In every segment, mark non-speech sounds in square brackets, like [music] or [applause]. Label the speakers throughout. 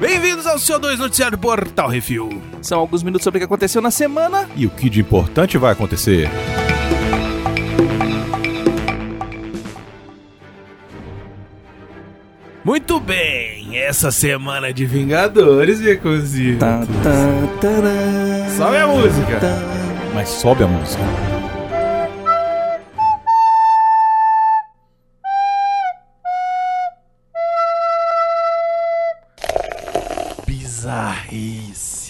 Speaker 1: Bem-vindos ao seu 2 Noticiário Portal Refil.
Speaker 2: São alguns minutos sobre o que aconteceu na semana.
Speaker 3: E o que de importante vai acontecer?
Speaker 1: Muito bem, essa semana de Vingadores, Vicuzinho.
Speaker 2: Tá, tá, tará.
Speaker 1: Sobe a música.
Speaker 2: Tá.
Speaker 3: Mas sobe a música.
Speaker 1: Bizarrice.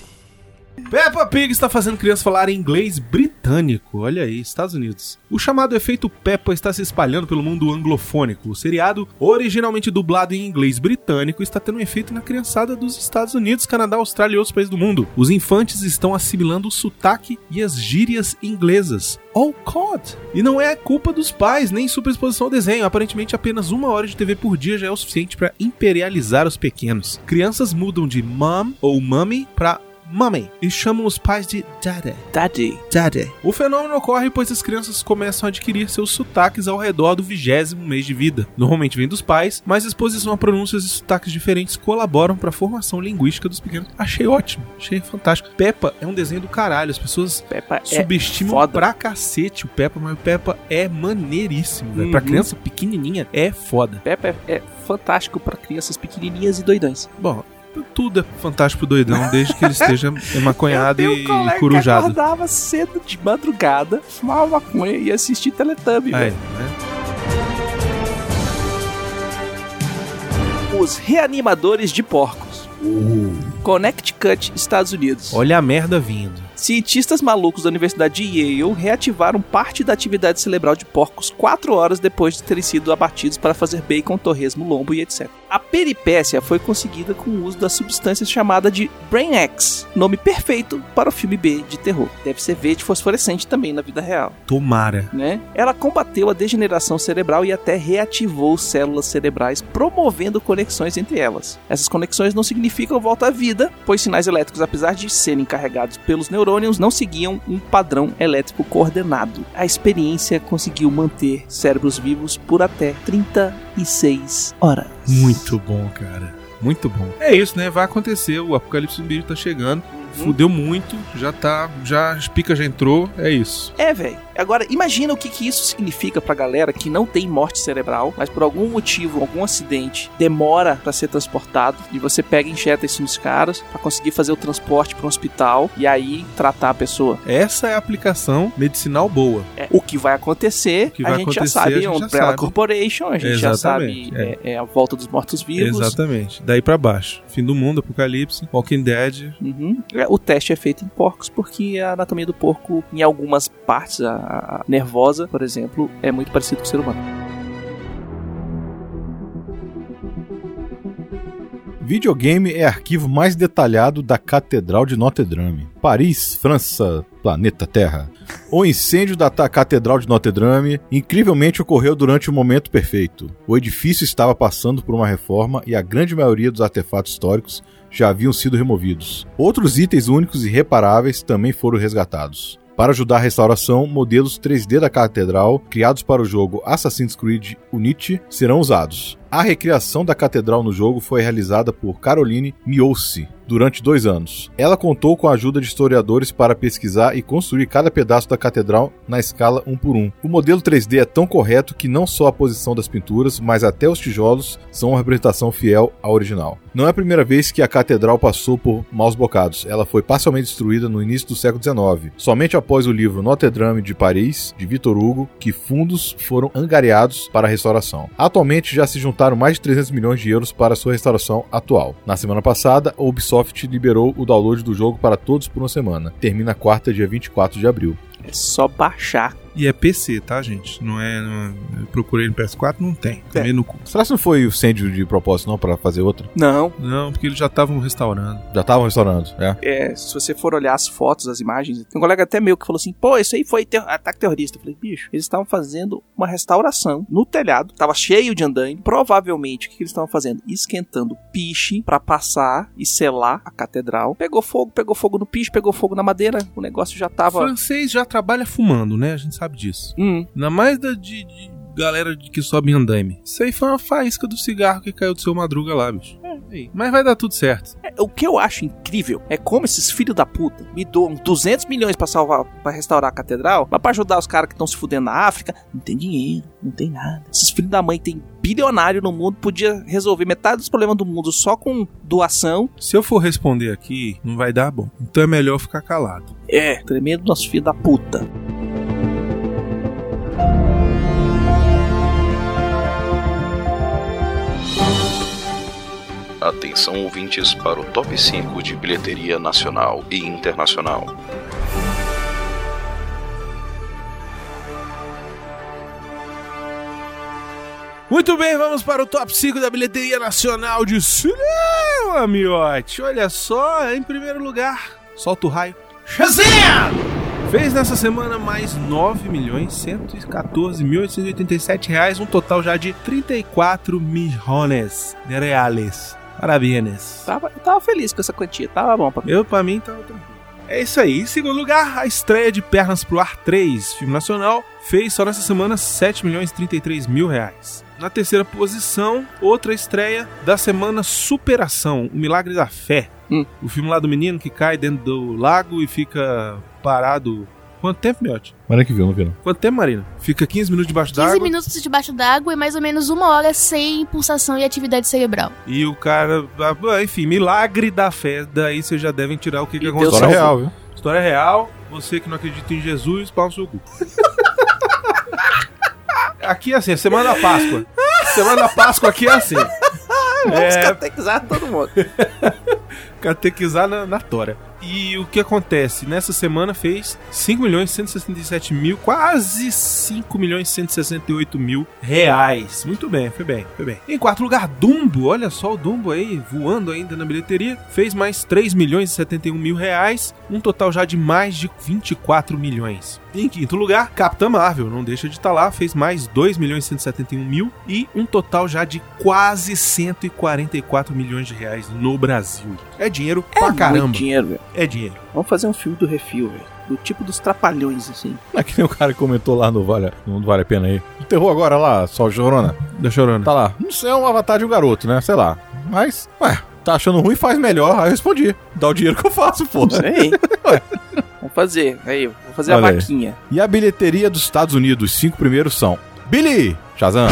Speaker 1: Peppa Pig está fazendo crianças falar inglês britânico. Olha aí, Estados Unidos. O chamado efeito Peppa está se espalhando pelo mundo anglofônico. O seriado, originalmente dublado em inglês britânico, está tendo um efeito na criançada dos Estados Unidos, Canadá, Austrália e outros países do mundo. Os infantes estão assimilando o sotaque e as gírias inglesas. Oh God! E não é culpa dos pais, nem superexposição ao desenho. Aparentemente, apenas uma hora de TV por dia já é o suficiente para imperializar os pequenos. Crianças mudam de mom ou mummy para Mummy, e chamam os pais de Daddy.
Speaker 2: Daddy.
Speaker 1: Daddy. O fenômeno ocorre pois as crianças começam a adquirir seus sotaques ao redor do vigésimo mês de vida. Normalmente vem dos pais, mas exposição a pronúncias e sotaques diferentes colaboram para a formação linguística dos pequenos. Achei ótimo, achei fantástico. Peppa é um desenho do caralho, as pessoas
Speaker 2: Peppa é
Speaker 1: subestimam
Speaker 2: foda.
Speaker 1: pra cacete o Peppa, mas o Peppa é maneiríssimo, velho. Pra
Speaker 2: Uhum.
Speaker 1: criança pequenininha é foda.
Speaker 2: Peppa é, é fantástico pra crianças pequenininhas e doidões.
Speaker 1: Bom, tudo é fantástico pro doidão, desde que ele esteja maconhado
Speaker 2: [laughs] Eu
Speaker 1: e,
Speaker 2: tenho um colega
Speaker 1: e
Speaker 2: que
Speaker 1: corujado.
Speaker 2: acordava cedo de madrugada, fumava maconha e assistia Teletubbies.
Speaker 1: Aí,
Speaker 2: velho.
Speaker 1: né?
Speaker 2: Os reanimadores de porcos. Connecticut, Estados Unidos.
Speaker 1: Olha a merda vindo.
Speaker 2: Cientistas malucos da Universidade de Yale reativaram parte da atividade cerebral de porcos quatro horas depois de terem sido abatidos para fazer bacon, torresmo, lombo e etc. A peripécia foi conseguida com o uso da substância chamada de Brain X, nome perfeito para o filme B de terror. Deve ser verde fosforescente também na vida real,
Speaker 1: Tomara.
Speaker 2: né? Ela combateu a degeneração cerebral e até reativou células cerebrais, promovendo conexões entre elas. Essas conexões não significam volta à vida, pois sinais elétricos, apesar de serem carregados pelos neurônios, não seguiam um padrão elétrico coordenado. A experiência conseguiu manter cérebros vivos por até 36 horas.
Speaker 1: Muito bom, cara. Muito bom. É isso, né? Vai acontecer. O apocalipse zumbi tá chegando. Fudeu muito. Já tá. Já as picas já entrou. É isso.
Speaker 2: É, velho. Agora, imagina o que, que isso significa pra galera que não tem morte cerebral, mas por algum motivo, algum acidente, demora pra ser transportado e você pega e injeta isso nos caras pra conseguir fazer o transporte pra um hospital e aí tratar a pessoa.
Speaker 1: Essa é a aplicação medicinal boa.
Speaker 2: É, o que vai acontecer,
Speaker 1: O que
Speaker 2: a
Speaker 1: vai
Speaker 2: gente
Speaker 1: acontecer,
Speaker 2: já
Speaker 1: a
Speaker 2: sabe.
Speaker 1: gente
Speaker 2: é um
Speaker 1: já
Speaker 2: Umbrella
Speaker 1: sabe.
Speaker 2: Corporation, a gente já sabe
Speaker 1: Exatamente,
Speaker 2: é, é a volta dos mortos-vivos.
Speaker 1: Exatamente. Daí pra baixo. Fim do mundo, apocalipse, Walking Dead.
Speaker 2: Uhum. É, O teste é feito em porcos porque a anatomia do porco, em algumas partes, a, a nervosa, por exemplo, é muito parecida com o ser humano.
Speaker 3: Videogame é arquivo mais detalhado da Catedral de Notre Dame. Paris, França, planeta Terra. O incêndio da ta- Catedral de Notre Dame incrivelmente ocorreu durante o momento perfeito. O edifício estava passando por uma reforma e a grande maioria dos artefatos históricos já haviam sido removidos. Outros itens únicos e reparáveis também foram resgatados. Para ajudar a restauração, modelos 3D da catedral, criados para o jogo Assassin's Creed Unity, serão usados. A recriação da catedral no jogo foi realizada por Caroline Mioussi durante dois anos. Ela contou com a ajuda de historiadores para pesquisar e construir cada pedaço da catedral na escala 1 por 1. O modelo 3D é tão correto que não só a posição das pinturas, mas até os tijolos são uma representação fiel à original. Não é a primeira vez que a catedral passou por maus bocados. Ela foi parcialmente destruída no início do século XIX, somente após o livro Notre Dame de Paris, de Victor Hugo, que fundos foram angariados para a restauração. Atualmente já se juntaram mais de 300 milhões de euros para sua restauração atual. Na semana passada, a Ubisoft liberou o download do jogo para todos por uma semana. Termina quarta, dia 24 de abril.
Speaker 2: É só baixar
Speaker 1: E é PC, tá, gente? Não é. Não é- eu procurei no PS4, não tem. Também no cu.
Speaker 3: Será que não foi o incêndio de propósito não para fazer outro?
Speaker 2: Não,
Speaker 1: Não, porque eles já estavam restaurando.
Speaker 3: Já estavam restaurando, é?
Speaker 2: é, se você for olhar as fotos, as imagens, tem um colega até meu que falou assim: pô, isso aí foi ter- ataque terrorista. Eu falei, bicho, eles estavam fazendo uma restauração no telhado, tava cheio de andaime. Provavelmente o que, que eles estavam fazendo? Esquentando piche pra passar e selar a catedral. Pegou fogo, pegou fogo no piche, pegou fogo na madeira, o negócio já
Speaker 1: O
Speaker 2: tava.
Speaker 1: francês já trabalha fumando, né? A gente sabe disso.
Speaker 2: Hum,
Speaker 1: Ainda mais da, de, de- galera de que sobe em andaime. Isso aí foi uma faísca do cigarro que caiu do seu madruga lá, bicho. É, aí. Mas vai dar tudo certo.
Speaker 2: É, O que eu acho incrível é como esses filhos da puta me doam 200 milhões pra salvar, para restaurar a catedral, mas pra ajudar os caras que estão se fudendo na África, não tem dinheiro, não tem nada. Esses filhos da mãe tem bilionário no mundo, podia resolver metade dos problemas do mundo só com doação.
Speaker 1: Se eu for responder aqui, não vai dar bom. Então é melhor eu ficar calado.
Speaker 2: É, tremendo nosso filho da puta.
Speaker 4: Atenção ouvintes para o top 5 de bilheteria nacional e internacional.
Speaker 1: Muito bem, vamos para o top 5 da bilheteria nacional de cinema, miote. Olha só, em primeiro lugar, solta o raio. Shazam! Fez nessa semana mais 9.114.887 reais, um total já de 34 milhões de reais. Parabéns.
Speaker 2: Tava, eu tava feliz com essa quantia, tava bom pra mim.
Speaker 1: Eu, pra mim, tá tranquilo. É isso aí. Em segundo lugar, a estreia de Pernas pro Ar 3, filme nacional, fez só nessa semana 7 milhões e 33 mil reais. Na terceira posição, outra estreia da semana Superação, O Milagre da Fé.
Speaker 2: Hum.
Speaker 1: O filme lá do menino que cai dentro do lago e fica parado. Quanto tempo, Miotti?
Speaker 3: Mas é que viu, não viu? não.
Speaker 1: Quanto tempo, Marina? Fica 15 minutos debaixo
Speaker 5: 15
Speaker 1: d'água
Speaker 5: minutos debaixo d'água e mais ou menos uma hora sem pulsação e atividade cerebral.
Speaker 1: e o cara. ah, Enfim, Milagre da Fé. Daí vocês já devem tirar o que, que
Speaker 2: Deus
Speaker 1: aconteceu.
Speaker 3: História
Speaker 2: salvo.
Speaker 3: real, viu?
Speaker 1: História real, você que não acredita em Jesus, pau no seu cu. Aqui é assim, é semana da Páscoa. Semana da Páscoa aqui é assim.
Speaker 2: Vamos
Speaker 1: É.
Speaker 2: [laughs] catequizar todo mundo.
Speaker 1: Catequizar na, na tora. E o que acontece? Nessa semana fez 5 milhões 167 mil, quase 5 milhões 168 mil reais. Muito bem, foi bem, foi bem. Em quarto lugar, Dumbo. Olha só o Dumbo aí, voando ainda na bilheteria. Fez mais 3 milhões e 71 mil reais, um total já de mais de 24 milhões. Em quinto lugar, Capitã Marvel, não deixa de estar lá, fez mais 2 milhões e 171 mil e um total já de quase 144 milhões de reais no Brasil. É dinheiro pra caramba.
Speaker 2: Muito dinheiro, velho.
Speaker 1: É dinheiro.
Speaker 2: Vamos fazer um filme do refil, velho. Do tipo dos trapalhões, assim.
Speaker 3: Não [laughs] é que nem o cara que comentou lá no Vale, no vale a Pena aí. Enterrou agora lá, só o Jorona.
Speaker 1: Da chorona.
Speaker 3: Tá lá. Não sei, é um avatar de um garoto, né? Sei lá. Mas, ué, tá achando ruim, faz melhor. Aí eu respondi. Dá o dinheiro que eu faço, pô.
Speaker 2: Não sei. [laughs] Vamos fazer. Aí, vou fazer
Speaker 3: Olha
Speaker 2: a
Speaker 3: aí.
Speaker 2: vaquinha.
Speaker 3: E a bilheteria dos Estados Unidos, os cinco primeiros são Billy [laughs] Shazam,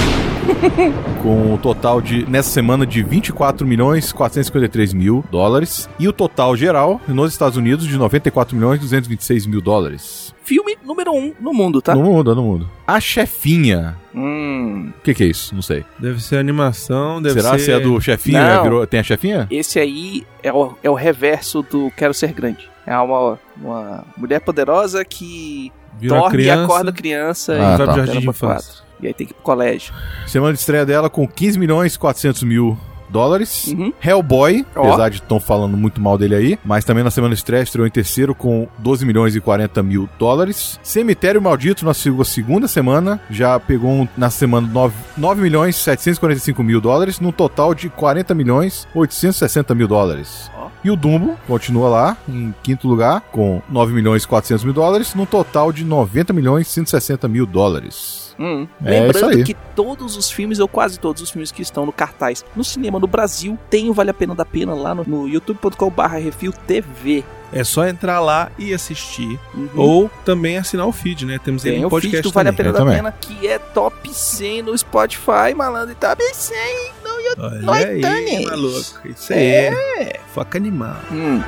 Speaker 3: com um total de, nessa semana, de 24 milhões 453 mil dólares, e o total geral nos Estados Unidos de 94 milhões 226 mil dólares.
Speaker 2: Filme número um no mundo, tá?
Speaker 3: No mundo, no mundo. A Chefinha.
Speaker 2: Hum.
Speaker 3: O que, que é isso? Não sei.
Speaker 1: Deve ser animação, deve
Speaker 3: Será
Speaker 1: ser...
Speaker 3: se é do Chefinha?
Speaker 2: Não.
Speaker 3: Virou- Tem a Chefinha?
Speaker 2: Esse aí é o, é o reverso do Quero Ser Grande. É uma, uma mulher poderosa que
Speaker 1: Virou
Speaker 2: dorme
Speaker 1: criança,
Speaker 2: e acorda criança
Speaker 3: Ah,
Speaker 1: vai
Speaker 2: e
Speaker 1: pro
Speaker 3: tá.
Speaker 1: jardim de
Speaker 2: Era pra
Speaker 1: infância.
Speaker 2: E aí tem que ir pro colégio.
Speaker 3: Semana de estreia dela com 15 milhões 400 mil dólares.
Speaker 2: Uhum.
Speaker 3: Hellboy,
Speaker 2: Ó.
Speaker 3: apesar de estão falando muito mal dele aí, mas também na semana de estreia estreou em terceiro com 12 milhões e 40 mil dólares. Cemitério Maldito na segu- segunda semana já pegou um- na semana 9, 9 milhões 745 mil dólares, num total de 40 milhões 860 mil dólares.
Speaker 2: Ó.
Speaker 3: E o Dumbo continua lá em quinto lugar com 9 milhões 400 mil dólares, num total de 90 milhões 160 mil dólares.
Speaker 2: Hum.
Speaker 3: É
Speaker 2: Lembrando
Speaker 3: isso aí.
Speaker 2: que todos os filmes, ou quase todos os filmes que estão no cartaz no cinema no Brasil, tem o Vale a Pena da Pena lá no, no youtube.com/barra refil TV.
Speaker 1: É só entrar lá e assistir.
Speaker 2: Uhum.
Speaker 1: Ou também assinar o feed, né? Temos aí
Speaker 2: Tem
Speaker 1: um
Speaker 2: o feed
Speaker 1: podcast
Speaker 2: do Vale a Pena
Speaker 3: Eu
Speaker 2: da
Speaker 3: também.
Speaker 2: Pena, que é top 100 no Spotify, malandro, e tá top 100.
Speaker 1: também.
Speaker 2: Nós
Speaker 1: Olha aí,
Speaker 2: também.
Speaker 1: maluco. Isso aí. É. Foca animal.
Speaker 2: Hum.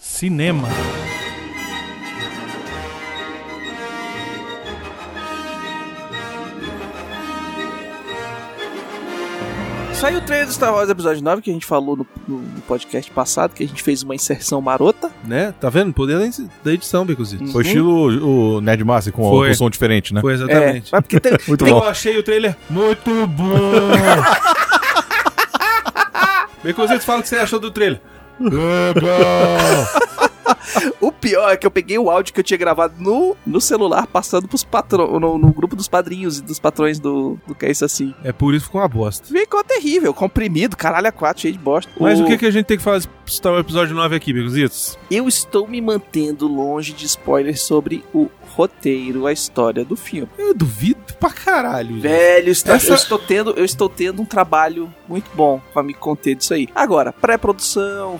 Speaker 1: Cinema.
Speaker 2: Saiu o trailer do Star Wars Episódio 9, que a gente falou no, no- no podcast passado, que a gente fez uma inserção marota.
Speaker 1: Né? Tá vendo? Poder da- da edição, Bicuzito.
Speaker 2: Hum.
Speaker 3: Foi
Speaker 2: Uhum.
Speaker 3: estilo o Ned Massa com
Speaker 1: Foi.
Speaker 3: um som diferente, né?
Speaker 1: Foi
Speaker 2: É,
Speaker 1: exatamente.
Speaker 2: mas porque tem,
Speaker 3: Muito
Speaker 1: Eu
Speaker 3: bom.
Speaker 1: achei o trailer muito
Speaker 2: [laughs]
Speaker 1: bom.
Speaker 2: É
Speaker 1: Bicuzito, fala o que você achou do trailer.
Speaker 2: O pior é que eu peguei o áudio que eu tinha gravado no, no celular, passando pros patrões, no, no grupo dos padrinhos e dos patrões do, do que é isso assim.
Speaker 1: É por isso que ficou uma bosta.
Speaker 2: Ficou terrível, comprimido, caralho, a quatro, cheio de bosta.
Speaker 1: Mas o que, que a gente tem que fazer pra citar o episódio 9 aqui, Begonzitos?
Speaker 2: Eu estou me mantendo longe de spoilers sobre o roteiro, a história do filme.
Speaker 1: Eu duvido pra caralho.
Speaker 2: Velho, está-
Speaker 1: Essa-
Speaker 2: eu, estou tendo, eu estou tendo um trabalho muito bom pra me conter disso aí. Agora, pré-produção,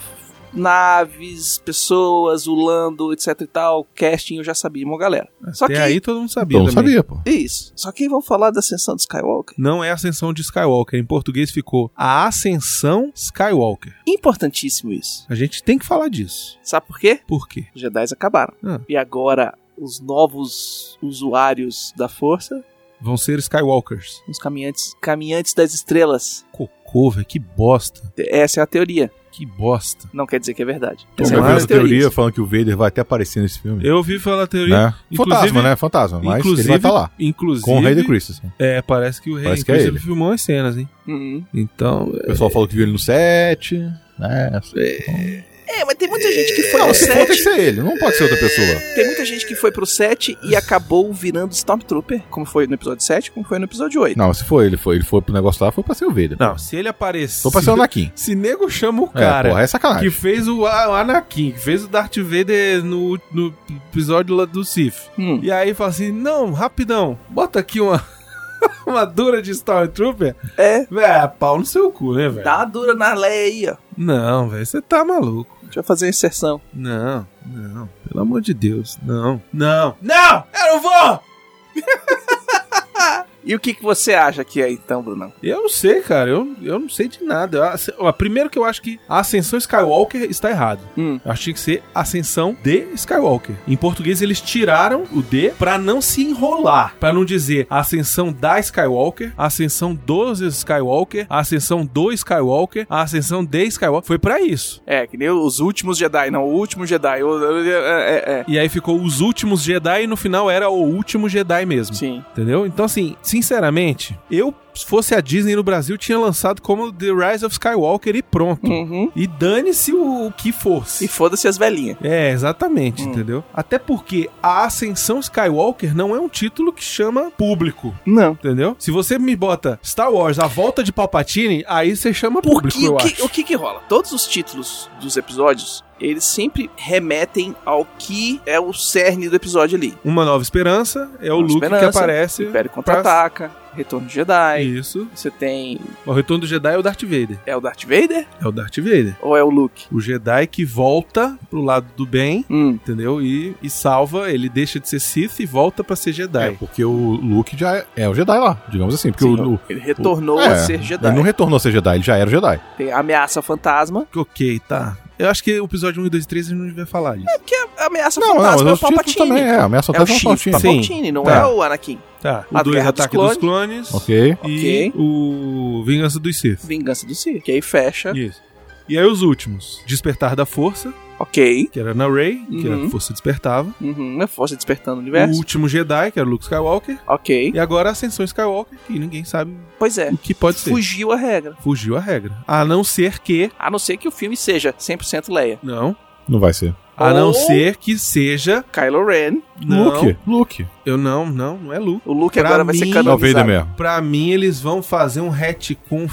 Speaker 2: naves, pessoas, o Lando, etc e tal, casting, eu já sabia, uma galera. Só
Speaker 1: Até
Speaker 2: que...
Speaker 1: aí todo mundo sabia
Speaker 3: É. Eu não
Speaker 1: também.
Speaker 3: sabia, pô.
Speaker 2: Isso. Só que aí vamos falar da ascensão do Skywalker.
Speaker 1: Não é Ascensão de Skywalker. Em português ficou A Ascensão Skywalker.
Speaker 2: Importantíssimo isso.
Speaker 1: A gente tem que falar disso.
Speaker 2: Sabe por quê?
Speaker 1: Por quê?
Speaker 2: Os Jedi acabaram.
Speaker 1: Ah.
Speaker 2: E agora os novos usuários da força,
Speaker 1: Vão ser Skywalkers.
Speaker 2: os caminhantes, caminhantes das estrelas.
Speaker 1: Cocô, velho, que bosta.
Speaker 2: Essa é a teoria.
Speaker 1: Que bosta.
Speaker 2: Não quer dizer que é verdade.
Speaker 3: Pô,
Speaker 1: Essa é
Speaker 3: vai
Speaker 1: uma
Speaker 3: ver
Speaker 1: das
Speaker 3: essa teoria falando que o Vader vai até aparecer nesse filme.
Speaker 1: Eu ouvi falar a teoria.
Speaker 3: né? Fantasma, né? Fantasma. Mas ele vai estar lá.
Speaker 1: Inclusive,
Speaker 3: Com o Rei de Christus.
Speaker 1: É, parece que o Rei
Speaker 3: Parece que é
Speaker 1: inclusive
Speaker 3: ele.
Speaker 1: filmou as cenas, hein?
Speaker 2: Uhum.
Speaker 1: Então,
Speaker 3: O pessoal falou que viu ele no 7. Né?
Speaker 2: É, mas tem muita gente que foi
Speaker 3: Não,
Speaker 2: pro
Speaker 3: se for, tem que
Speaker 2: 7.
Speaker 3: ser ele, não pode ser outra pessoa.
Speaker 2: Tem muita gente que foi pro 7 e acabou virando Stormtrooper, como foi no episódio 7, como foi no episódio 8.
Speaker 3: Não, se for ele, foi. Ele foi pro negócio lá, foi pra ser o Vader.
Speaker 1: Não, se ele aparecer.
Speaker 3: Foi
Speaker 1: [laughs]
Speaker 3: pra ser o Anakin.
Speaker 1: Se nego chama o
Speaker 3: é, porra,
Speaker 1: cara
Speaker 3: é sacanagem.
Speaker 1: que fez o A- o Anakin, que fez o Darth Vader no, no episódio lá do Sith.
Speaker 2: Hum.
Speaker 1: E aí fala assim: não, rapidão, bota aqui uma. [laughs] Uma dura de Stormtrooper?
Speaker 2: É. Tá.
Speaker 1: Véi, pau no seu cu, né, velho?
Speaker 2: Dá uma dura na lei aí, ó.
Speaker 1: Não, velho, você tá maluco.
Speaker 2: Deixa eu fazer a inserção.
Speaker 1: Não, não, pelo amor de Deus, não, não, não, eu não vou!
Speaker 2: E o que, que você acha que é então, Brunão?
Speaker 1: Eu não sei, cara. Eu, eu não sei de nada. Eu ace- ó, Primeiro que eu acho que a Ascensão Skywalker está errado.
Speaker 2: Hum.
Speaker 1: Eu acho que tinha que ser Ascensão de Skywalker. Em português, eles tiraram o D pra não se enrolar. Pra não dizer Ascensão da Skywalker, Ascensão dos Skywalker, Ascensão do Skywalker, Ascensão de Skywalker. Foi pra isso.
Speaker 2: É, que nem os últimos Jedi, não, o último Jedi. o- é, é, é.
Speaker 1: E aí ficou os últimos Jedi e no final era o último Jedi mesmo.
Speaker 2: Sim.
Speaker 1: Entendeu? Então, assim, sinceramente, eu, se fosse a Disney no Brasil, tinha lançado como The Rise of Skywalker e pronto.
Speaker 2: Uhum.
Speaker 1: E dane-se o, o que
Speaker 2: E
Speaker 1: fosse.
Speaker 2: foda-se as velhinhas.
Speaker 1: É, exatamente,
Speaker 2: Hum.
Speaker 1: entendeu? Até porque a Ascensão Skywalker não é um título que chama público,
Speaker 2: Não.
Speaker 1: entendeu? Se você me bota Star Wars, a volta de Palpatine, aí você chama
Speaker 2: Porque
Speaker 1: público, eu
Speaker 2: o, que,
Speaker 1: acho.
Speaker 2: o que que rola? Todos os títulos dos episódios, eles sempre remetem ao que é o cerne do episódio ali.
Speaker 1: Uma Nova Esperança é o
Speaker 2: Nova
Speaker 1: Luke que
Speaker 2: Esperança,
Speaker 1: aparece.
Speaker 2: Império Contra-Ataca, Retorno de Jedi.
Speaker 1: Isso.
Speaker 2: Você tem...
Speaker 1: O Retorno do Jedi é o Darth Vader.
Speaker 2: É o Darth Vader
Speaker 1: É o Darth Vader.
Speaker 2: ou é o Luke?
Speaker 1: O Jedi que volta pro lado do bem
Speaker 2: Hum.
Speaker 1: entendeu? E, e salva, ele deixa de ser Sith e volta pra ser
Speaker 3: É,
Speaker 1: Jedi.
Speaker 3: porque o Luke já é, é o Jedi lá, digamos assim. Porque
Speaker 2: Sim,
Speaker 3: o, o-
Speaker 2: Ele retornou
Speaker 3: é,
Speaker 2: a ser Jedi.
Speaker 3: Ele não retornou a ser Jedi, ele já era o Jedi.
Speaker 2: Tem a ameaça fantasma.
Speaker 1: Ok, tá. Eu acho que o episódio 1, 2 e 3 a gente não devia falar disso.
Speaker 2: Que a ameaça
Speaker 3: Não,
Speaker 2: fantasma é
Speaker 3: não,
Speaker 2: o
Speaker 3: mas os títulos
Speaker 2: Palpatine.
Speaker 3: também é. Ameaça
Speaker 2: É o
Speaker 3: até um
Speaker 2: Chief
Speaker 3: Palpatine.
Speaker 1: Sim.
Speaker 2: Palpatine, não
Speaker 1: Tá.
Speaker 2: é o Anakin.
Speaker 1: Tá. O
Speaker 2: A
Speaker 1: 2,
Speaker 2: Guerra dos
Speaker 1: Ataque dos Clones.
Speaker 3: Ok.
Speaker 1: E o Vingança dos Sith.
Speaker 2: Vingança do Sith. Que aí fecha.
Speaker 1: Isso. E aí os últimos. Despertar da Força,
Speaker 2: Ok.
Speaker 1: que era na Rey, que
Speaker 2: Uhum.
Speaker 1: a Força Despertava.
Speaker 2: Uhum. A força despertando o
Speaker 1: O
Speaker 2: universo.
Speaker 1: último Jedi, que era o Luke Skywalker.
Speaker 2: Ok.
Speaker 1: E agora a Ascensão Skywalker, que ninguém sabe
Speaker 2: Pois é.
Speaker 1: o que pode ser.
Speaker 2: Fugiu a regra.
Speaker 1: Fugiu a regra. A não ser que...
Speaker 2: A não ser que o filme seja 100% Leia.
Speaker 1: Não.
Speaker 3: Não vai ser.
Speaker 1: A não
Speaker 2: Ou-
Speaker 1: ser que seja...
Speaker 2: Kylo Ren.
Speaker 1: Não.
Speaker 3: Luke. Luke.
Speaker 1: Eu não, não, não é Luke.
Speaker 2: O Luke
Speaker 1: Pra
Speaker 2: agora vai ser
Speaker 1: mim-
Speaker 3: É o Vader
Speaker 2: canonizado.
Speaker 3: mesmo.
Speaker 1: Pra mim, eles vão fazer um retcon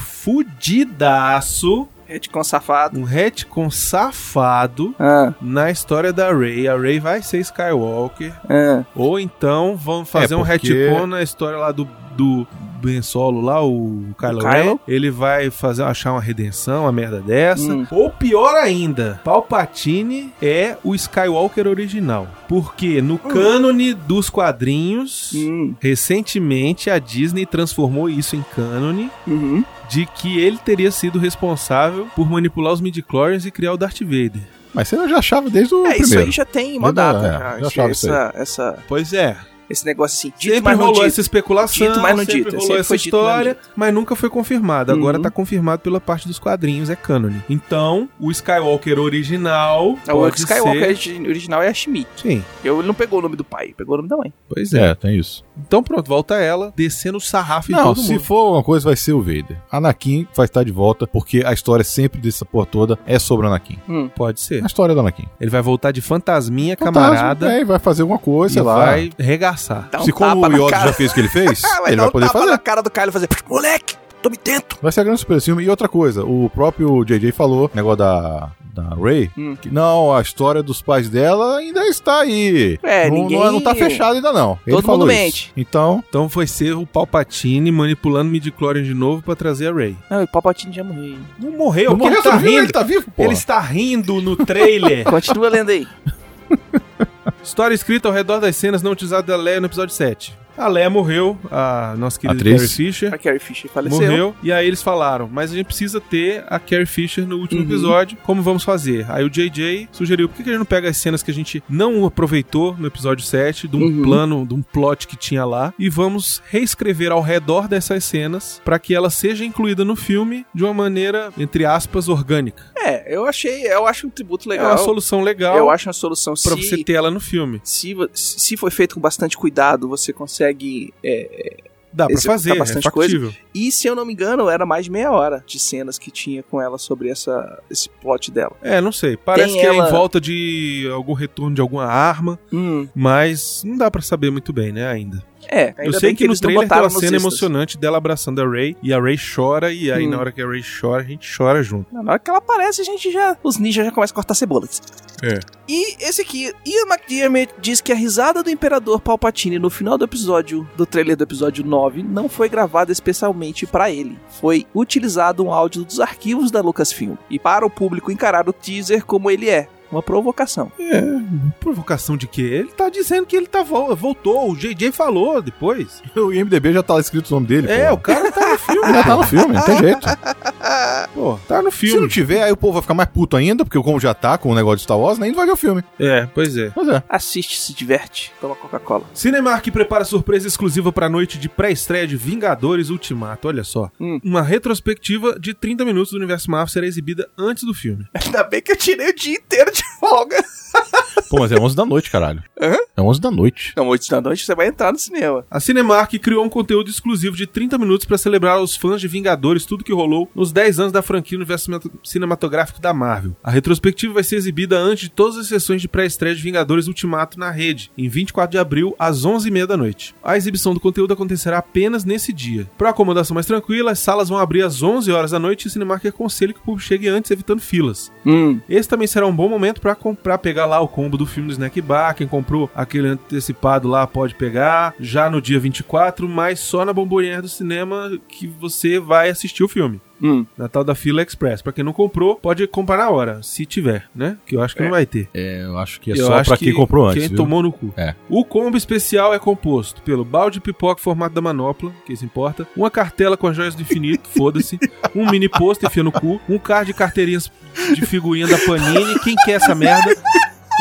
Speaker 1: fudidaço,
Speaker 2: Retcon safado.
Speaker 1: um retcon safado
Speaker 2: Ah,
Speaker 1: na história da Rey. A Rey vai ser Skywalker.
Speaker 2: ah.
Speaker 1: Ou então vão fazer um
Speaker 3: porque-
Speaker 1: retcon na história lá do, do Ben Solo, lá, o Kylo,
Speaker 2: Kylo?
Speaker 1: Ren. Ele vai fazer, achar uma redenção, uma merda dessa.
Speaker 2: Hum.
Speaker 1: Ou pior ainda, Palpatine é o Skywalker original. Porque no cânone dos quadrinhos...
Speaker 2: Hum,
Speaker 1: Recentemente, a Disney transformou isso em cânone
Speaker 2: uhum.
Speaker 1: de que ele teria sido responsável por manipular os midichlorians e criar o Darth Vader.
Speaker 3: Mas você já achava desde o
Speaker 2: É, isso aí
Speaker 3: primeiro.
Speaker 2: já tem uma
Speaker 3: Não,
Speaker 2: data.
Speaker 3: é,
Speaker 2: já.
Speaker 3: já
Speaker 2: Esse-
Speaker 3: achava isso aí.
Speaker 2: essa, essa,
Speaker 1: Pois é.
Speaker 2: esse negócio assim. Dito,
Speaker 1: sempre
Speaker 2: mas não
Speaker 1: rolou
Speaker 2: dito.
Speaker 1: essa especulação,
Speaker 2: Dito, mas não
Speaker 1: sempre
Speaker 2: dito.
Speaker 1: rolou
Speaker 2: Sempre
Speaker 1: essa
Speaker 2: foi dito, mas não
Speaker 1: história, mas, nunca foi confirmado. Agora
Speaker 2: Uhum.
Speaker 1: tá confirmado pela parte dos quadrinhos, é cânone. Então, o Skywalker original
Speaker 2: É, O
Speaker 1: pode
Speaker 2: Skywalker
Speaker 1: ser...
Speaker 2: origi- original é a Shmi.
Speaker 1: Sim,
Speaker 2: Eu, ele não pegou o nome do pai, pegou o nome da mãe.
Speaker 1: pois é.
Speaker 3: É, tem isso.
Speaker 1: Então pronto, volta ela, descendo o sarrafo em
Speaker 3: Não,
Speaker 1: todo
Speaker 3: se
Speaker 1: mundo.
Speaker 3: for uma coisa, vai ser o Vader. Anakin vai estar de volta, porque a história sempre dessa porra toda é sobre o Anakin. É
Speaker 1: Pode
Speaker 3: A
Speaker 1: ser.
Speaker 3: história do Anakin.
Speaker 1: Ele vai voltar de fantasminha,
Speaker 2: um
Speaker 3: Fantasma,
Speaker 1: camarada,
Speaker 3: É, vai fazer alguma
Speaker 1: e
Speaker 3: coisa, sei lá.
Speaker 1: vai regaçar.
Speaker 2: Dá um
Speaker 3: se como
Speaker 2: tapa na
Speaker 3: o Yoda
Speaker 2: cara.
Speaker 3: já fez o que ele
Speaker 2: [laughs]
Speaker 3: fez,
Speaker 2: Ah,
Speaker 3: ele
Speaker 2: dar
Speaker 3: vai
Speaker 2: um
Speaker 3: poder
Speaker 2: tapa
Speaker 3: fazer.
Speaker 2: na cara do cara e fazer, moleque, tome dentro.
Speaker 3: Vai ser a grande surpresa do filme. E outra coisa, o próprio JJ falou, negócio da, da Ray,
Speaker 2: Hum.
Speaker 3: que não, a história dos pais dela ainda está aí.
Speaker 2: É,
Speaker 3: não,
Speaker 2: ninguém-
Speaker 3: Não, não tá fechado ainda não. Ele
Speaker 2: Todo
Speaker 3: falou
Speaker 2: mundo
Speaker 3: isso.
Speaker 2: mente.
Speaker 3: Então,
Speaker 1: Então foi ser o Palpatine manipulando midi-chlorian de novo pra trazer a Rey.
Speaker 2: Não, o Palpatine já morreu.
Speaker 1: Não morreu,
Speaker 3: não
Speaker 1: porque ele
Speaker 3: morreu,
Speaker 1: tá
Speaker 3: você viu?
Speaker 1: rindo.
Speaker 3: ele tá vivo, pô.
Speaker 1: Ele está rindo no trailer.
Speaker 2: Continua lendo [laughs] aí.
Speaker 1: História escrita ao redor das cenas não utilizadas da Leia no episódio 7. A Leia morreu, a nossa querida
Speaker 3: Atriz.
Speaker 1: Carrie Fisher.
Speaker 2: A Carrie Fisher faleceu.
Speaker 1: Morreu, e aí eles falaram, mas a gente precisa ter a Carrie Fisher no último
Speaker 2: Uhum.
Speaker 1: episódio, como vamos fazer? Aí o JJ sugeriu, por que que a gente não pega as cenas que a gente não aproveitou no episódio 7, de um
Speaker 2: Uhum.
Speaker 1: plano, de um plot que tinha lá, e vamos reescrever ao redor dessas cenas, pra que ela seja incluída no filme de uma maneira, entre aspas, orgânica.
Speaker 2: É, eu achei, eu acho um tributo
Speaker 1: É
Speaker 2: legal.
Speaker 1: uma solução legal
Speaker 2: Eu acho uma solução
Speaker 1: pra
Speaker 2: se,
Speaker 1: você ter ela no filme.
Speaker 2: se, vo- se foi feito com bastante cuidado, você consegue. é, é,
Speaker 1: Dá pra
Speaker 2: Esse- tá
Speaker 1: fazer, é
Speaker 2: bastante
Speaker 1: factível.
Speaker 2: E se eu não me engano, era mais de meia hora de cenas que tinha com ela sobre essa, esse plot dela.
Speaker 1: É, não sei. Parece
Speaker 2: Tem
Speaker 1: que é
Speaker 2: ela-
Speaker 1: em volta de algum retorno de alguma arma,
Speaker 2: Hum,
Speaker 1: mas não dá pra saber muito bem, né, ainda.
Speaker 2: é,
Speaker 1: Eu
Speaker 2: ainda
Speaker 1: sei
Speaker 2: bem
Speaker 1: que, no
Speaker 2: eles não
Speaker 1: trailer tem
Speaker 2: botaram
Speaker 1: uma
Speaker 2: nos
Speaker 1: cena
Speaker 2: extras.
Speaker 1: emocionante dela abraçando a Ray e a Ray chora e aí
Speaker 2: Hum.
Speaker 1: na hora que a Ray chora, a gente chora junto.
Speaker 2: Na hora que ela aparece, a gente já. Os ninjas já começam a cortar cebolas.
Speaker 1: É.
Speaker 2: E esse aqui, Ian McDiarmid diz que a risada do Imperador Palpatine no final do episódio, do trailer do episódio 9, não foi gravada especialmente pra ele. Foi utilizado um áudio dos arquivos da Lucasfilm e para o público encarar o teaser como ele é. Uma provocação.
Speaker 1: Provocação de quê? Ele tá dizendo que ele tá vol- voltou, o JJ falou depois.
Speaker 3: [laughs] O IMDB já tá lá escrito o nome dele,
Speaker 1: É,
Speaker 3: pô.
Speaker 1: o cara tá no filme.
Speaker 3: Ele já tá no filme, não tem jeito.
Speaker 1: Pô, tá no
Speaker 3: Se não
Speaker 1: filme.
Speaker 3: tiver, aí o povo vai ficar mais puto ainda, porque como já tá com o negócio de Star Wars, nem vai ver o filme.
Speaker 1: [laughs] É, pois é.
Speaker 3: Pois é.
Speaker 2: Assiste, se diverte, toma Coca-Cola. [laughs]
Speaker 1: Cinemark prepara surpresa exclusiva pra noite de pré-estreia de Vingadores Ultimato, olha só.
Speaker 2: Hum.
Speaker 1: Uma retrospectiva de 30 minutos do universo Marvel será exibida antes do filme.
Speaker 2: Ainda bem que eu tirei o dia inteiro de folga.
Speaker 3: Pô, mas é 11 da noite, caralho.
Speaker 2: Hã?
Speaker 3: É 11 da noite.
Speaker 2: Não, hoje da noite você vai entrar no cinema.
Speaker 1: A Cinemark criou um conteúdo exclusivo de 30 minutos para celebrar os fãs de Vingadores tudo que rolou nos 10 anos da franquia no universo cinemat- cinematográfico da Marvel. A retrospectiva vai ser exibida antes de todas as sessões de pré-estreia de Vingadores Ultimato na rede, em 24 de abril, às 11h30 da noite. A exibição do conteúdo acontecerá apenas nesse dia. Para acomodação mais tranquila, as salas vão abrir às 11 horas da noite e a Cinemark aconselha que o público chegue antes, evitando filas.
Speaker 2: Hum.
Speaker 1: Esse também será um bom momento pra comprar, pegar lá o combo do filme do Snack Bar. Quem comprou aquele antecipado lá pode pegar já no dia 24, mas só na bombonière do cinema que você vai assistir o filme.
Speaker 2: Hum.
Speaker 1: Natal da Fila Express. Pra quem não comprou, pode comprar na hora, se tiver, né? Que eu acho que não vai ter.
Speaker 3: É, eu acho que
Speaker 1: Eu acho que Quem tomou no cu.
Speaker 3: É.
Speaker 1: O combo especial é composto pelo balde de pipoca formato da manopla, que se importa, uma cartela com as joias do infinito, [laughs] foda-se, um mini pôster enfia no cu, um card de carteirinhas de figurinha da Panini, quem quer essa merda?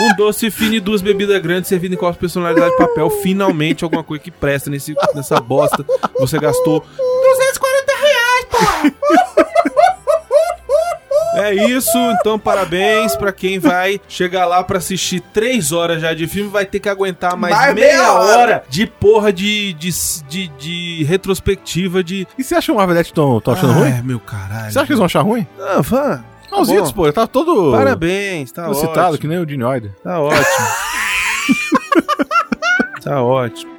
Speaker 1: Um doce fino e duas bebidas grandes servidas em copos personalizados de papel. Finalmente, alguma coisa que presta nesse, nessa bosta. Você gastou 240 reais, pô! É isso, então parabéns pra quem vai chegar lá pra assistir três horas já de filme, vai ter que aguentar mais,
Speaker 2: Mais
Speaker 1: meia,
Speaker 2: meia
Speaker 1: hora.
Speaker 2: hora.
Speaker 1: de porra de, de, de, de retrospectiva de.
Speaker 3: E você acha o Marvelette tão, tão Tá achando ruim?
Speaker 1: Ai, meu caralho.
Speaker 3: Você acha que eles vão achar ruim?
Speaker 1: Ah, fã,
Speaker 3: Não, os
Speaker 1: Ah, é, bom.
Speaker 3: itens, pô, ele tá todo
Speaker 1: Parabéns, tá
Speaker 3: citado,
Speaker 1: ótimo.
Speaker 3: que nem o Gene Wilder.
Speaker 1: Tá
Speaker 3: [laughs]
Speaker 1: ótimo. tá ótimo.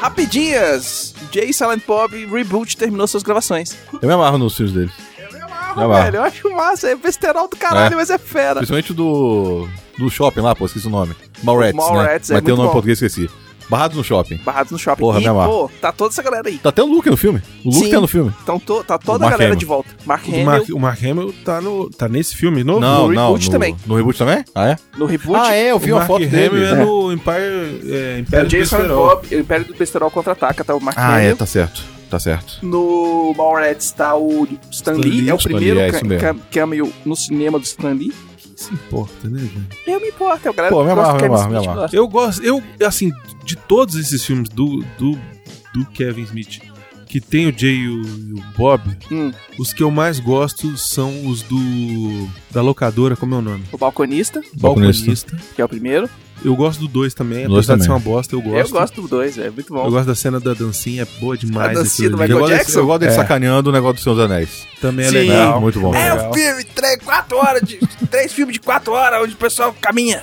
Speaker 2: Rapidinhas! Jay Silent Bob Reboot terminou suas gravações.
Speaker 3: Eu me amarro nos filmes dele.
Speaker 2: Ah,
Speaker 3: Vai lá.
Speaker 2: velho, eu acho massa, é besterol do caralho,
Speaker 3: É.
Speaker 2: mas é fera.
Speaker 3: Principalmente o do. do shopping lá, pô, esqueci o nome. Mallrats,
Speaker 2: Mallrats, é
Speaker 3: né? Mas tem
Speaker 2: muito
Speaker 3: o nome em
Speaker 2: bom.
Speaker 3: português, esqueci. Barrados no shopping.
Speaker 2: Barrados no shopping.
Speaker 3: Porra,
Speaker 2: e,
Speaker 3: me amarra.
Speaker 2: pô, tá toda essa galera aí.
Speaker 3: Tá até o Luke no filme. O Luke
Speaker 2: Sim.
Speaker 3: tá no filme.
Speaker 2: Então tô- tá
Speaker 3: O
Speaker 2: toda a
Speaker 3: Mark
Speaker 2: galera
Speaker 3: Hamill.
Speaker 2: de volta. Mark
Speaker 1: O
Speaker 2: Hamill
Speaker 1: Mark, o Mark Hamill tá, no, tá nesse filme novo?
Speaker 3: não,
Speaker 2: no
Speaker 3: não.
Speaker 2: reboot
Speaker 3: no,
Speaker 2: também.
Speaker 3: No reboot também? Ah, é?
Speaker 2: no reboot.
Speaker 3: Ah, é, eu vi
Speaker 1: o
Speaker 3: uma
Speaker 1: Mark
Speaker 3: foto
Speaker 1: Hamill
Speaker 3: dele. né?
Speaker 1: é no Empire, é,
Speaker 2: É
Speaker 1: Império
Speaker 2: o
Speaker 1: do
Speaker 2: Jay Silent
Speaker 1: Besterol.
Speaker 2: Bob, o Império do Besterol contra-ataca, tá o Mark
Speaker 3: Ah, é,
Speaker 2: Hamill.
Speaker 3: tá certo. Tá certo.
Speaker 2: No Mallrats tá o Stan, Lee,
Speaker 1: Lee,
Speaker 2: é o
Speaker 3: Stan
Speaker 2: primeiro
Speaker 3: Lee, é
Speaker 2: ca-
Speaker 3: isso mesmo.
Speaker 2: ca- cameo no cinema do Stan Lee.
Speaker 1: se importa, né, gente?
Speaker 2: Eu me importo, é eu galera
Speaker 3: Pô, me
Speaker 2: gosta
Speaker 3: amarro,
Speaker 2: do Kevin
Speaker 3: me amarro, me
Speaker 2: Smith,
Speaker 3: amarro.
Speaker 2: gosta.
Speaker 1: Eu gosto, eu, assim, de todos esses filmes do, do, do Kevin Smith, que tem o Jay e o, e o Bob,
Speaker 2: Hum,
Speaker 1: os que eu mais gosto são os do. da locadora, como é o nome?
Speaker 2: o Balconista,
Speaker 3: Balconista.
Speaker 1: Balconista.
Speaker 2: que é o primeiro.
Speaker 1: Eu gosto do dois também, apesar
Speaker 3: Dois
Speaker 1: de
Speaker 3: também.
Speaker 1: ser uma bosta, eu gosto.
Speaker 2: Eu gosto do dois, é muito bom.
Speaker 1: Eu gosto da cena da dancinha, é boa demais.
Speaker 2: A dancinha
Speaker 1: aquilo
Speaker 2: do
Speaker 1: ali.
Speaker 3: Eu
Speaker 2: Michael
Speaker 3: gosto dele-
Speaker 2: Jackson?
Speaker 3: Eu gosto dele
Speaker 1: É.
Speaker 3: sacaneando o negócio dos seus anéis.
Speaker 1: Também é
Speaker 2: Sim.
Speaker 1: legal.
Speaker 3: É, muito bom.
Speaker 2: É
Speaker 1: legal.
Speaker 2: um filme, três, quatro horas, de, três filmes de quatro horas, onde o pessoal caminha.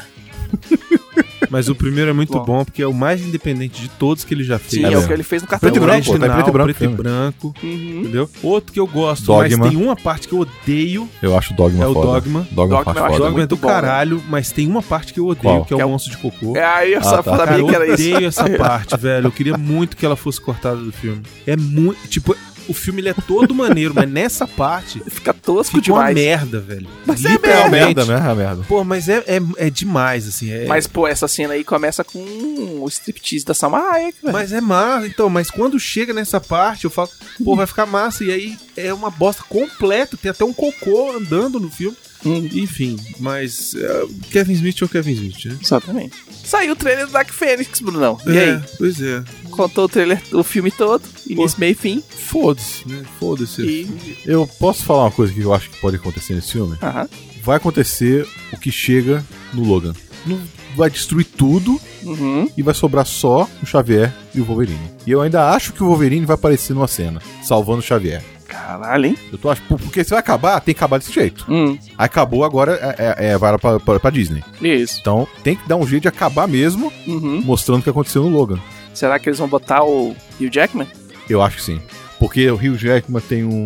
Speaker 1: Mas o primeiro é muito
Speaker 2: Bom.
Speaker 1: bom. porque é o mais independente de todos que ele já fez.
Speaker 2: Sim, é,
Speaker 3: mesmo.
Speaker 2: o que ele fez no café
Speaker 3: Preto e
Speaker 1: É o
Speaker 3: branco, pô, tá em
Speaker 1: original,
Speaker 3: preto e branco o
Speaker 1: preto
Speaker 3: filme.
Speaker 1: e branco,
Speaker 2: Uhum.
Speaker 1: entendeu? Outro que eu gosto,
Speaker 3: Dogma.
Speaker 1: mas tem uma parte que eu odeio,
Speaker 3: Eu acho o Dogma
Speaker 1: é o
Speaker 3: foda.
Speaker 1: Dogma.
Speaker 3: Dogma,
Speaker 2: Dogma
Speaker 3: é
Speaker 2: eu
Speaker 3: uma
Speaker 2: acho
Speaker 3: parte
Speaker 1: Dogma
Speaker 3: foda.
Speaker 1: é
Speaker 2: muito
Speaker 1: do
Speaker 2: bom, né?
Speaker 1: caralho, mas tem uma parte que eu odeio,
Speaker 3: Qual?
Speaker 1: que é
Speaker 2: Que é
Speaker 1: o
Speaker 2: o-
Speaker 1: monstro de cocô.
Speaker 2: É, aí eu
Speaker 3: Ah,
Speaker 2: só
Speaker 3: tá.
Speaker 2: falava
Speaker 1: Cara, eu
Speaker 2: que era isso.
Speaker 1: odeio
Speaker 2: [laughs]
Speaker 1: essa parte, velho. Eu queria muito que ela fosse cortada do filme. É muito. Tipo, o filme ele é todo maneiro, mas nessa parte
Speaker 2: Fica tosco
Speaker 1: fica uma
Speaker 2: demais.
Speaker 1: merda, velho.
Speaker 2: Mas é
Speaker 3: É a
Speaker 1: Literalmente.
Speaker 3: merda, né? É a merda.
Speaker 1: Pô, mas é, é, é demais, assim. É,
Speaker 2: Mas, pô, essa cena aí começa com o striptease da Salma Hayek, velho.
Speaker 1: Mas é massa, então, mas quando chega nessa parte, eu falo, pô, vai ficar massa, e aí é uma bosta completa, tem até um cocô andando no filme.
Speaker 2: Hum.
Speaker 1: Enfim, mas é, Kevin Smith ou Kevin Smith, né?
Speaker 2: Exatamente. Saiu o trailer do Dark Phoenix, Brunão. E
Speaker 1: É,
Speaker 2: aí?
Speaker 1: Pois é.
Speaker 2: Contou o trailer, o filme todo, início, meio e fim.
Speaker 1: Foda-se, né? Foda-se.
Speaker 2: E.
Speaker 3: Eu posso falar uma coisa que eu acho que pode acontecer nesse filme?
Speaker 2: Aham.
Speaker 3: Vai acontecer o que chega no Logan. Não vai destruir tudo
Speaker 2: Uhum.
Speaker 3: e vai sobrar só o Xavier e o Wolverine. E eu ainda acho que o Wolverine vai aparecer numa cena, salvando o Xavier.
Speaker 2: Caralho, hein?
Speaker 3: Eu tô achando. por- Porque se vai acabar, tem que acabar desse jeito.
Speaker 2: Hum.
Speaker 3: Acabou agora, é, é, é vai pra, pra, pra Disney.
Speaker 2: Isso.
Speaker 3: Então tem que dar um jeito de acabar mesmo,
Speaker 2: Uhum.
Speaker 3: mostrando o que aconteceu no Logan.
Speaker 2: Será que eles vão botar o Hugh Jackman?
Speaker 3: Eu acho que sim. Porque o Rio Jackman tem um.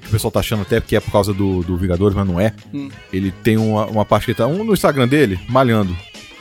Speaker 3: que O pessoal tá achando até porque é por causa do, do Vingadores, mas não é.
Speaker 2: Hum.
Speaker 3: Ele tem uma, uma parte que ele tá. Um no Instagram dele, malhando.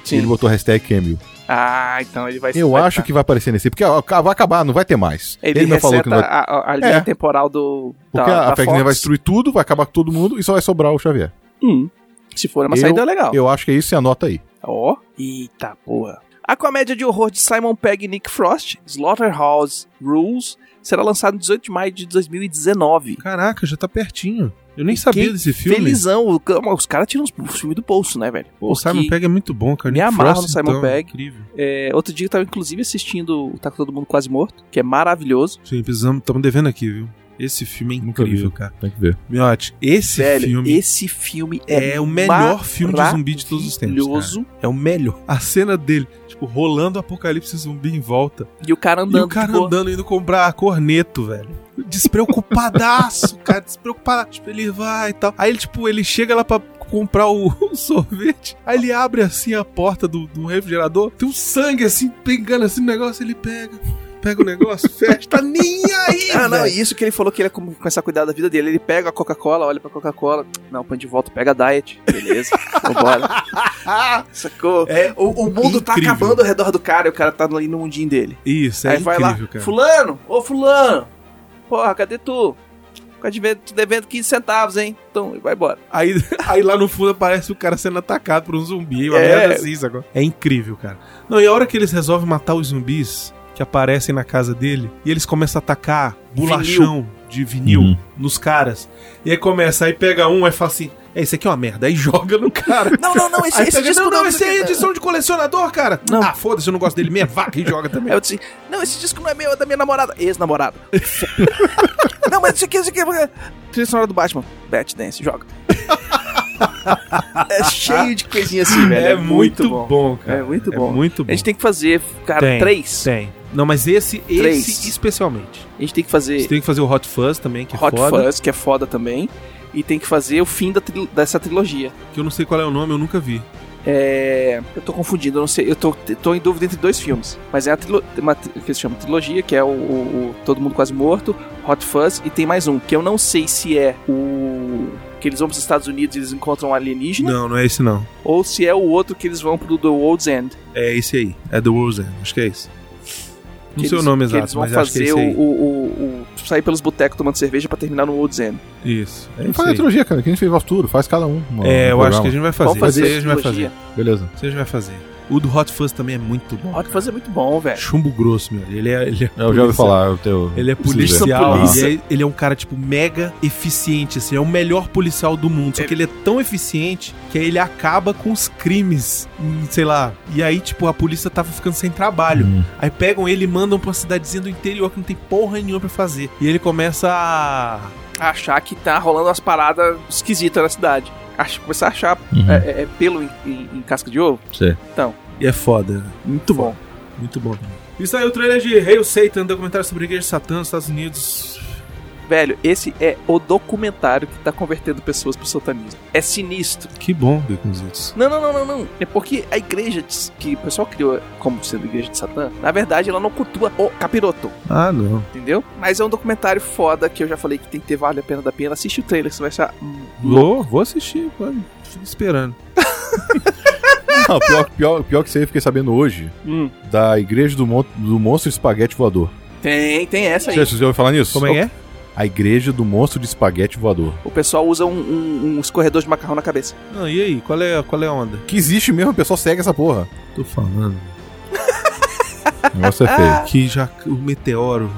Speaker 3: Ele botou hashtag Cameo.
Speaker 2: Ah, então ele vai
Speaker 3: Eu
Speaker 2: vai
Speaker 3: acho que vai aparecer nesse. Porque ó, vai acabar, não vai ter mais.
Speaker 2: Ele,
Speaker 3: mesmo
Speaker 2: reseta
Speaker 3: não vai.
Speaker 2: a, a- a linha
Speaker 3: É.
Speaker 2: temporal do.
Speaker 3: Porque
Speaker 2: da,
Speaker 3: a
Speaker 2: da
Speaker 3: Fagner
Speaker 2: Fox.
Speaker 3: vai destruir tudo, vai acabar com todo mundo e só vai sobrar o Xavier.
Speaker 2: Hum. Se for uma
Speaker 3: Eu-
Speaker 2: saída legal.
Speaker 3: Eu acho que é isso e anota aí.
Speaker 2: Ó. Eita porra. A comédia de horror de Simon Pegg e Nick Frost, Slaughterhouse Rules, será lançada no 18 de maio de 2019.
Speaker 1: Caraca, já tá pertinho. Eu nem sabia
Speaker 2: Fiquei
Speaker 1: desse filme.
Speaker 2: Felizão, o- os caras tiram os filmes do bolso, né, velho?
Speaker 1: Pô, o Simon
Speaker 2: Porque-
Speaker 1: Pegg é muito bom, cara.
Speaker 2: Me
Speaker 1: Nick
Speaker 2: amarro
Speaker 1: Frost,
Speaker 2: no Simon
Speaker 1: então,
Speaker 2: Pegg.
Speaker 1: Incrível.
Speaker 2: É, outro dia eu tava inclusive assistindo o Tá Todo Mundo Quase Morto, que é maravilhoso.
Speaker 1: Sim, precisamos, estamos devendo aqui, viu? Esse filme é
Speaker 3: Nunca vi.
Speaker 1: incrível, cara.
Speaker 3: Tem que ver.
Speaker 1: Miote, esse
Speaker 2: velho,
Speaker 1: filme
Speaker 2: esse filme é,
Speaker 1: É o melhor filme de zumbi de todos os tempos,
Speaker 2: maravilhoso.
Speaker 1: É o melhor. A cena dele, tipo, rolando o apocalipse zumbi em volta.
Speaker 2: E o cara andando.
Speaker 1: e o cara
Speaker 2: tipo,
Speaker 1: andando indo comprar corneto, velho. Despreocupadaço, [laughs] cara, despreocupado. Tipo, ele vai e tal. Aí ele, tipo, ele chega lá pra comprar o, [laughs] o sorvete. Aí ele abre assim a porta do, do refrigerador. Tem um sangue assim, pegando assim no negócio, ele pega. Pega o negócio, [laughs] fecha, tá nem aí,
Speaker 2: Ah, não,
Speaker 1: velho.
Speaker 2: isso que ele falou que ele ia com- começar a cuidar da vida dele. Ele pega a Coca-Cola, olha pra Coca-Cola. Não, põe de volta, pega a Diet. [laughs] Beleza, vambora. Sacou?
Speaker 1: É
Speaker 2: ah, o, o mundo tá
Speaker 1: incrível.
Speaker 2: acabando ao redor do cara e o cara tá ali no mundinho dele.
Speaker 1: Isso, é
Speaker 2: Aí vai
Speaker 1: incrível,
Speaker 2: lá,
Speaker 1: cara.
Speaker 2: fulano, ô fulano, porra, cadê tu? Fica de vendo- te devendo 15 centavos, hein? Então, e vai embora.
Speaker 1: Aí, [laughs] aí lá no fundo aparece o cara sendo atacado por um zumbi, uma
Speaker 2: É.
Speaker 1: merda assim, sacou? É incrível, cara. Não, e a hora que eles resolvem matar os zumbis que aparecem na casa dele, e eles começam a atacar bolachão de vinil
Speaker 3: Uhum.
Speaker 1: nos caras. E aí começa, aí pega um, aí fala assim, é, isso aqui é uma merda, aí joga no
Speaker 2: [laughs]
Speaker 1: cara.
Speaker 2: Não, não, não, esse,
Speaker 1: Aí
Speaker 2: esse
Speaker 1: pega,
Speaker 2: disco
Speaker 1: não, não, esse
Speaker 2: sei
Speaker 1: aí é edição de colecionador, cara.
Speaker 2: Não.
Speaker 1: Ah, foda-se, eu não gosto dele mesmo, vaca e joga também.
Speaker 2: Aí É, eu disse, não, esse disco não é meu, é da minha namorada. Ex-namorada. [laughs] não, mas isso aqui, isso aqui. é- Trilha sonora do Batman. Bat Dance, joga. [laughs] é cheio de coisinha assim, [laughs] velho. É, muito, bom. É muito bom.
Speaker 1: É muito
Speaker 2: A
Speaker 1: bom.
Speaker 2: gente tem que fazer, cara,
Speaker 1: Tem,
Speaker 2: três.
Speaker 1: Tem. Não, mas esse,
Speaker 2: Três.
Speaker 1: esse especialmente.
Speaker 2: A gente tem que
Speaker 1: Você
Speaker 2: fazer
Speaker 1: tem que fazer o Hot Fuzz também, que é
Speaker 2: Hot
Speaker 1: foda.
Speaker 2: Fuzz, que é foda também. E tem que fazer o fim da tril- dessa trilogia.
Speaker 1: Que eu não sei qual é o nome, eu nunca vi.
Speaker 2: É, eu tô confundindo, eu não sei, eu tô, tô em dúvida entre dois filmes. Mas é a trilo, uma, tri- que se chama trilogia, que é o, o- o Todo Mundo Quase Morto, Hot Fuzz, e tem mais um, que eu não sei se é o. Que eles vão pros Estados Unidos e eles encontram um alienígena,
Speaker 1: Não, não é esse não.
Speaker 2: ou se é o outro que eles vão pro The World's End.
Speaker 1: É esse aí. É The World's End. Acho que é esse. Não
Speaker 2: que
Speaker 1: sei
Speaker 2: eles,
Speaker 1: o nome
Speaker 2: que Eles
Speaker 1: exato,
Speaker 2: vão
Speaker 1: mas acho que é esse
Speaker 2: fazer o,
Speaker 1: aí.
Speaker 2: o- o- o- sair pelos botecos tomando cerveja pra terminar no World's End.
Speaker 1: Isso. É,
Speaker 3: Não
Speaker 1: esse
Speaker 3: faz a
Speaker 1: aí.
Speaker 3: trilogia, cara, que a gente fez o futuro, faz cada um. uma-
Speaker 1: é
Speaker 3: um
Speaker 1: eu
Speaker 3: programa.
Speaker 1: acho que a gente vai fazer.
Speaker 2: Vamos fazer
Speaker 1: Esse aí a gente vai
Speaker 2: trilogia.
Speaker 1: fazer.
Speaker 3: Beleza.
Speaker 1: Esse aí a gente vai fazer. O do Hot Fuzz também é muito bom.
Speaker 2: Hot Fuzz é muito bom, velho.
Speaker 1: Chumbo grosso, meu. Ele é. Ele é
Speaker 3: Eu já ouvi
Speaker 1: policial.
Speaker 3: falar, eu tenho.
Speaker 1: Ele é
Speaker 3: Preciso ver.
Speaker 1: policial,
Speaker 2: Polícia.
Speaker 1: ele é, ele é um cara, tipo, mega eficiente, assim, é o melhor policial do mundo. Só que ele é tão eficiente que aí ele acaba com os crimes, hum, sei lá. E aí, tipo, a polícia tava ficando sem trabalho.
Speaker 3: Hum.
Speaker 1: Aí pegam ele e mandam pra uma cidadezinha do interior que não tem porra nenhuma pra fazer. E ele começa a.
Speaker 2: Achar que tá rolando umas paradas esquisitas na cidade. Acho, começar a achar
Speaker 3: Uhum.
Speaker 2: é, é- é pelo em, em- em casca de ovo.
Speaker 3: Sei.
Speaker 1: E é foda, né?
Speaker 2: Muito bom.
Speaker 1: muito bom. Isso aí, o trailer de Hail Satan, documentário sobre a Igreja de Satã nos Estados Unidos.
Speaker 2: Velho, esse é o documentário que tá convertendo pessoas pro satanismo. É sinistro.
Speaker 1: Que bom, Baconzitos.
Speaker 2: Não, não, não, não, não. É porque a igreja de- que o pessoal criou como sendo igreja de Satã, na verdade ela não cultua o capiroto,
Speaker 1: Ah, não.
Speaker 2: entendeu? Mas é um documentário foda que eu já falei que tem que ter vale a pena da pena. Assiste o trailer, você vai achar. hum,
Speaker 1: Vou, vou assistir, mano. Fico esperando.
Speaker 3: [laughs] Não, pior, pior, pior que isso aí eu fiquei sabendo hoje.
Speaker 2: Hum.
Speaker 3: Da igreja do, mon do monstro de espaguete voador.
Speaker 2: Tem, tem essa aí.
Speaker 3: Você já ouviu falar nisso?
Speaker 1: Como é que é?
Speaker 3: A igreja do monstro de espaguete voador.
Speaker 2: O pessoal usa um, um, um escorredor de macarrão na cabeça.
Speaker 1: Não, e aí? Qual é, qual é a onda?
Speaker 3: Que existe mesmo, o pessoal segue essa porra.
Speaker 1: Tô falando.
Speaker 3: O negócio [laughs] é feio.
Speaker 1: que já o meteoro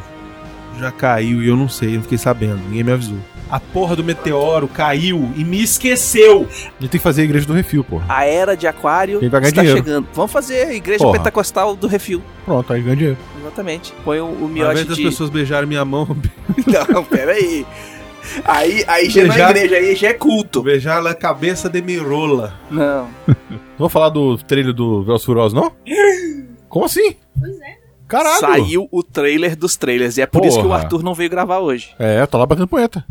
Speaker 1: já caiu e eu não sei, eu não fiquei sabendo, ninguém me avisou. A porra do meteoro caiu e me esqueceu.
Speaker 3: A gente tem que fazer a igreja do refil, porra.
Speaker 1: Ah,
Speaker 2: A era de aquário
Speaker 3: Quem vai ganhar
Speaker 2: está
Speaker 3: dinheiro.
Speaker 2: chegando. Vamos fazer a igreja
Speaker 3: Porra.
Speaker 2: pentecostal do refil.
Speaker 3: Pronto, aí ganha dinheiro.
Speaker 2: Exatamente. Põe o, o
Speaker 1: Ao
Speaker 2: miote
Speaker 1: invés das
Speaker 2: de...
Speaker 1: pessoas beijarem minha mão, [laughs]
Speaker 2: [laughs] Não, peraí. Aí, aí já não é
Speaker 1: Beijar-
Speaker 2: igreja, aí já é culto.
Speaker 1: beijar a cabeça de Mirola.
Speaker 2: Não.
Speaker 3: Não vou falar do trailer do Velas Furiosos, não? Como assim?
Speaker 5: Pois
Speaker 3: é. Caralho.
Speaker 2: Saiu o trailer dos trailers. E é por isso que o
Speaker 3: Porra.
Speaker 2: Arthur não veio gravar hoje.
Speaker 3: É, tá lá batendo
Speaker 2: [laughs]
Speaker 3: punheta.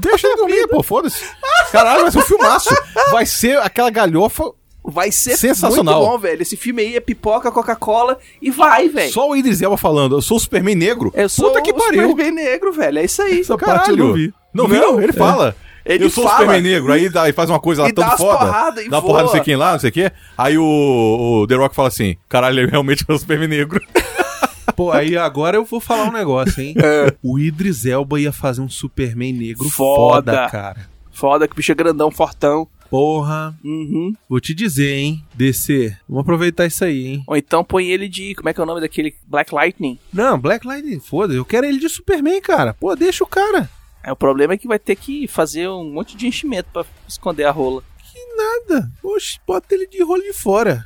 Speaker 3: Deixa ele dormir, pô, foda-se. Caralho, vai ser um filmaço. Vai ser aquela galhofa,
Speaker 2: Vai ser
Speaker 3: Sensacional.
Speaker 2: muito bom, velho. Esse filme aí é pipoca, Coca-Cola e vai, velho.
Speaker 3: só o Idris Elba falando, eu sou o Superman negro.
Speaker 2: Eu sou
Speaker 3: Puta que
Speaker 2: o
Speaker 3: pariu.
Speaker 2: Superman negro, velho. É isso aí.
Speaker 1: Essa
Speaker 3: Caralho.
Speaker 1: parte eu não vi.
Speaker 3: Não, viu? Ele fala.
Speaker 2: é. Ele
Speaker 3: eu sou o
Speaker 2: fala
Speaker 3: Superman negro, aí dá, e faz uma coisa lá
Speaker 2: e dá
Speaker 3: tão
Speaker 2: umas
Speaker 3: foda.
Speaker 2: porradas e
Speaker 3: Dá uma
Speaker 2: voa.
Speaker 3: porrada não sei quem lá, não sei o quê. Aí o, o The Rock fala assim: caralho, ele realmente é o Superman negro. [laughs]
Speaker 1: Pô, aí agora eu vou falar um negócio, hein? O Idris Elba ia fazer um Superman negro
Speaker 2: Foda.
Speaker 1: foda, cara.
Speaker 2: Foda, que o bicho é grandão, fortão.
Speaker 1: Porra,
Speaker 2: Uhum.
Speaker 1: vou te dizer, hein? DC, vamos aproveitar isso aí, hein?
Speaker 2: Ou então põe ele de... Como é que é o nome daquele? Black Lightning.
Speaker 1: Não, Black Lightning, foda-se, eu quero ele de Superman, cara. Pô, deixa o cara.
Speaker 2: É, o problema é que vai ter que fazer um monte de enchimento pra esconder a rola.
Speaker 1: Nada. Oxe, bota ele de rolo de fora.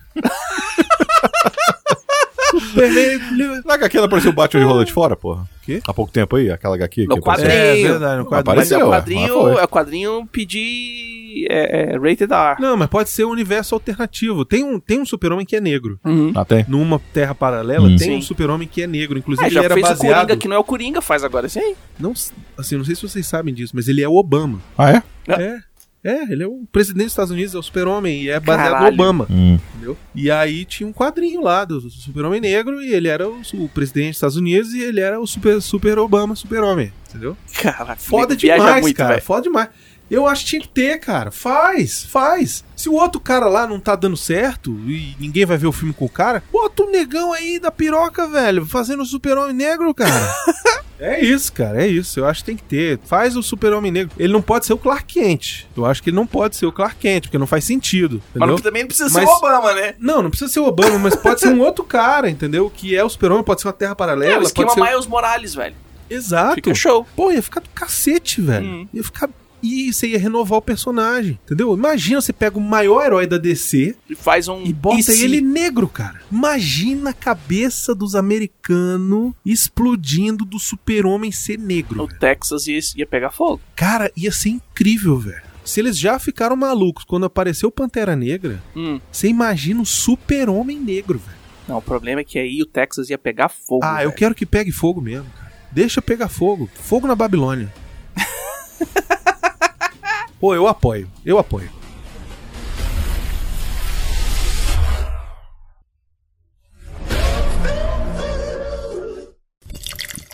Speaker 1: Superman.
Speaker 3: Na HQ não apareceu o Batman de rola de fora, porra?
Speaker 1: Quê?
Speaker 3: Há pouco tempo aí, aquela HQ
Speaker 2: No
Speaker 3: que apareceu.
Speaker 2: quadrinho.
Speaker 1: É, verdade, um quadrinho.
Speaker 2: Mas
Speaker 3: Apareceu,
Speaker 2: é o
Speaker 3: ué, mas
Speaker 2: quadrinho...
Speaker 3: foi.
Speaker 2: É o quadrinho pedir... É, é, rated R.
Speaker 1: Não, mas pode ser um universo alternativo. Tem um, tem um super-homem que é negro.
Speaker 2: Uhum.
Speaker 3: Ah, tem?
Speaker 1: Numa terra paralela,
Speaker 3: Hum.
Speaker 1: tem um
Speaker 2: Sim.
Speaker 1: super-homem que é negro. Inclusive,
Speaker 2: Ah,
Speaker 1: ele
Speaker 2: já
Speaker 1: era
Speaker 2: fez o
Speaker 1: baseado.
Speaker 2: Coringa, que não é o Coringa, faz agora isso aí.
Speaker 1: Não, s- assim, não sei se vocês sabem disso, mas ele é o Obama.
Speaker 3: Ah, é?
Speaker 2: Ah.
Speaker 1: É. É, ele é o presidente dos Estados Unidos, é o super-homem, e é baseado
Speaker 2: Caralho.
Speaker 1: no Obama.
Speaker 3: Hum.
Speaker 1: E aí tinha um quadrinho lá do super-homem negro, e ele era o, su- o presidente dos Estados Unidos, e ele era o super- super-obama, super-homem, entendeu?
Speaker 2: Caraca,
Speaker 1: Foda
Speaker 2: nego, viaja
Speaker 1: demais, cara.
Speaker 2: velho.
Speaker 1: Foda demais. Eu acho que tinha que ter, cara. Faz, faz. Se o outro cara lá não tá dando certo e ninguém vai ver o filme com o cara, bota um negão aí da piroca, velho, fazendo o super-homem negro,
Speaker 2: [laughs]
Speaker 1: cara. é isso, cara, é isso. Eu acho que tem que ter. Faz o super-homem negro. Ele não pode ser o Clark Kent. Eu acho que ele não pode ser o Clark Kent, porque não faz sentido, entendeu?
Speaker 2: Mas também não precisa
Speaker 1: Mas-
Speaker 2: ser o Obama, né?
Speaker 1: Não, não precisa ser o Obama, mas pode ser um outro cara, entendeu? Que é o super-homem, pode ser uma terra
Speaker 2: É, o
Speaker 1: paralela,
Speaker 2: esquema
Speaker 1: pode ser...
Speaker 2: Miles Morales, velho.
Speaker 1: Exato.
Speaker 2: Fica show.
Speaker 1: Pô, ia ficar do cacete, velho.
Speaker 2: Hum.
Speaker 1: Ia ficar. E você ia renovar o personagem, entendeu? Imagina você pega o maior herói da DC
Speaker 2: E faz um...
Speaker 1: e bota
Speaker 2: se-
Speaker 1: ele negro, cara. Imagina a cabeça dos americanos explodindo do super-homem ser negro.
Speaker 2: No Texas e ia pegar fogo.
Speaker 1: Cara, ia ser incrível, velho. Se eles já ficaram malucos quando apareceu o Pantera Negra,
Speaker 2: Hum.
Speaker 1: você imagina o super-homem negro, velho.
Speaker 2: Não, o problema é que aí o Texas ia pegar fogo,
Speaker 1: Ah, eu
Speaker 2: velho.
Speaker 1: quero que pegue fogo mesmo, cara. Deixa pegar fogo. Fogo na
Speaker 2: [laughs]
Speaker 1: Babilônia. Pô, eu apoio. Eu apoio.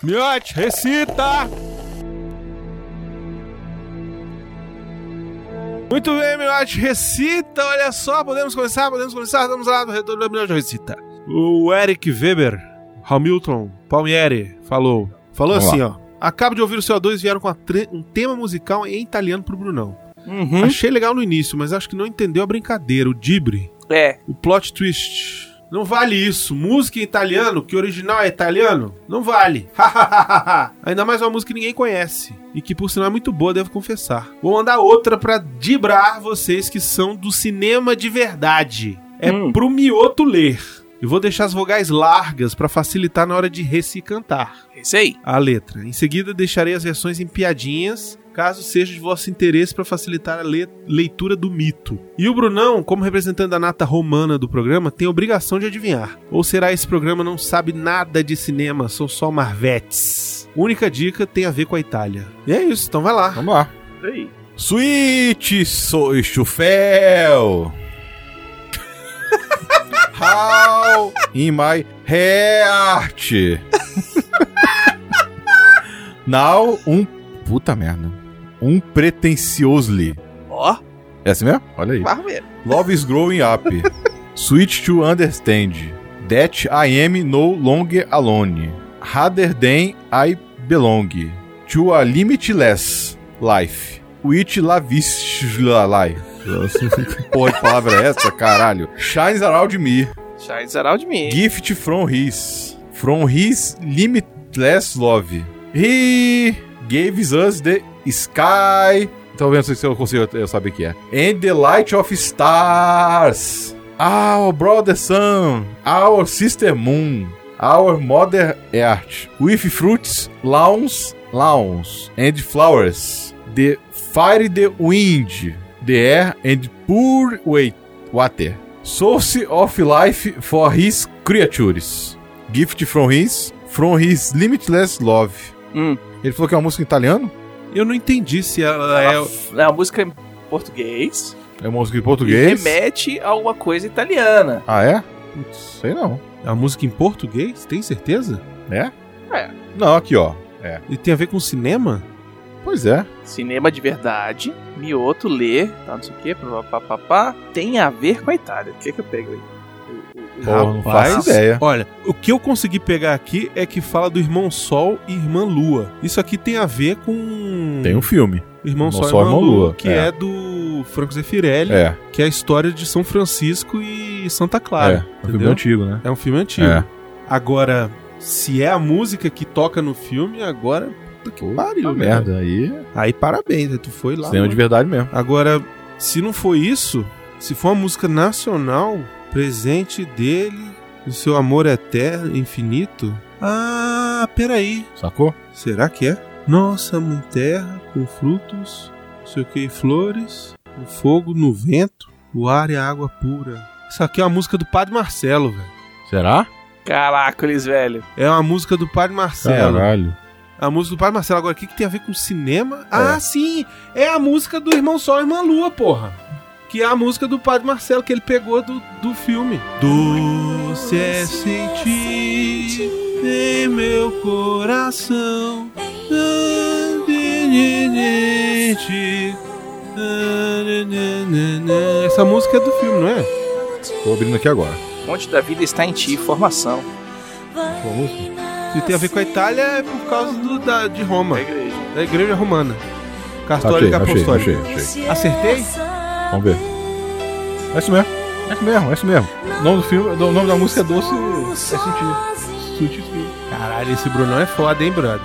Speaker 1: Miote, recita! Muito bem, Miote, recita! Olha só, podemos começar, podemos começar. Vamos lá no retorno do Miote, recita. O Eric Weber, Hamilton Palmieri, falou. Falou
Speaker 3: Vamos
Speaker 1: assim, ó. Acabo de ouvir o CO2 e vieram com a tre- um tema musical em italiano pro Brunão.
Speaker 2: Uhum.
Speaker 1: Achei legal no início, mas acho que não entendeu a brincadeira, o dibre.
Speaker 2: É,
Speaker 1: O plot twist. Não vale isso. Música em italiano, que o original é italiano, não vale. [laughs] Ainda mais uma música que ninguém conhece. E que por sinal é muito boa, devo confessar. Vou mandar outra pra dibrar vocês que são do cinema de verdade. É
Speaker 2: Hum.
Speaker 1: pro mioto ler. Eu vou deixar as vogais largas pra facilitar na hora de recicantar
Speaker 2: esse aí.
Speaker 1: a letra. Em seguida, deixarei as versões em piadinhas, caso seja de vosso interesse para facilitar a le- leitura do mito. E o Brunão, como representante da nata romana do programa, tem a obrigação de adivinhar. Ou será esse programa não sabe nada de cinema, são só marvetes. Única dica tem a ver com a Itália. E é isso, então vai lá.
Speaker 3: Vamos lá. Sweet so chufel. How in my heart. Now um puta merda. Um pretenciosly.
Speaker 2: Ó,
Speaker 3: É assim mesmo? Olha aí.
Speaker 2: barbeiro.
Speaker 3: Love is growing up. Sweet to understand. That I am no longer alone. Rather than I belong. To a limitless life. Which lavish life. Porra, que palavra é essa, caralho? Shines around me.
Speaker 2: Shines around me.
Speaker 3: Gift from his. From his limitless love. He gave us the sky. Talvez não sei se eu consigo eu saber o que é. And the light of stars. Our brother sun. Our sister moon. Our mother earth. With fruits, lawns, lawns. And flowers. The fire, the wind. The air and pure wait, water. Source of life for his creatures. Gift from his, from his limitless love.
Speaker 2: Hum.
Speaker 3: Ele falou que é uma música em italiano?
Speaker 1: Eu não entendi se ela
Speaker 2: É,
Speaker 1: é.
Speaker 2: é uma música em português.
Speaker 3: É uma música em
Speaker 2: E
Speaker 3: português?
Speaker 2: remete a uma coisa italiana.
Speaker 3: Ah, é? Putz, sei não.
Speaker 1: É uma música em português? Tem certeza?
Speaker 3: É?
Speaker 2: É.
Speaker 3: Não, aqui, ó. É.
Speaker 1: E tem a ver com cinema?
Speaker 3: Pois é.
Speaker 2: Cinema de verdade, Mioto, ler, tá, não sei o que, papapá, tem a ver com a Itália. O que que eu pego aí?
Speaker 3: Porra, não faço ideia.
Speaker 1: Olha, o que eu consegui pegar aqui é que fala do irmão Sol e irmã Lua. Isso aqui tem a ver com.
Speaker 3: Tem um filme.
Speaker 1: Irmão,
Speaker 3: Irmão
Speaker 1: Sol, e
Speaker 3: Sol e
Speaker 1: Irmã
Speaker 3: Irmã
Speaker 1: Lua,
Speaker 3: Lua,
Speaker 1: que é.
Speaker 3: é.
Speaker 1: do Franco Zeffirelli,
Speaker 3: É.
Speaker 1: que é a história de São Francisco e Santa
Speaker 3: é.
Speaker 1: Clara.
Speaker 3: É um
Speaker 1: entendeu?
Speaker 3: filme antigo, né?
Speaker 1: É um filme antigo.
Speaker 3: É.
Speaker 1: Agora, se é a música que toca no filme, agora. Puta que pariu,
Speaker 3: Tá
Speaker 1: né?
Speaker 3: merda. Aí,
Speaker 1: Aí parabéns, né? tu foi lá.
Speaker 3: cinema
Speaker 1: mano.
Speaker 3: de verdade mesmo.
Speaker 1: Agora, se não for isso, se for uma música nacional, presente dele, do seu amor é eterno, infinito. Ah, peraí.
Speaker 3: Sacou?
Speaker 1: Será que é? Nossa, mãe terra, com frutos, não sei o que, flores, o fogo no vento, o ar e a água pura. Isso aqui é uma música do Padre Marcelo, velho.
Speaker 3: Será?
Speaker 2: Caracoles, velho.
Speaker 1: É uma música do Padre Marcelo.
Speaker 3: Caralho.
Speaker 1: A música do Padre Marcelo. Agora, o que, que tem a ver com cinema? Ah, sim! É a música do Irmão Sol e Irmã Lua, porra. Que é a música do Padre Marcelo, que ele pegou do, do filme. Doce é sentir em meu coração Independente. Essa música é do filme, não é?
Speaker 3: Tô abrindo aqui agora.
Speaker 2: Fonte da vida está em ti, formação.
Speaker 1: Se tem a ver com a Itália, é por causa do, da, de Roma, da igreja romana.
Speaker 3: Achei,
Speaker 1: Católica
Speaker 3: achei,
Speaker 1: apostólica.
Speaker 3: achei, achei.
Speaker 1: Acertei?
Speaker 3: Vamos ver. É isso mesmo. É isso mesmo, é isso mesmo. O nome do filme, o nome da música é Doce é Sentido. Sweet Sweet.
Speaker 1: Caralho, esse Brunão é foda, hein, brother?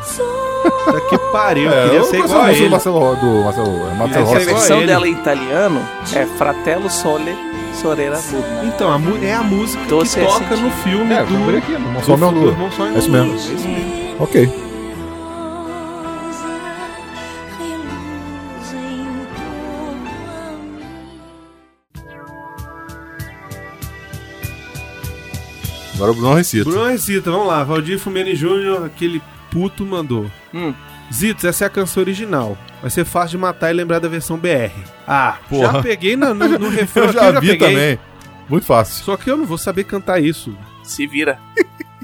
Speaker 1: Puta [laughs] que pariu, É, eu queria
Speaker 3: É, eu
Speaker 1: ser
Speaker 3: gosto da
Speaker 1: igual a
Speaker 3: música do
Speaker 1: ele.
Speaker 3: Marcelo, Ro- do Marcelo, é
Speaker 1: Queria ser
Speaker 2: A
Speaker 3: Marcelo Rossi.
Speaker 1: igual
Speaker 2: versão
Speaker 1: ele.
Speaker 2: dela em italiano é Fratello Sole Sorella Murna.
Speaker 1: Então, a mu- é a música
Speaker 2: Doce
Speaker 1: que
Speaker 2: é
Speaker 1: toca
Speaker 2: sentido.
Speaker 1: no filme
Speaker 3: É,
Speaker 1: do...
Speaker 3: eu por aqui, não só
Speaker 1: do
Speaker 3: meu
Speaker 1: do
Speaker 3: Lua.
Speaker 1: Irmão Sol e
Speaker 3: É isso
Speaker 1: Irmã
Speaker 3: mesmo.
Speaker 1: Lua, é isso mesmo.
Speaker 3: Ok. Agora o Bruno recita.
Speaker 1: Brunão recita, vamos lá. Valdir Fumene Júnior, aquele puto mandou.
Speaker 2: Hum.
Speaker 1: Zitos, essa é a canção original. Vai ser fácil de matar e lembrar da versão BR. Ah, já
Speaker 3: Porra.
Speaker 1: peguei na- no, [laughs] no refrão
Speaker 3: Eu
Speaker 1: aqui,
Speaker 3: já vi
Speaker 1: peguei.
Speaker 3: também. Muito fácil.
Speaker 1: Só que eu não vou saber cantar isso.
Speaker 2: Se vira.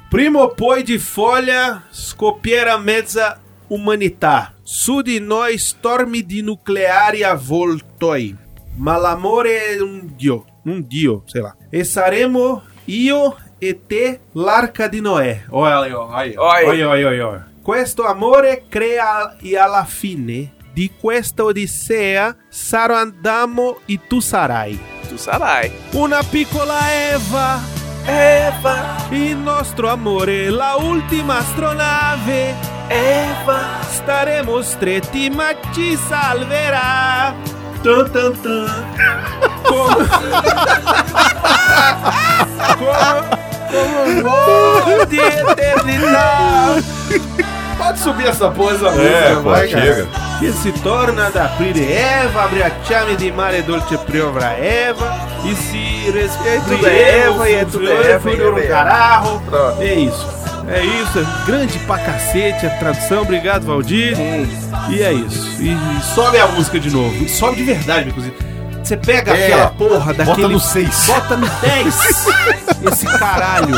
Speaker 1: Primo poi di foglia scopiera mezza umanità. Su di noi stormi di nucleari avvoltoi. Ma l'amore è un dio, un dio, sei lá. E saremo io e te l'arca di Noè. Olha, aí, ó, aí, ó.
Speaker 2: Olha.
Speaker 1: olha, olha, olha, olha. Questo amore crea e alla fine di questa odissea sarò andamo e tu sarai.
Speaker 2: do Sarai.
Speaker 1: Una piccola Eva
Speaker 2: Eva,
Speaker 1: e nostro amore, la ultima astronave.
Speaker 2: Eva,
Speaker 1: Staremo stretti, ma ci salverá.
Speaker 2: tan, tan, tan.
Speaker 1: Como... como... Como...
Speaker 2: De eternidade.
Speaker 1: Pode subir essa coisa,
Speaker 3: É, pô, chega.
Speaker 1: Che si torna ad aprire Eva, abbracciami di mare dolce priovra Eva, e si
Speaker 2: tudo
Speaker 1: respira
Speaker 2: é Eva, e é tudo Eva, e é Eva.
Speaker 1: caralho.
Speaker 2: Pronto.
Speaker 1: um É isso. É isso, é grande pra cacete a tradução, obrigado Valdir. E é isso. E, e sobe a música de novo. E sobe de verdade, inclusive. Você pega
Speaker 3: É,
Speaker 1: aquela porra daquele.
Speaker 3: Bota no 6.
Speaker 1: Bota no
Speaker 3: [laughs]
Speaker 1: 10! Esse caralho!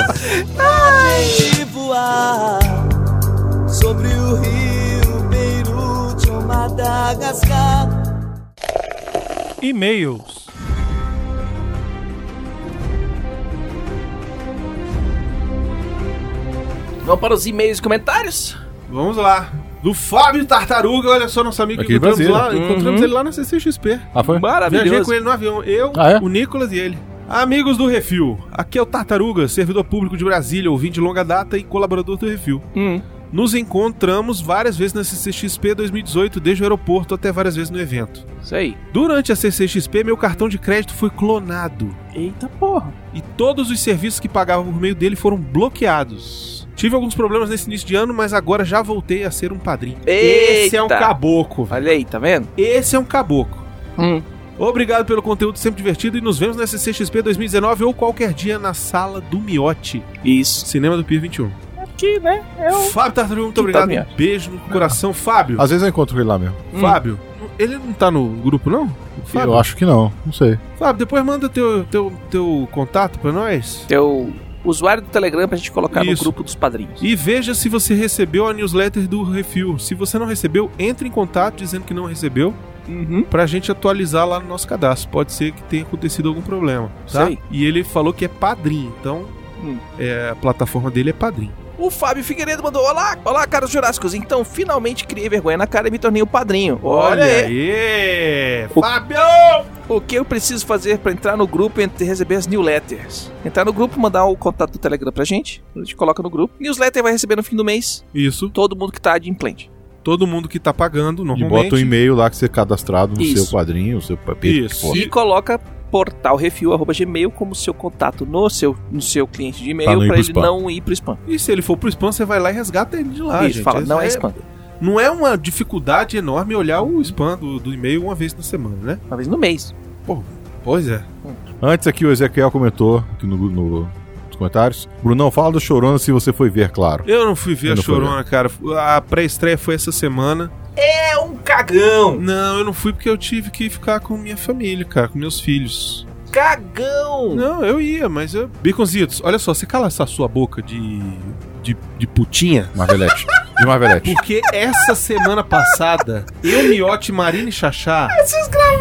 Speaker 6: e voar sobre o rio Beirute ou Madagascar.
Speaker 1: E-mails.
Speaker 2: Vamos para os e-mails e comentários?
Speaker 1: Vamos lá. Do Fábio Tartaruga, olha só, nosso amigo
Speaker 3: Aqui de
Speaker 1: encontramos
Speaker 3: Brasília.
Speaker 1: lá.
Speaker 3: Uhum.
Speaker 1: Encontramos ele lá na CCXP.
Speaker 3: Ah, foi?
Speaker 1: Viajei
Speaker 2: Maravilhoso.
Speaker 1: com ele no avião. Eu,
Speaker 3: Ah, é?
Speaker 1: o Nicolas e ele. Amigos do Refil, aqui é o Tartaruga, servidor público de Brasília, ouvinte de longa data e colaborador do Refil.
Speaker 2: Hum.
Speaker 1: Nos encontramos várias vezes na CCXP 2018, desde o aeroporto até várias vezes no evento.
Speaker 2: Isso aí.
Speaker 1: Durante a CCXP, meu cartão de crédito foi clonado
Speaker 2: Eita porra.
Speaker 1: e todos os serviços que pagava por meio dele foram bloqueados. Tive alguns problemas nesse início de ano, mas agora já voltei a ser um padrinho. Esse é um
Speaker 2: Eita.
Speaker 1: caboclo. velho.
Speaker 2: Olha aí, tá vendo?
Speaker 1: Esse é um caboclo.
Speaker 2: Hum.
Speaker 1: Obrigado pelo conteúdo sempre divertido e nos vemos na CCXP 2019 ou qualquer dia na sala do Miote,
Speaker 2: Isso.
Speaker 1: cinema do Pier 21.
Speaker 2: Aqui, né?
Speaker 1: Fábio Tartaruga, muito
Speaker 2: Que
Speaker 1: obrigado.
Speaker 2: tá Ah.
Speaker 1: Um beijo no coração, Fábio.
Speaker 3: Às vezes eu encontro ele lá mesmo.
Speaker 2: Hum.
Speaker 1: Fábio, ele não tá no grupo não? O Fábio.
Speaker 3: Eu acho que não, não sei.
Speaker 1: Fábio, depois manda teu teu teu contato pra nós.
Speaker 2: Teu É usuário do Telegram pra gente colocar
Speaker 1: Isso.
Speaker 2: no grupo dos padrinhos.
Speaker 1: E veja se você recebeu a newsletter do Refil. Se você não recebeu, entre em contato dizendo que não recebeu
Speaker 2: Uhum.
Speaker 1: pra gente atualizar lá no nosso cadastro. Pode ser que tenha acontecido algum problema, tá?
Speaker 2: Sei.
Speaker 1: E ele falou que é padrinho, então
Speaker 2: Hum.
Speaker 1: é, a plataforma dele é padrinho.
Speaker 2: O Fábio Figueiredo mandou: Olá, olá, caros jurássicos. Então, finalmente criei vergonha na cara e me tornei o padrinho. Olha, aí.
Speaker 1: aí!
Speaker 2: O-
Speaker 1: Fábio!
Speaker 2: O que eu preciso fazer pra entrar no grupo e ent- receber as newsletters? Entrar no grupo, mandar o contato do Telegram pra gente. A gente coloca no grupo. Newsletter vai receber no fim do mês.
Speaker 1: Isso,
Speaker 2: Todo mundo que tá adimplente.
Speaker 1: todo mundo que tá pagando
Speaker 3: E
Speaker 1: normalmente.
Speaker 3: bota um e-mail lá que você é cadastrado no
Speaker 2: Isso.
Speaker 3: seu quadrinho, no seu papel.
Speaker 1: Isso.
Speaker 3: Pô,
Speaker 2: E coloca portalrefil.gmail como seu contato no seu, Tá no seu cliente de
Speaker 3: Pra
Speaker 2: e-mail
Speaker 3: não ir
Speaker 2: pra
Speaker 3: pro
Speaker 2: ele
Speaker 3: spam.
Speaker 2: não ir pro spam.
Speaker 1: E se ele for pro spam, você vai lá e resgata ele de lá,
Speaker 2: Isso,
Speaker 1: gente.
Speaker 2: fala, não é,
Speaker 1: Essa
Speaker 2: spam.
Speaker 1: Não é uma dificuldade enorme olhar o spam do, do e-mail uma vez na semana, né?
Speaker 2: Uma vez no mês.
Speaker 1: Pois é.
Speaker 3: Antes aqui o Ezequiel comentou aqui no, no- nos comentários. Brunão, fala do Chorona se você foi ver, claro.
Speaker 1: Eu não fui ver
Speaker 3: Eu
Speaker 1: a
Speaker 3: não fui
Speaker 1: Chorona, cara. A pré-estreia foi essa semana.
Speaker 2: É um cagão!
Speaker 1: Não, eu não fui porque eu tive que ficar com minha família, cara, com meus filhos.
Speaker 2: Cagão!
Speaker 1: Não, eu ia, mas eu. Biconzitos, olha só, você cala essa sua boca de. de, de putinha.
Speaker 3: Marvelete.
Speaker 1: [laughs]
Speaker 3: De
Speaker 2: [laughs]
Speaker 3: Marvelete.
Speaker 1: Porque essa semana passada, eu, Miote, Marina e Xaxá. Vocês gravaram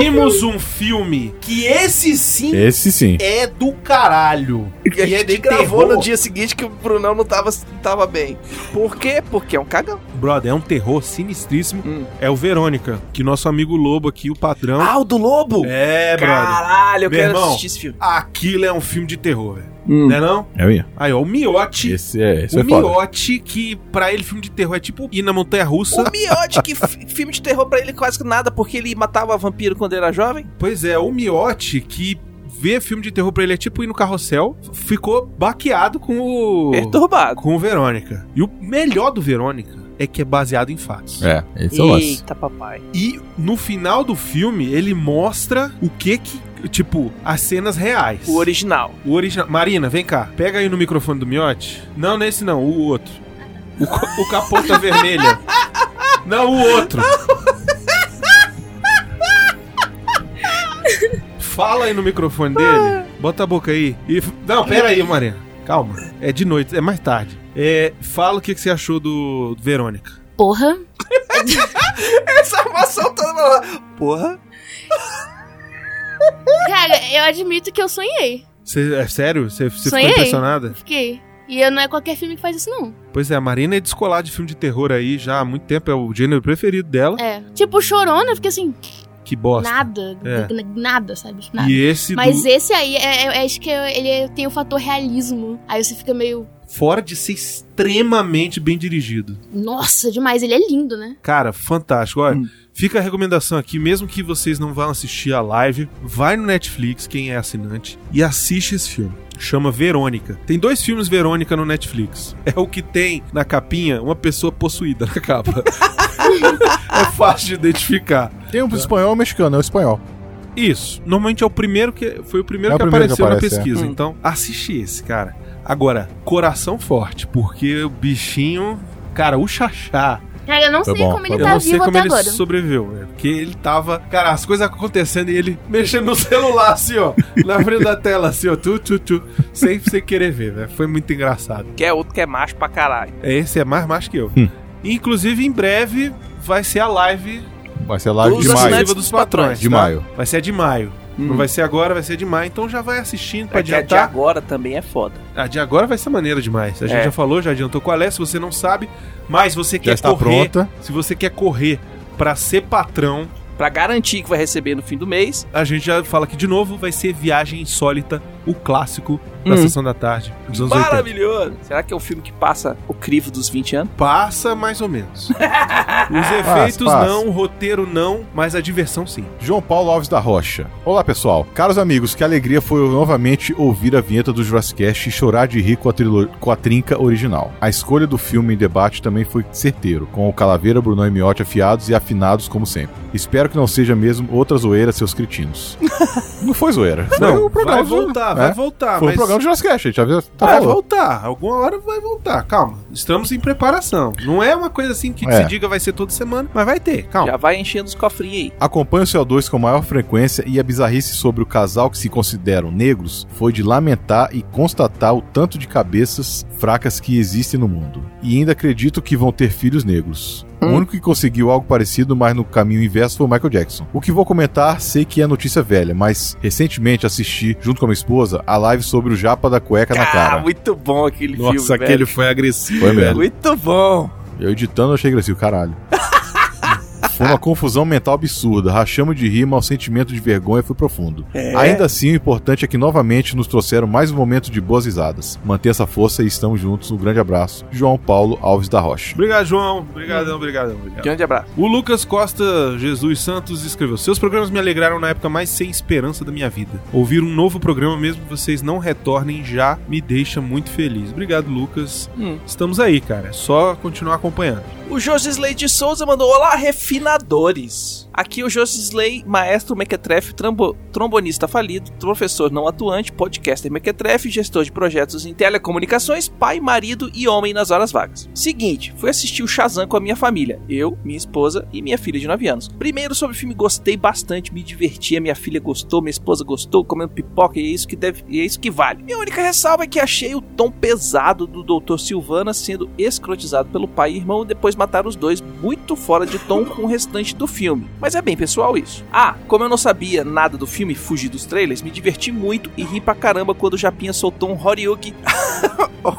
Speaker 1: Vimos um filme que esse sim
Speaker 3: Esse sim.
Speaker 1: é do caralho.
Speaker 2: E a
Speaker 1: E é
Speaker 2: gente
Speaker 1: de
Speaker 2: gravou
Speaker 1: terror.
Speaker 2: no dia seguinte que o Brunão não tava, não tava bem. Por quê? Porque é um cagão.
Speaker 1: Brother, é um terror sinistríssimo.
Speaker 2: Hum.
Speaker 1: É o Verônica, que nosso amigo Lobo aqui, o patrão.
Speaker 2: Ah, o do Lobo?
Speaker 1: é, brother.
Speaker 2: Caralho, eu
Speaker 1: Meu
Speaker 2: quero
Speaker 1: irmão.
Speaker 2: assistir esse filme.
Speaker 1: Aquilo é um filme de terror, velho.
Speaker 2: Hum.
Speaker 1: Não é não?
Speaker 3: É o Ian.
Speaker 1: Aí, ó, o Miote.
Speaker 3: Esse é, esse
Speaker 1: o
Speaker 3: é foda.
Speaker 1: Miote, que pra ele filme de terror é tipo ir na montanha russa.
Speaker 2: O Miotti, que fi- filme de terror pra ele quase que nada, porque ele matava vampiro quando era jovem.
Speaker 1: Pois é, o Miote, que vê filme de terror pra ele é tipo ir no carrossel, ficou baqueado com o.
Speaker 2: Perturbado.
Speaker 1: Com o Verônica. E o melhor do Verônica é que é baseado em fatos.
Speaker 3: É, esse é o lance.
Speaker 2: Eita, papai.
Speaker 1: E no final do filme, ele mostra o que que. Tipo, as cenas reais. [laughs]
Speaker 2: O original.
Speaker 1: O original. Marina, vem cá. Pega aí no microfone do Miote. Não, nesse não, o outro. O, co- o capota vermelha. Não, o outro. Fala aí no microfone dele. Bota a boca aí. E, f- não, pera aí, Marina. Calma. É de noite, é mais tarde. É, fala o que, que você achou do, do Verônica.
Speaker 5: Porra.
Speaker 2: Essa armação toda lá. Porra.
Speaker 5: Cara, eu admito que eu sonhei.
Speaker 1: Cê- é sério? Você você ficou
Speaker 5: Sonhei.
Speaker 1: impressionada?
Speaker 5: Fiquei. E eu- não é qualquer filme que faz isso, não.
Speaker 1: Pois é, a Marina é descolada de filme de terror aí já há muito tempo. É o gênero preferido dela.
Speaker 5: É. Tipo, chorona, eu fiquei assim.
Speaker 1: que bosta.
Speaker 5: Nada,
Speaker 1: É.
Speaker 5: n- nada, sabe? Tipo, Nada.
Speaker 1: E esse
Speaker 5: Mas
Speaker 1: do...
Speaker 5: esse aí, é, é- acho que ele tem o fator realismo. Aí você fica meio,
Speaker 1: fora de ser extremamente bem dirigido.
Speaker 5: nossa, demais. Ele é lindo, né?
Speaker 1: Cara, fantástico. Olha,
Speaker 2: Hum.
Speaker 1: fica a recomendação aqui, mesmo que vocês não vão assistir a live, vai no Netflix, quem é assinante, e assiste esse filme. Chama Verônica. Tem dois filmes Verônica no Netflix. É o que tem na capinha uma pessoa possuída na capa. [laughs] é fácil de identificar.
Speaker 3: Tem um espanhol e um mexicano, é o espanhol.
Speaker 1: Isso. Normalmente é o primeiro que foi o primeiro
Speaker 3: É o
Speaker 1: que
Speaker 3: primeiro que
Speaker 1: apareceu
Speaker 3: aparece,
Speaker 1: na pesquisa.
Speaker 2: é. Hum.
Speaker 1: Então, assiste esse, cara. Agora, coração forte, porque o bichinho, cara, o Xaxá,
Speaker 5: Cara, eu não
Speaker 3: Foi
Speaker 5: sei
Speaker 3: bom,
Speaker 5: como
Speaker 3: foi
Speaker 5: ele
Speaker 1: eu
Speaker 5: tá
Speaker 1: não sei
Speaker 5: vivo
Speaker 1: como
Speaker 5: até
Speaker 1: ele
Speaker 5: agora.
Speaker 1: sobreviveu, né? Porque ele tava. Cara, as coisas acontecendo e ele [laughs] mexendo no celular, assim, ó. na frente da tela, assim, ó. Tu, tu, tu. Sem você querer ver, velho. Foi muito engraçado.
Speaker 2: Que é outro que é macho pra caralho.
Speaker 1: É, Esse é mais macho que eu.
Speaker 3: Hum.
Speaker 1: Inclusive, em breve vai ser a live
Speaker 3: Vai ser live
Speaker 2: Os
Speaker 3: de maio.
Speaker 2: assinantes-
Speaker 1: exclusiva dos patrões.
Speaker 3: De
Speaker 1: tá?
Speaker 3: maio.
Speaker 1: Vai ser a de maio. Não
Speaker 2: Hum.
Speaker 1: vai ser agora, vai ser de maio. Então já vai assistindo pra
Speaker 2: É que a de
Speaker 1: adiantar.
Speaker 2: agora também é foda.
Speaker 1: A de agora vai ser maneira demais. A gente
Speaker 2: É.
Speaker 1: já falou, já adiantou qual é. Se você não sabe, mas você
Speaker 3: Já
Speaker 1: quer
Speaker 3: está
Speaker 1: correr.
Speaker 3: pronta.
Speaker 1: Se você quer correr pra ser patrão.
Speaker 2: Pra garantir que vai receber no fim do mês.
Speaker 1: a gente já fala que de novo vai ser Viagem Insólita, o clássico da
Speaker 2: Hum.
Speaker 1: sessão da tarde dos anos 80.
Speaker 2: Maravilhoso! Será que é um filme que passa o crivo dos 20 anos?
Speaker 1: Passa mais ou menos. Os efeitos
Speaker 3: passa.
Speaker 1: não, o roteiro não, mas a diversão sim.
Speaker 3: João Paulo Alves da Rocha. Olá, pessoal. Caros amigos, que alegria foi eu novamente ouvir a vinheta do Jurassic e chorar de rir com a, trilo- com a trinca original. A escolha do filme em debate também foi certeiro, com o Calaveira, Brunão e Miotti afiados e afinados como sempre. Espero que não seja mesmo outra zoeira,
Speaker 1: [laughs]
Speaker 3: seus cretinos. não foi zoeira. Foi o programa
Speaker 1: vai
Speaker 3: do-
Speaker 1: voltar, né? um
Speaker 3: é,
Speaker 1: vai voltar,
Speaker 3: Foi o
Speaker 1: mas
Speaker 3: programa do Jurassic a gente já viu- tá
Speaker 1: vai
Speaker 3: falando.
Speaker 1: voltar. Alguma hora vai voltar. Calma, estamos em preparação. Não é uma coisa assim que
Speaker 3: É.
Speaker 1: se diga vai ser toda semana, mas vai ter. Calma.
Speaker 2: Já vai enchendo os cofrinhos aí.
Speaker 3: Acompanho o CO2 com maior frequência e a bizarrice sobre o casal que se consideram negros foi de lamentar e constatar o tanto de cabeças fracas que existem no mundo. E ainda acredito que vão ter filhos negros. O
Speaker 2: Hum.
Speaker 3: único que conseguiu algo parecido, mas no caminho inverso, foi o Michael Jackson. O que vou comentar, sei que é notícia velha, mas recentemente assisti, junto com a minha esposa, a live sobre o japa da cueca Tá na
Speaker 2: Ah,
Speaker 3: cara.
Speaker 2: muito bom aquele filme, velho.
Speaker 1: foi agressivo.
Speaker 3: Foi mesmo.
Speaker 2: Muito bom.
Speaker 3: Eu editando, eu achei agressivo, [laughs] caralho. Foi uma confusão mental absurda. Rachamos de rir, mas o sentimento de vergonha foi profundo.
Speaker 2: É.
Speaker 3: Ainda assim, o importante é que novamente nos trouxeram mais um momento de boas risadas. Mantenha essa força e estamos juntos. Um grande abraço. João Paulo Alves da Rocha.
Speaker 1: Obrigado, João. Obrigadão, obrigadão, obrigado.
Speaker 2: Grande abraço.
Speaker 1: O Lucas Costa Jesus Santos escreveu: Seus programas me alegraram na época mais sem esperança da minha vida. Ouvir um novo programa, mesmo que vocês não retornem, já me deixa muito feliz. Obrigado, Lucas.
Speaker 2: Hum.
Speaker 1: Estamos aí, cara. É só continuar acompanhando.
Speaker 2: O Josisley de Souza mandou: Olá, refinadores! Aqui o Josisley, maestro mequetrefe, trambo- trombonista falido, professor não atuante, podcaster mequetrefe, gestor de projetos em telecomunicações, pai, marido e homem nas horas vagas. Seguinte, fui assistir o Shazam com a minha família, eu, minha esposa e minha filha de 9 anos. Primeiro sobre o filme, gostei bastante, me diverti, a minha filha gostou, minha esposa gostou, comendo pipoca e é isso que deve, e é isso que vale. Minha única ressalva é que achei o tom pesado do Dr. Silvana sendo escrotizado pelo pai e irmão e depois matar os dois muito fora de tom com o restante do filme. Mas é bem pessoal isso. Ah, como eu não sabia nada do filme, fugi dos trailers, me diverti muito e ri pra caramba quando o Japinha soltou um Horyugi.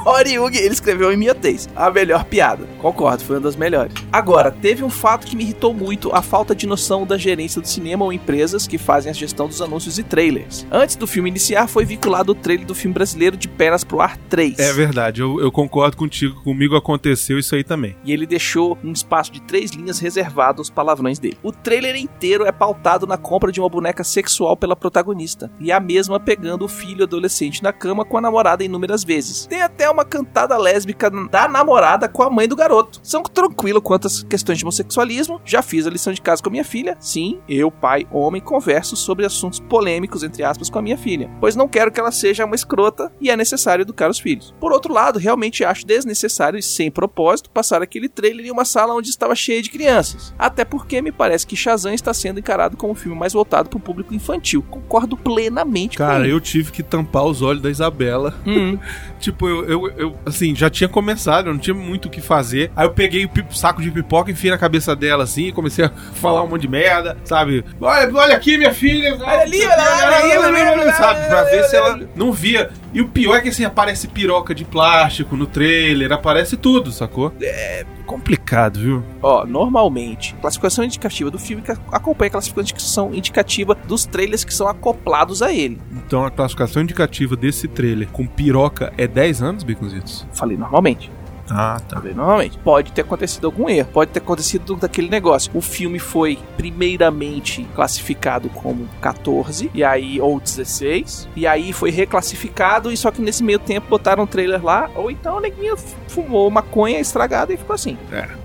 Speaker 2: Horyugi, ele escreveu em miotês. A melhor piada. Concordo, foi uma das melhores. Agora, teve um fato que me irritou muito: a falta de noção da gerência do cinema ou empresas que fazem a gestão dos anúncios e trailers. Antes do filme iniciar, foi vinculado o trailer do filme brasileiro de Pernas pro Ar 3.
Speaker 1: É verdade, eu, eu concordo contigo. Comigo aconteceu isso aí também.
Speaker 2: e ele deixou um espaço de três linhas reservado aos palavrões dele. O trailer inteiro é pautado na compra de uma boneca sexual pela protagonista, e a mesma pegando o filho adolescente na cama com a namorada inúmeras vezes. Tem até uma cantada lésbica da namorada com a mãe do garoto. São tranquilo quanto às questões de homossexualismo, já fiz a lição de casa com a minha filha, sim, eu, pai, homem, converso sobre assuntos polêmicos, entre aspas, com a minha filha, pois não quero que ela seja uma escrota e é necessário educar os filhos. Por outro lado, realmente acho desnecessário e sem propósito passar aquele trailer em uma sala onde estava cheia de crianças. Até porque me parece que Shazam está sendo encarado como um filme mais voltado para o público infantil. Concordo plenamente
Speaker 1: Cara,
Speaker 2: com
Speaker 1: eu tive que tampar os olhos da Isabela.
Speaker 2: Hum.
Speaker 1: Tipo, eu, eu, eu, assim, já tinha começado, eu não tinha muito o que fazer. Aí eu peguei o pip- saco de pipoca, enfiei na cabeça dela, assim, e comecei a [laughs] falar um monte de merda, sabe? Olha, olha aqui, minha filha!
Speaker 2: Olha ali, olha lá, olha ali, olha lá, olha lá,
Speaker 1: Sabe, pra ver se ela não via. E o pior é que assim, aparece piroca de plástico no trailer, aparece tudo, sacou? É complicado, viu?
Speaker 2: Ó, normalmente, a classificação indicativa do filme ca- acompanha a classificação indicativa dos trailers que são acoplados a ele.
Speaker 1: Então a classificação indicativa desse trailer com piroca é 10 anos, Baconzitos?
Speaker 2: Falei normalmente.
Speaker 1: Ah, tá.
Speaker 2: Falei normalmente. Pode ter acontecido algum erro, pode ter acontecido daquele negócio. O filme foi primeiramente classificado como 14, e aí, ou 16, e aí foi reclassificado, e só que nesse meio tempo botaram um trailer lá, ou então o neguinho fumou maconha estragada e ficou assim.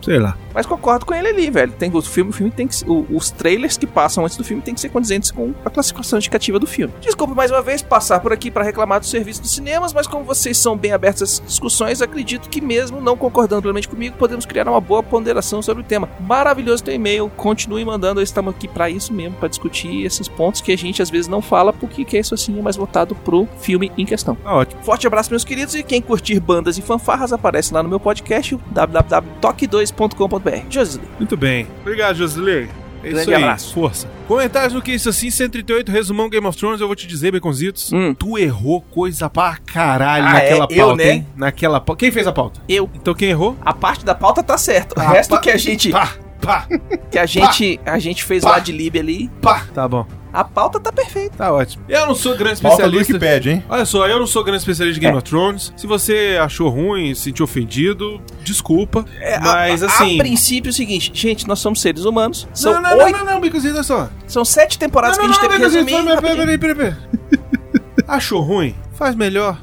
Speaker 1: Sei lá.
Speaker 2: Mas concordo com ele ali, velho. Tem o filme, o filme tem que ser- o- os trailers que passam antes do filme tem que ser condizentes com a classificação indicativa do filme. Desculpe mais uma vez passar por aqui pra reclamar do serviço dos cinemas, mas como vocês são bem abertos a essas discussões, acredito que mesmo não concordando plenamente comigo, podemos criar uma boa ponderação sobre o tema. Maravilhoso teu e-mail, continue mandando, estamos aqui pra isso mesmo, pra discutir esses pontos que a gente às vezes não fala porque que é isso assim é mais voltado pro filme em questão.
Speaker 1: Tá ótimo.
Speaker 2: Forte abraço, meus queridos, e quem curtir bandas e fanfarras aparece lá no meu podcast, o www.toque2.com.br. Josilei.
Speaker 1: Muito bem. Obrigado, Josilei. É
Speaker 2: Grande
Speaker 1: isso aí.
Speaker 2: abraço.
Speaker 1: Força. Comentários no que isso assim, 138, resumão Game of Thrones, eu vou te dizer, Baconzitos.
Speaker 2: Hum.
Speaker 1: Tu errou coisa pra caralho
Speaker 2: Ah,
Speaker 1: naquela pauta,
Speaker 2: é? Eu, né?
Speaker 1: hein? Naquela pauta. Quem fez a pauta?
Speaker 2: Eu.
Speaker 1: Então quem errou?
Speaker 2: A parte da pauta tá certo. O
Speaker 1: Ah,
Speaker 2: resto
Speaker 1: pá,
Speaker 2: que a gente
Speaker 1: Pá, pá,
Speaker 2: que a gente a gente fez
Speaker 1: pá.
Speaker 2: lá de lib ali,
Speaker 1: pá. Tá bom.
Speaker 2: a pauta tá perfeita.
Speaker 1: Tá ótimo. Eu não sou grande
Speaker 3: Pauta do
Speaker 1: especialista.
Speaker 3: Wikipedia, hein?
Speaker 1: Olha só, eu não sou grande especialista de
Speaker 2: É.
Speaker 1: Game of Thrones. Se você achou ruim, se sentiu ofendido, desculpa.
Speaker 2: É, a-
Speaker 1: mas
Speaker 2: a,
Speaker 1: assim.
Speaker 2: a princípio é o seguinte, gente, nós somos seres humanos. São
Speaker 1: Não, não, não,
Speaker 2: oito,
Speaker 1: não, não, Bicozinho, olha só.
Speaker 2: são sete temporadas que a gente teve que
Speaker 1: Baconzitos,
Speaker 2: resumir.
Speaker 1: peraí, peraí,
Speaker 2: rapidinho.
Speaker 1: peraí, peraí, peraí. Achou ruim? Faz melhor.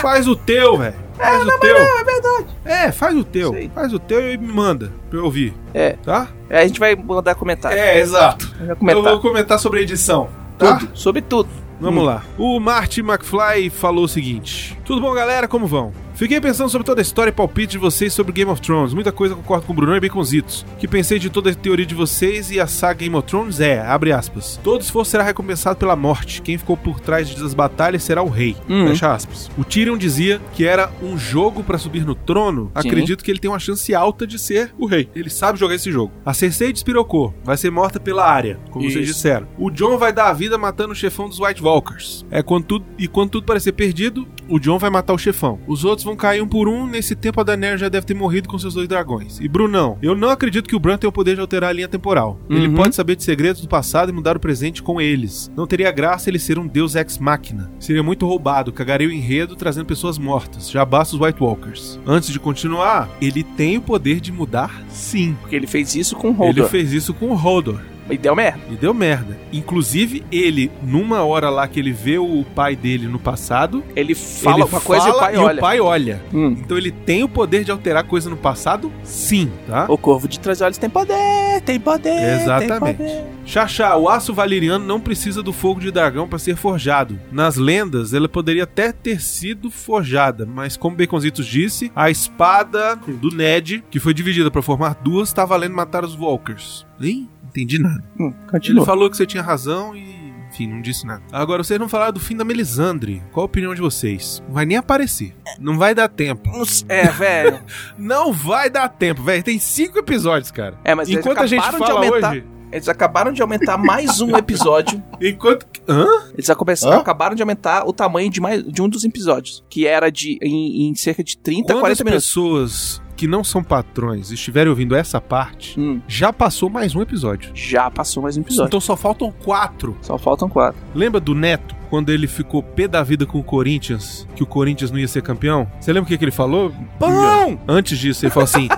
Speaker 1: faz o teu, velho. Faz o teu. é verdade. É, faz o teu.
Speaker 2: Sei.
Speaker 1: Faz o teu e me manda pra eu ouvir.
Speaker 2: É.
Speaker 1: Tá?
Speaker 2: É, a gente vai mandar comentário.
Speaker 1: É, exato.
Speaker 2: Vai comentar.
Speaker 1: Eu vou comentar sobre a edição. Tá?
Speaker 2: Tudo, sobre tudo.
Speaker 1: Vamos lá. Hum. O Marty McFly falou o seguinte: Tudo bom, galera? Como vão? Fiquei pensando sobre toda a história e palpite de vocês sobre Game of Thrones. Muita coisa concordo com o Bruno e Baconzitos. O Que pensei de toda a teoria de vocês e a saga Game of Thrones é, abre aspas, todo esforço será recompensado pela morte. Quem ficou por trás das batalhas será o rei.
Speaker 2: Uhum.
Speaker 1: Fecha aspas. O Tyrion dizia que era um jogo pra subir no trono.
Speaker 2: Sim.
Speaker 1: Acredito que ele tem uma chance alta de ser o rei. Ele sabe jogar esse jogo. A Cersei despirocou. Vai ser morta pela área, como vocês
Speaker 2: Isso.
Speaker 1: disseram. O John vai dar a vida matando o chefão dos White Walkers. É quando tudo, e quando tudo parecer perdido, o John vai matar o chefão. Os outros vão cair um por um. Nesse tempo a Daenerys já deve ter morrido com seus dois dragões. E Brunão, eu não acredito que o Bran tenha o poder de alterar a linha temporal. Ele
Speaker 2: Uhum.
Speaker 1: pode pode saber de segredos do passado e mudar o presente com eles. Não teria graça ele ser um deus ex-máquina. Seria muito roubado, cagaria o enredo trazendo pessoas mortas. Já basta os White Walkers. Antes de continuar, ele tem o poder de mudar? Sim.
Speaker 2: Porque ele fez isso com o
Speaker 1: Ele
Speaker 2: Holder.
Speaker 1: fez isso com o Hodor.
Speaker 2: E deu merda.
Speaker 1: E deu merda. Inclusive, ele, numa hora lá que ele vê o pai dele no passado,
Speaker 2: Ele fala
Speaker 1: ele
Speaker 2: uma coisa e o
Speaker 1: fala
Speaker 2: pai olha.
Speaker 1: o pai olha.
Speaker 2: Hum.
Speaker 1: Então ele tem o poder de alterar coisa no passado? Sim, tá?
Speaker 2: O corvo de trás olhos tem poder, tem poder.
Speaker 1: Exatamente.
Speaker 2: Tem poder.
Speaker 1: Xaxá, o aço valeriano não precisa do fogo de dragão para ser forjado. Nas lendas, ela poderia até ter sido forjada, mas como Baconzitos disse, a espada do Ned, que foi dividida para formar duas, está valendo matar os Walkers. Nem entendi nada.
Speaker 2: Hum,
Speaker 1: Ele
Speaker 2: continua.
Speaker 1: falou que você tinha razão e... Enfim, não disse nada. Agora, vocês não falaram do fim da Melisandre. Qual a opinião de vocês? Não vai nem aparecer. Não vai dar tempo.
Speaker 2: Não sei- É, velho.
Speaker 1: Não vai dar tempo, velho. Tem cinco episódios, cara.
Speaker 2: É, mas eles
Speaker 1: Enquanto a gente
Speaker 2: acabaram de
Speaker 1: fala
Speaker 2: aumentar-
Speaker 1: hoje...
Speaker 2: Eles acabaram de aumentar mais um episódio.
Speaker 1: Enquanto... Hã?
Speaker 2: Eles acabe-
Speaker 3: Hã?
Speaker 2: acabaram de aumentar o tamanho de, mais, de um dos episódios. Que era de em, em cerca de 30,
Speaker 1: Quando
Speaker 2: 40
Speaker 1: as
Speaker 2: minutos.
Speaker 1: pessoas que não são patrões estiverem ouvindo essa parte,
Speaker 2: Hum,
Speaker 1: já passou mais um episódio.
Speaker 2: já passou mais um episódio.
Speaker 1: Então só faltam quatro.
Speaker 2: Só faltam quatro.
Speaker 1: Lembra do Neto, quando ele ficou pé da vida com o Corinthians, que o Corinthians não ia ser campeão? Você lembra o que, que ele falou? Pão! Antes disso, ele falou assim: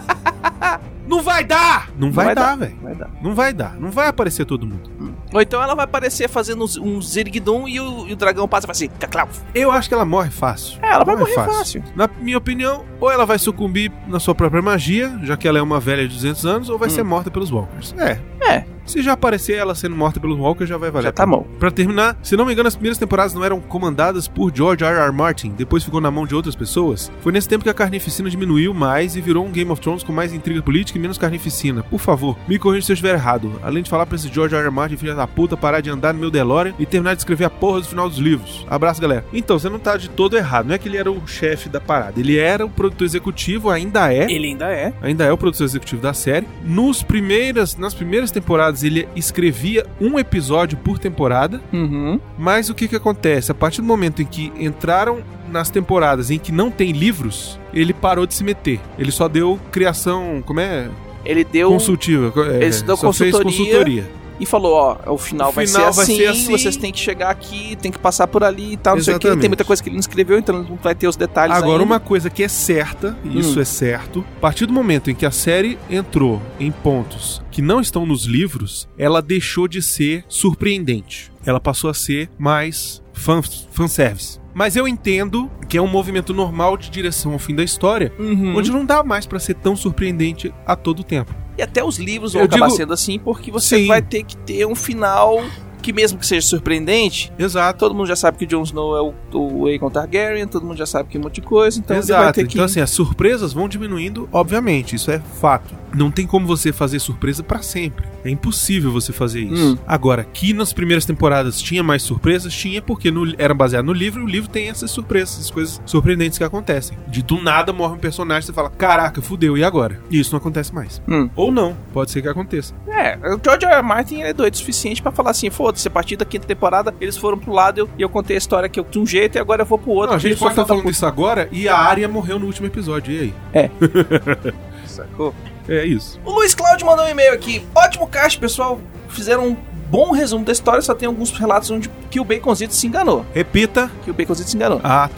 Speaker 1: Não vai dar! Não vai,
Speaker 2: vai
Speaker 1: dar, velho.
Speaker 2: Vai dar.
Speaker 1: Não vai dar. Não vai aparecer todo mundo.
Speaker 2: Ou então ela vai aparecer fazendo uns- um Zirgdum e o, e o dragão passa e fala assim: Caclau.
Speaker 1: Eu acho que ela morre fácil.
Speaker 2: É, ela vai
Speaker 1: Morre
Speaker 2: morrer fácil.
Speaker 1: Na minha opinião, ou ela vai sucumbir na sua própria magia, já que ela é uma velha de 200 anos, ou vai
Speaker 2: Hum.
Speaker 1: ser morta pelos Walkers. É.
Speaker 2: É.
Speaker 1: Se já aparecer ela sendo morta pelos Walkers, já vai valer.
Speaker 2: Já
Speaker 1: a
Speaker 2: tá
Speaker 1: pena.
Speaker 2: bom.
Speaker 1: Pra terminar, se não me engano, as primeiras temporadas não eram comandadas por George R. R. Martin, depois ficou na mão de outras pessoas. Foi nesse tempo que a carnificina diminuiu mais e virou um Game of Thrones com mais intriga política e menos carnificina. Por favor, me corrija se eu estiver errado. Além de falar pra esse George R. R. Martin, filha da puta, parar de andar no meu DeLorean e terminar de escrever a porra do final dos livros. Abraço, galera. Então, você não tá de todo errado. Não é que ele era o chefe da parada. Ele era o produtor executivo, ainda é
Speaker 2: Ele ainda é.
Speaker 1: ainda é o produtor executivo da série. Nos primeiras, nas primeiras temporadas Aliás, ele escrevia um episódio por temporada,
Speaker 2: Uhum.
Speaker 1: mas o que que acontece? A partir do momento em que entraram nas temporadas em que não tem livros, ele parou de se meter. Ele só deu criação, como é?
Speaker 2: Ele deu um
Speaker 1: Consultiva. co- é,
Speaker 2: Ele só deu
Speaker 1: só fez
Speaker 2: consultoria.
Speaker 1: consultoria.
Speaker 2: e falou, ó, o final,
Speaker 1: O
Speaker 2: vai,
Speaker 1: final
Speaker 2: ser
Speaker 1: vai
Speaker 2: assim,
Speaker 1: ser assim.
Speaker 2: vocês têm que chegar aqui, tem que passar por ali e tal, não sei o que.
Speaker 1: Exatamente.
Speaker 2: Tem muita coisa que ele não escreveu, então não vai ter os detalhes
Speaker 1: Agora,
Speaker 2: ainda. Hum.
Speaker 1: uma coisa que é certa, e isso é certo, a partir do momento em que a série entrou em pontos que não estão nos livros, ela deixou de ser surpreendente. Ela passou a ser mais fan fanservice. Mas eu entendo que é um movimento normal de direção ao fim da história,
Speaker 2: Uhum.
Speaker 1: onde não dá mais pra ser tão surpreendente a todo tempo.
Speaker 2: E até os livros vão
Speaker 1: Eu
Speaker 2: acabar
Speaker 1: digo-
Speaker 2: sendo assim, porque você
Speaker 1: Sim.
Speaker 2: vai ter que ter um final que mesmo que seja surpreendente,
Speaker 1: Exato.
Speaker 2: todo mundo já sabe que o Jon Snow é o, o Aegon Targaryen, todo mundo já sabe que é um monte de coisa, então ele vai
Speaker 1: Exato.
Speaker 2: ter que...
Speaker 1: Então, assim, as surpresas vão diminuindo, obviamente, isso é fato. Não tem como você fazer surpresa pra sempre. É impossível você fazer isso.
Speaker 2: Hum.
Speaker 1: Agora, que nas primeiras temporadas tinha mais surpresas, tinha porque no- era baseado no livro e o livro tem essas surpresas, essas coisas surpreendentes que acontecem. De do nada morre um personagem e você fala: caraca, fudeu, e agora? E isso não acontece mais.
Speaker 2: Hum.
Speaker 1: Ou não, pode ser que aconteça.
Speaker 2: É, o George R. R. Martin ele é doido o suficiente pra falar assim, foda-se, a partir da quinta temporada eles foram pro lado eu- e eu, contei a história que eu de um jeito e agora eu um vou pro outro.
Speaker 1: Não, a gente
Speaker 2: e foi
Speaker 1: pode estar
Speaker 2: pra outra
Speaker 1: falando isso agora e a Arya morreu no último episódio, e aí?
Speaker 2: É. puta, sacou?
Speaker 1: É isso.
Speaker 2: O Luiz Cláudio mandou um e-mail aqui. Ótimo cast, pessoal. Fizeram um bom resumo da história, só tem alguns relatos onde que o Baconzito se enganou.
Speaker 1: Repita.
Speaker 2: Que o Baconzito se enganou.
Speaker 1: Ah,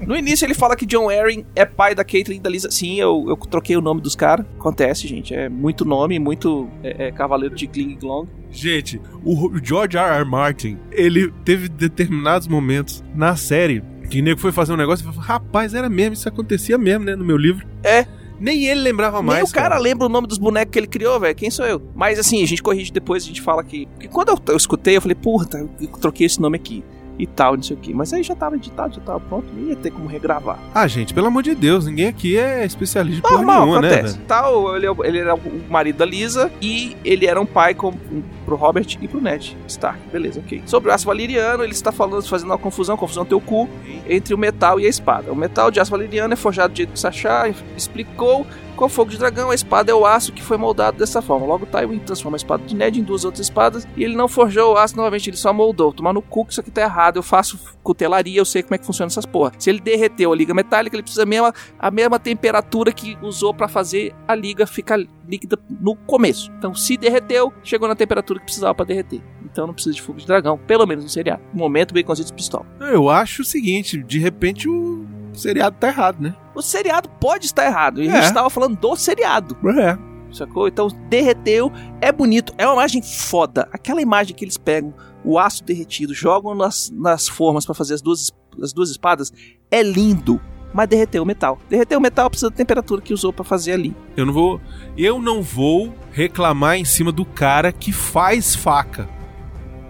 Speaker 2: No início ele fala que John Arryn é pai da Caitlyn e da Lisa. Sim, eu, eu troquei o nome dos caras. Acontece, gente. É muito nome, muito é, é, cavaleiro de Kling Long.
Speaker 1: Gente, o George R. R. Martin, ele teve determinados momentos na série que o nego foi fazer um negócio e falou: rapaz, era mesmo, isso acontecia mesmo, né, no meu livro.
Speaker 2: É.
Speaker 1: Nem ele lembrava mais.
Speaker 2: Nem o cara, lembra o nome dos bonecos que ele criou, velho. Quem sou eu? Mas assim, a gente corrige depois, a gente fala que. Porque quando eu, eu escutei, eu falei, puta, eu troquei esse nome aqui. E tal, não sei o que. Mas aí já tava editado, já tava pronto, não ia ter como regravar.
Speaker 1: Ah, gente, pelo amor de Deus, ninguém aqui é especialista em porra
Speaker 2: Normal,
Speaker 1: nenhuma, né?
Speaker 2: acontece.
Speaker 1: velho?
Speaker 2: Tal, ele, é o- ele era o marido da Lisa e ele era um pai com, um- pro Robert e pro Ned Stark. Beleza, ok. Sobre o aço valeriano, ele está falando, fazendo uma confusão, confusão no teu cu, entre o metal e a espada. O metal de aço valeriano é forjado do jeito que se achar, explicou. Com o fogo de dragão, a espada é o aço que foi moldado dessa forma. Logo, Tywin transforma a espada de Ned em duas outras espadas e ele não forjou o aço novamente, ele só moldou. Tomar no cu que isso aqui tá errado, eu faço cutelaria, eu sei como é que funciona essas porra. Se ele derreteu a liga metálica, ele precisa mesmo a mesma temperatura que usou pra fazer a liga ficar líquida no começo. Então, se derreteu, chegou na temperatura que precisava pra derreter. Então, não precisa de fogo de dragão, pelo menos no seriado. No momento, baconzitos e pistola.
Speaker 1: Eu acho o seguinte: de repente o seriado tá errado, né?
Speaker 2: O seriado pode estar errado, e a gente
Speaker 1: É.
Speaker 2: tava falando do seriado,
Speaker 1: É.
Speaker 2: sacou? Então, derreteu, é bonito, é uma imagem foda. Aquela imagem que eles pegam o aço derretido, jogam nas, nas formas pra fazer as duas, as duas espadas, é lindo. Mas derreteu o metal. Derreteu o metal precisa da temperatura que usou pra fazer ali.
Speaker 1: Eu não vou. Eu não vou reclamar em cima do cara que faz faca.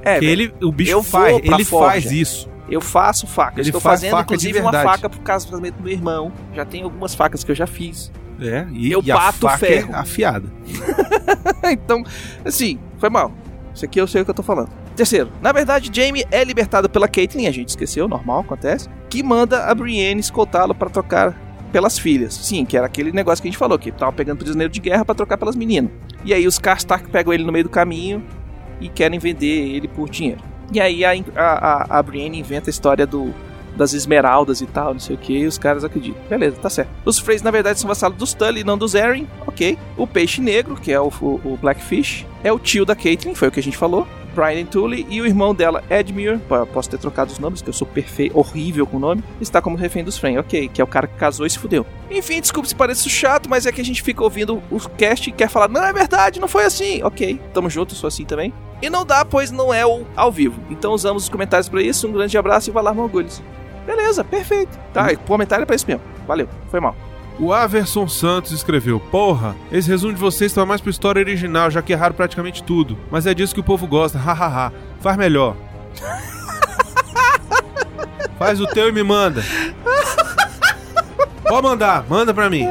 Speaker 2: É,
Speaker 1: que
Speaker 2: velho.
Speaker 1: ele, o bicho
Speaker 2: eu vou
Speaker 1: faz,
Speaker 2: pra
Speaker 1: ele
Speaker 2: forja.
Speaker 1: faz isso.
Speaker 2: Eu faço faca.
Speaker 1: Ele
Speaker 2: Estou
Speaker 1: faz
Speaker 2: fazendo,
Speaker 1: faca de
Speaker 2: inclusive, uma
Speaker 1: verdade.
Speaker 2: faca por causa do casamento do meu irmão. Já tem algumas facas que eu já fiz. [laughs]
Speaker 1: É, e,
Speaker 2: Eu
Speaker 1: e a
Speaker 2: bato
Speaker 1: faca
Speaker 2: ferro.
Speaker 1: é afiada.
Speaker 2: então, assim, foi mal. Isso aqui eu sei o que eu tô falando. Terceiro, na verdade, Jamie é libertado pela Caitlyn, a gente esqueceu, normal, acontece, que manda a Brienne escoltá-lo pra trocar pelas filhas. Sim, que era aquele negócio que a gente falou, que tava pegando prisioneiro de guerra pra trocar pelas meninas. E aí os Karstark pegam ele no meio do caminho e querem vender ele por dinheiro. E aí a, a, a- a Brienne inventa a história do das esmeraldas e tal, não sei o que, e os caras acreditam. Beleza, tá certo. Os Freys, na verdade, são vassalos dos Tully e não dos Arryn, ok. O Peixe Negro, que é o, o, o Blackfish, é o tio da Caitlyn, foi o que a gente falou. Brian Tully e o irmão dela, Edmure, pô, eu posso ter trocado os nomes, que eu sou perfeito, horrível com o nome, está como refém dos Freys, ok, que é o cara que casou e se fudeu. Enfim, desculpa se pareço chato, mas é que a gente fica ouvindo o cast e quer falar, não, é verdade, não foi assim. Ok, tamo junto, sou assim também. E não dá, pois não é o ao vivo. Então usamos os comentários pra isso. Um grande abraço e valar orgulhos. Beleza, perfeito. Tá, e comentário é pra isso mesmo. Valeu, foi mal.
Speaker 1: O Averson Santos escreveu: Porra, esse resumo de vocês tá mais pra história original, já que erraram praticamente tudo. Mas é disso que o povo gosta, hahaha. Faz melhor. [laughs]
Speaker 2: É,
Speaker 1: Faz o teu e me manda. Pode mandar, manda pra mim.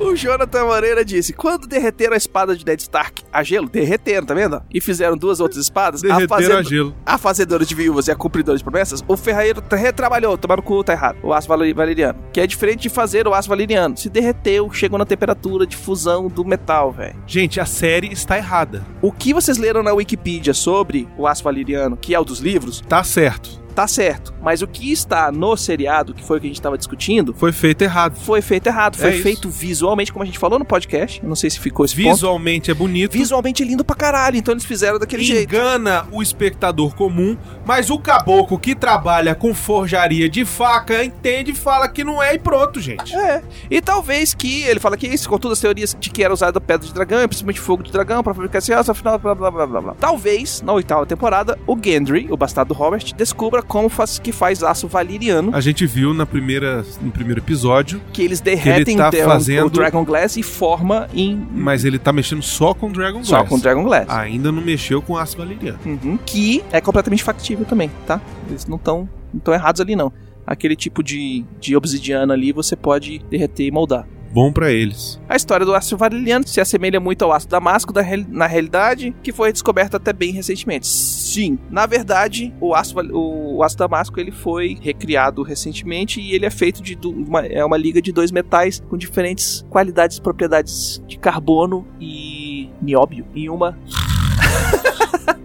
Speaker 2: O Jonathan Moreira disse: Quando derreteram a espada de Ned Stark a gelo, derreteram, tá vendo? E fizeram duas outras espadas, a,
Speaker 1: Derreteram a
Speaker 2: fazenda,
Speaker 1: gelo.
Speaker 2: a fazedora de viúvas e a cumpridora de promessas, o ferraeiro tra- retrabalhou, tomar no cu, tá errado. O aço vali- valeriano. Que é diferente de fazer o aço valeriano. Se derreteu, chegou na temperatura de fusão do metal, velho.
Speaker 1: Gente, a série está errada.
Speaker 2: O que vocês leram na Wikipedia sobre o aço valeriano, que é o dos livros,
Speaker 1: Tá certo.
Speaker 2: tá certo. Mas o que está no seriado, que foi o que a gente tava discutindo,
Speaker 1: Foi feito errado.
Speaker 2: foi feito errado. Foi
Speaker 1: É isso.
Speaker 2: feito visualmente, como a gente falou no podcast. Eu não sei se ficou esse ponto.
Speaker 1: Visualmente é bonito.
Speaker 2: Visualmente lindo pra caralho, então eles fizeram daquele jeito.
Speaker 1: Engana o espectador comum, mas o caboclo que trabalha com forjaria de faca entende e fala que não é e pronto, gente.
Speaker 2: É. E talvez que ele fala que isso, com todas as teorias de que era usada pedra de dragão, e principalmente fogo de dragão, pra fabricar esse aço, afinal, blá blá blá blá blá. Talvez, na oitava temporada, o Gendry, o bastardo do Robert, descubra como faz, que faz aço valiriano,
Speaker 1: A gente viu na primeira, no primeiro episódio,
Speaker 2: que eles derretem
Speaker 1: tá
Speaker 2: então
Speaker 1: fazendo-
Speaker 2: o Dragon Glass e forma em.
Speaker 1: mas ele tá mexendo só com Dragon Glass. Ah,
Speaker 2: Só com Dragon Glass.
Speaker 1: Ainda não mexeu com aço valeriano.
Speaker 2: Uhum, que é completamente factível também, tá? Eles não estão não tão errados ali, não. Aquele tipo de, de obsidiana ali você pode derreter e moldar.
Speaker 1: Bom pra eles.
Speaker 2: A história do ácido valeriano se assemelha muito ao ácido damasco da reali- na realidade, que foi descoberto até bem recentemente. Sim, na verdade, o ácido, val- o, o ácido damasco ele foi recriado recentemente e ele é feito de du- uma, é uma liga de dois metais com diferentes qualidades e propriedades de carbono e nióbio em uma [laughs]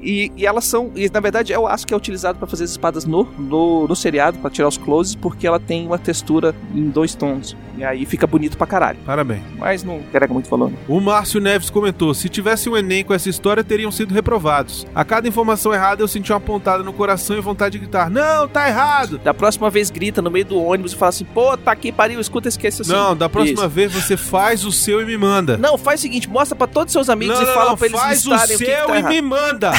Speaker 2: e, e elas são. E na verdade é o aço que é utilizado pra fazer as espadas no, no, no seriado, pra tirar os closes, porque ela tem uma textura em dois tons. E aí fica bonito pra caralho
Speaker 1: Parabéns.
Speaker 2: mas não agrega muito valor.
Speaker 1: O Márcio Neves comentou: se tivesse um Enem com essa história, teriam sido reprovados. A cada informação errada, eu senti uma pontada no coração e vontade de gritar: Não, tá errado!
Speaker 2: Da próxima vez grita no meio do ônibus e fala assim: pô, tá aqui, pariu, escuta, esquece assim.
Speaker 1: Não, da próxima vez você faz o seu e me manda.
Speaker 2: Não, faz o seguinte, mostra pra todos os seus amigos
Speaker 1: Não,
Speaker 2: e
Speaker 1: não,
Speaker 2: fala
Speaker 1: não,
Speaker 2: pra eles
Speaker 1: faz o
Speaker 2: listarem
Speaker 1: seu
Speaker 2: o, que, que tá
Speaker 1: e
Speaker 2: errado.
Speaker 1: me manda.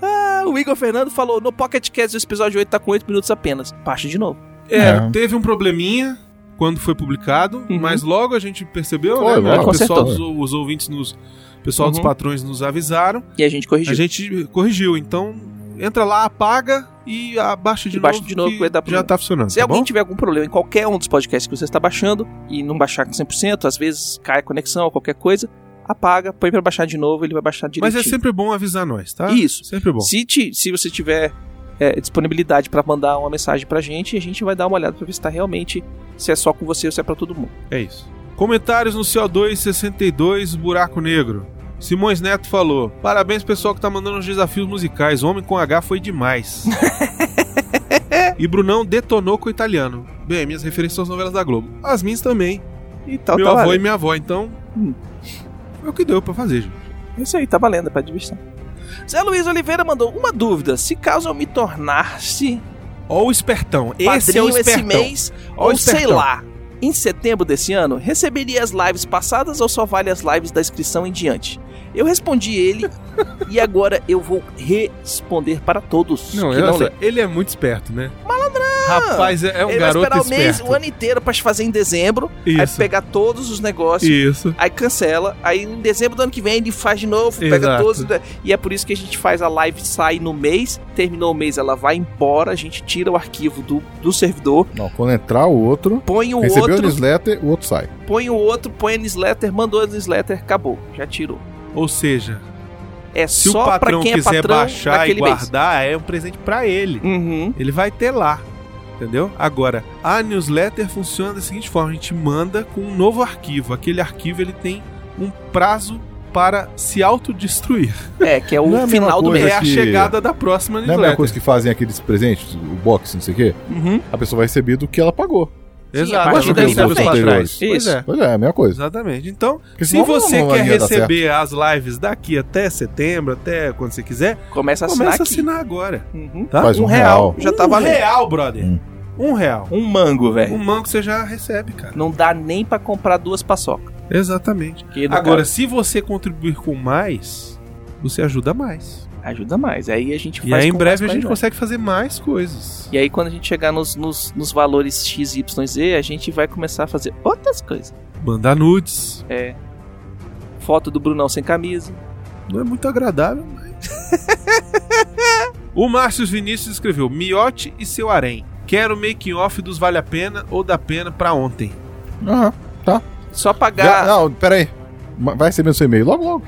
Speaker 2: Ah, o Igor Fernando falou: no Pocket Cast do episódio 8 tá com 8 minutos apenas. Baixa de novo.
Speaker 1: É,
Speaker 3: É.
Speaker 1: teve um probleminha quando foi publicado,
Speaker 2: Uhum.
Speaker 1: mas logo a gente percebeu,
Speaker 3: Foi,
Speaker 1: né?
Speaker 3: logo
Speaker 1: o pessoal
Speaker 2: consertou.
Speaker 1: dos, os ouvintes nos. O pessoal dos
Speaker 2: Uhum.
Speaker 1: patrões nos avisaram.
Speaker 2: E a gente corrigiu.
Speaker 1: A gente corrigiu. Então, entra lá, apaga e abaixa de
Speaker 2: Abaixa
Speaker 1: novo.
Speaker 2: de novo
Speaker 1: que
Speaker 2: que vai dar
Speaker 1: já
Speaker 2: problema.
Speaker 1: tá funcionando.
Speaker 2: Se
Speaker 1: tá
Speaker 2: alguém
Speaker 1: bom?
Speaker 2: tiver algum problema em qualquer um dos podcasts que você está baixando e não baixar com 100%, às vezes cai a conexão ou qualquer coisa, apaga, põe pra baixar de novo, ele vai baixar
Speaker 1: Mas
Speaker 2: direitinho.
Speaker 1: é sempre bom avisar nós, tá?
Speaker 2: Isso.
Speaker 1: Sempre bom.
Speaker 2: Se, ti- se você tiver é, disponibilidade pra mandar uma mensagem pra gente, a gente vai dar uma olhada pra ver se tá realmente se é só com você ou se é pra todo mundo.
Speaker 1: É isso. Comentários no CO2 62, Buraco Negro. Simões Neto falou: Parabéns, pessoal, que tá mandando os desafios musicais. Homem com H foi
Speaker 2: [laughs]
Speaker 1: demais. e Brunão detonou com o italiano. Bem, minhas referências são as novelas da Globo. As minhas também.
Speaker 2: E tal,
Speaker 1: Meu
Speaker 2: tá
Speaker 1: avô e
Speaker 2: valendo.
Speaker 1: minha avó, então.
Speaker 2: Hum.
Speaker 1: É o que deu pra fazer, gente.
Speaker 2: Isso aí, tá valendo, é pra diversão. Zé Luiz Oliveira mandou uma dúvida. Se caso eu me tornasse
Speaker 1: Ó o espertão. Esse é
Speaker 2: padrinho
Speaker 1: o
Speaker 2: esse
Speaker 1: espertão.
Speaker 2: mês,
Speaker 1: Ó o
Speaker 2: ou sei
Speaker 1: espertão.
Speaker 2: lá, em setembro desse ano, receberia as lives passadas ou só vale as lives da inscrição em diante? Eu respondi
Speaker 1: [laughs]
Speaker 2: ele e agora eu vou responder para todos.
Speaker 1: Não,
Speaker 2: que
Speaker 1: eu-
Speaker 2: não
Speaker 1: nossa,
Speaker 2: leram.
Speaker 1: ele é muito esperto, né? Malandrão! Rapaz, é é um
Speaker 2: Ele vai
Speaker 1: garoto
Speaker 2: esperar o mês,
Speaker 1: esperto.
Speaker 2: o ano inteiro pra te fazer em dezembro, aí
Speaker 1: Isso.
Speaker 2: pegar todos os negócios,
Speaker 1: Isso.
Speaker 2: aí cancela, aí em dezembro do ano que vem ele faz de novo, pega
Speaker 1: Exato.
Speaker 2: todos, né? e é por isso que a gente faz a live, sai no mês, terminou o mês ela vai embora, a gente tira o arquivo do, do servidor,
Speaker 3: Não, quando entrar o outro,
Speaker 2: põe o
Speaker 3: recebeu o
Speaker 2: outro,
Speaker 3: newsletter, o outro sai. é
Speaker 2: põe o outro, põe a newsletter, mandou a newsletter, acabou, já tirou.
Speaker 1: Ou seja,
Speaker 2: É
Speaker 1: Se o
Speaker 2: só pra
Speaker 1: patrão
Speaker 2: quem é
Speaker 1: quiser
Speaker 2: patrão
Speaker 1: baixar e
Speaker 2: naquele mês.
Speaker 1: guardar, é um presente pra ele.
Speaker 2: Uhum.
Speaker 1: Ele vai ter lá. Entendeu? Agora, a newsletter funciona da seguinte forma: a gente manda com um novo arquivo. Aquele arquivo ele tem um prazo para se autodestruir.
Speaker 2: É, que é o
Speaker 3: Não é a mesma
Speaker 2: final do
Speaker 3: coisa
Speaker 2: mês.
Speaker 1: É a
Speaker 3: que-
Speaker 1: chegada da próxima
Speaker 3: Não é a mesma
Speaker 1: newsletter.
Speaker 3: coisa que fazem aqueles presentes, o box, não sei o quê?
Speaker 2: Uhum.
Speaker 3: A pessoa vai receber do que ela pagou.
Speaker 2: a
Speaker 1: Exato.
Speaker 2: partir
Speaker 1: ela
Speaker 2: daí
Speaker 1: recebe
Speaker 2: pra
Speaker 1: os
Speaker 2: frente.
Speaker 1: patrões. Pois
Speaker 2: Isso.
Speaker 1: é.
Speaker 3: Pois é, é a mesma coisa.
Speaker 1: Exatamente. Então,
Speaker 3: Porque
Speaker 1: se
Speaker 3: senão não- é
Speaker 1: você
Speaker 3: não
Speaker 1: quer
Speaker 3: ia dar tá certo.
Speaker 1: receber as lives daqui até setembro, até quando você quiser,
Speaker 2: Começa a assinar
Speaker 1: começa a
Speaker 2: Tá aqui.
Speaker 1: assinar agora.
Speaker 2: Uhum.
Speaker 1: Tá?
Speaker 3: Faz um real.
Speaker 2: Já tá
Speaker 1: um
Speaker 2: valendo.
Speaker 1: real, brother.
Speaker 3: Hum.
Speaker 1: Um real.
Speaker 2: Um mango, velho.
Speaker 1: Um manco você já recebe, cara.
Speaker 2: Não dá nem pra comprar duas paçoca.
Speaker 1: Exatamente.
Speaker 2: Que no
Speaker 1: Agora,
Speaker 2: caso,
Speaker 1: se você contribuir com mais, você ajuda mais.
Speaker 2: ajuda mais. Aí a gente faz
Speaker 1: E aí, em
Speaker 2: com
Speaker 1: breve, a
Speaker 2: mais
Speaker 1: gente
Speaker 2: qualidade.
Speaker 1: consegue fazer mais coisas.
Speaker 2: E aí quando a gente chegar nos, nos, nos valores X, Y, Z, a gente vai começar a fazer outras coisas.
Speaker 1: Mandar nudes.
Speaker 2: É. Foto do Brunão sem camisa.
Speaker 1: Não é muito agradável,
Speaker 2: [laughs]
Speaker 1: mas. o Márcio Vinícius escreveu: Miote e seu harém. Quero o making off dos Vale a Pena ou da Pena pra ontem.
Speaker 3: Aham, tá.
Speaker 2: Só
Speaker 3: Já,
Speaker 2: pagar.
Speaker 3: não, pera aí. Ma- Vai receber seu e-mail logo, logo.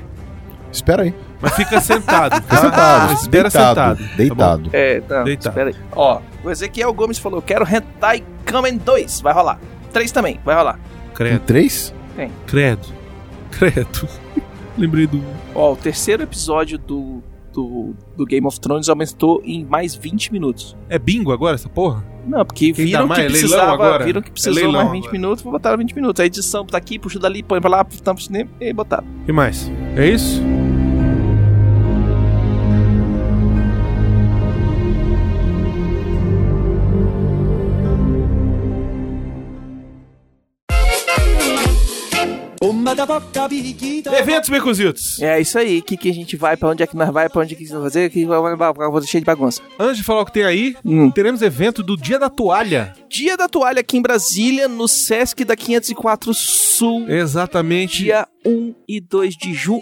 Speaker 3: Espera aí.
Speaker 1: Mas fica
Speaker 2: [laughs]
Speaker 1: sentado. tá?
Speaker 3: Fica sentado,
Speaker 1: Ah, espera
Speaker 3: deitado.
Speaker 1: sentado. tá
Speaker 3: Deitado.
Speaker 2: É, não,
Speaker 1: Deitado.
Speaker 2: espera aí. Ó, o Ezequiel Gomes falou: eu quero Hentai Kamen 2. Vai rolar. 3 também, vai rolar.
Speaker 1: Tá bom.
Speaker 3: Em
Speaker 1: Credo,
Speaker 3: três?
Speaker 1: credo, credo. [laughs] Lembrei do.
Speaker 2: Ó, o terceiro episódio do, do, do Game of Thrones aumentou em mais 20 minutos.
Speaker 1: É bingo agora essa porra?
Speaker 2: Não, porque
Speaker 1: Quem dá
Speaker 2: viram
Speaker 1: mais?
Speaker 2: que
Speaker 1: É leilão
Speaker 2: precisava,
Speaker 1: agora?
Speaker 2: viram que
Speaker 1: É
Speaker 2: precisou
Speaker 1: leilão
Speaker 2: mais 20
Speaker 1: agora.
Speaker 2: minutos, botaram 20 minutos. A edição tá aqui, puxa dali, põe pra lá, tampa o cinema e botaram.
Speaker 1: E mais? É isso? Eventos, Beconzitos!
Speaker 2: É isso aí, o que, que a gente vai, pra onde é que nós vai, pra onde é que nós vamos fazer, que vou cheio de bagunça.
Speaker 1: Antes de falar o que tem aí,
Speaker 2: Hum.
Speaker 1: teremos evento do Dia da Toalha.
Speaker 2: Dia da toalha aqui em Brasília, no Sesc da 504 Sul,
Speaker 1: Exatamente.
Speaker 2: dia 1 e 2 de junho.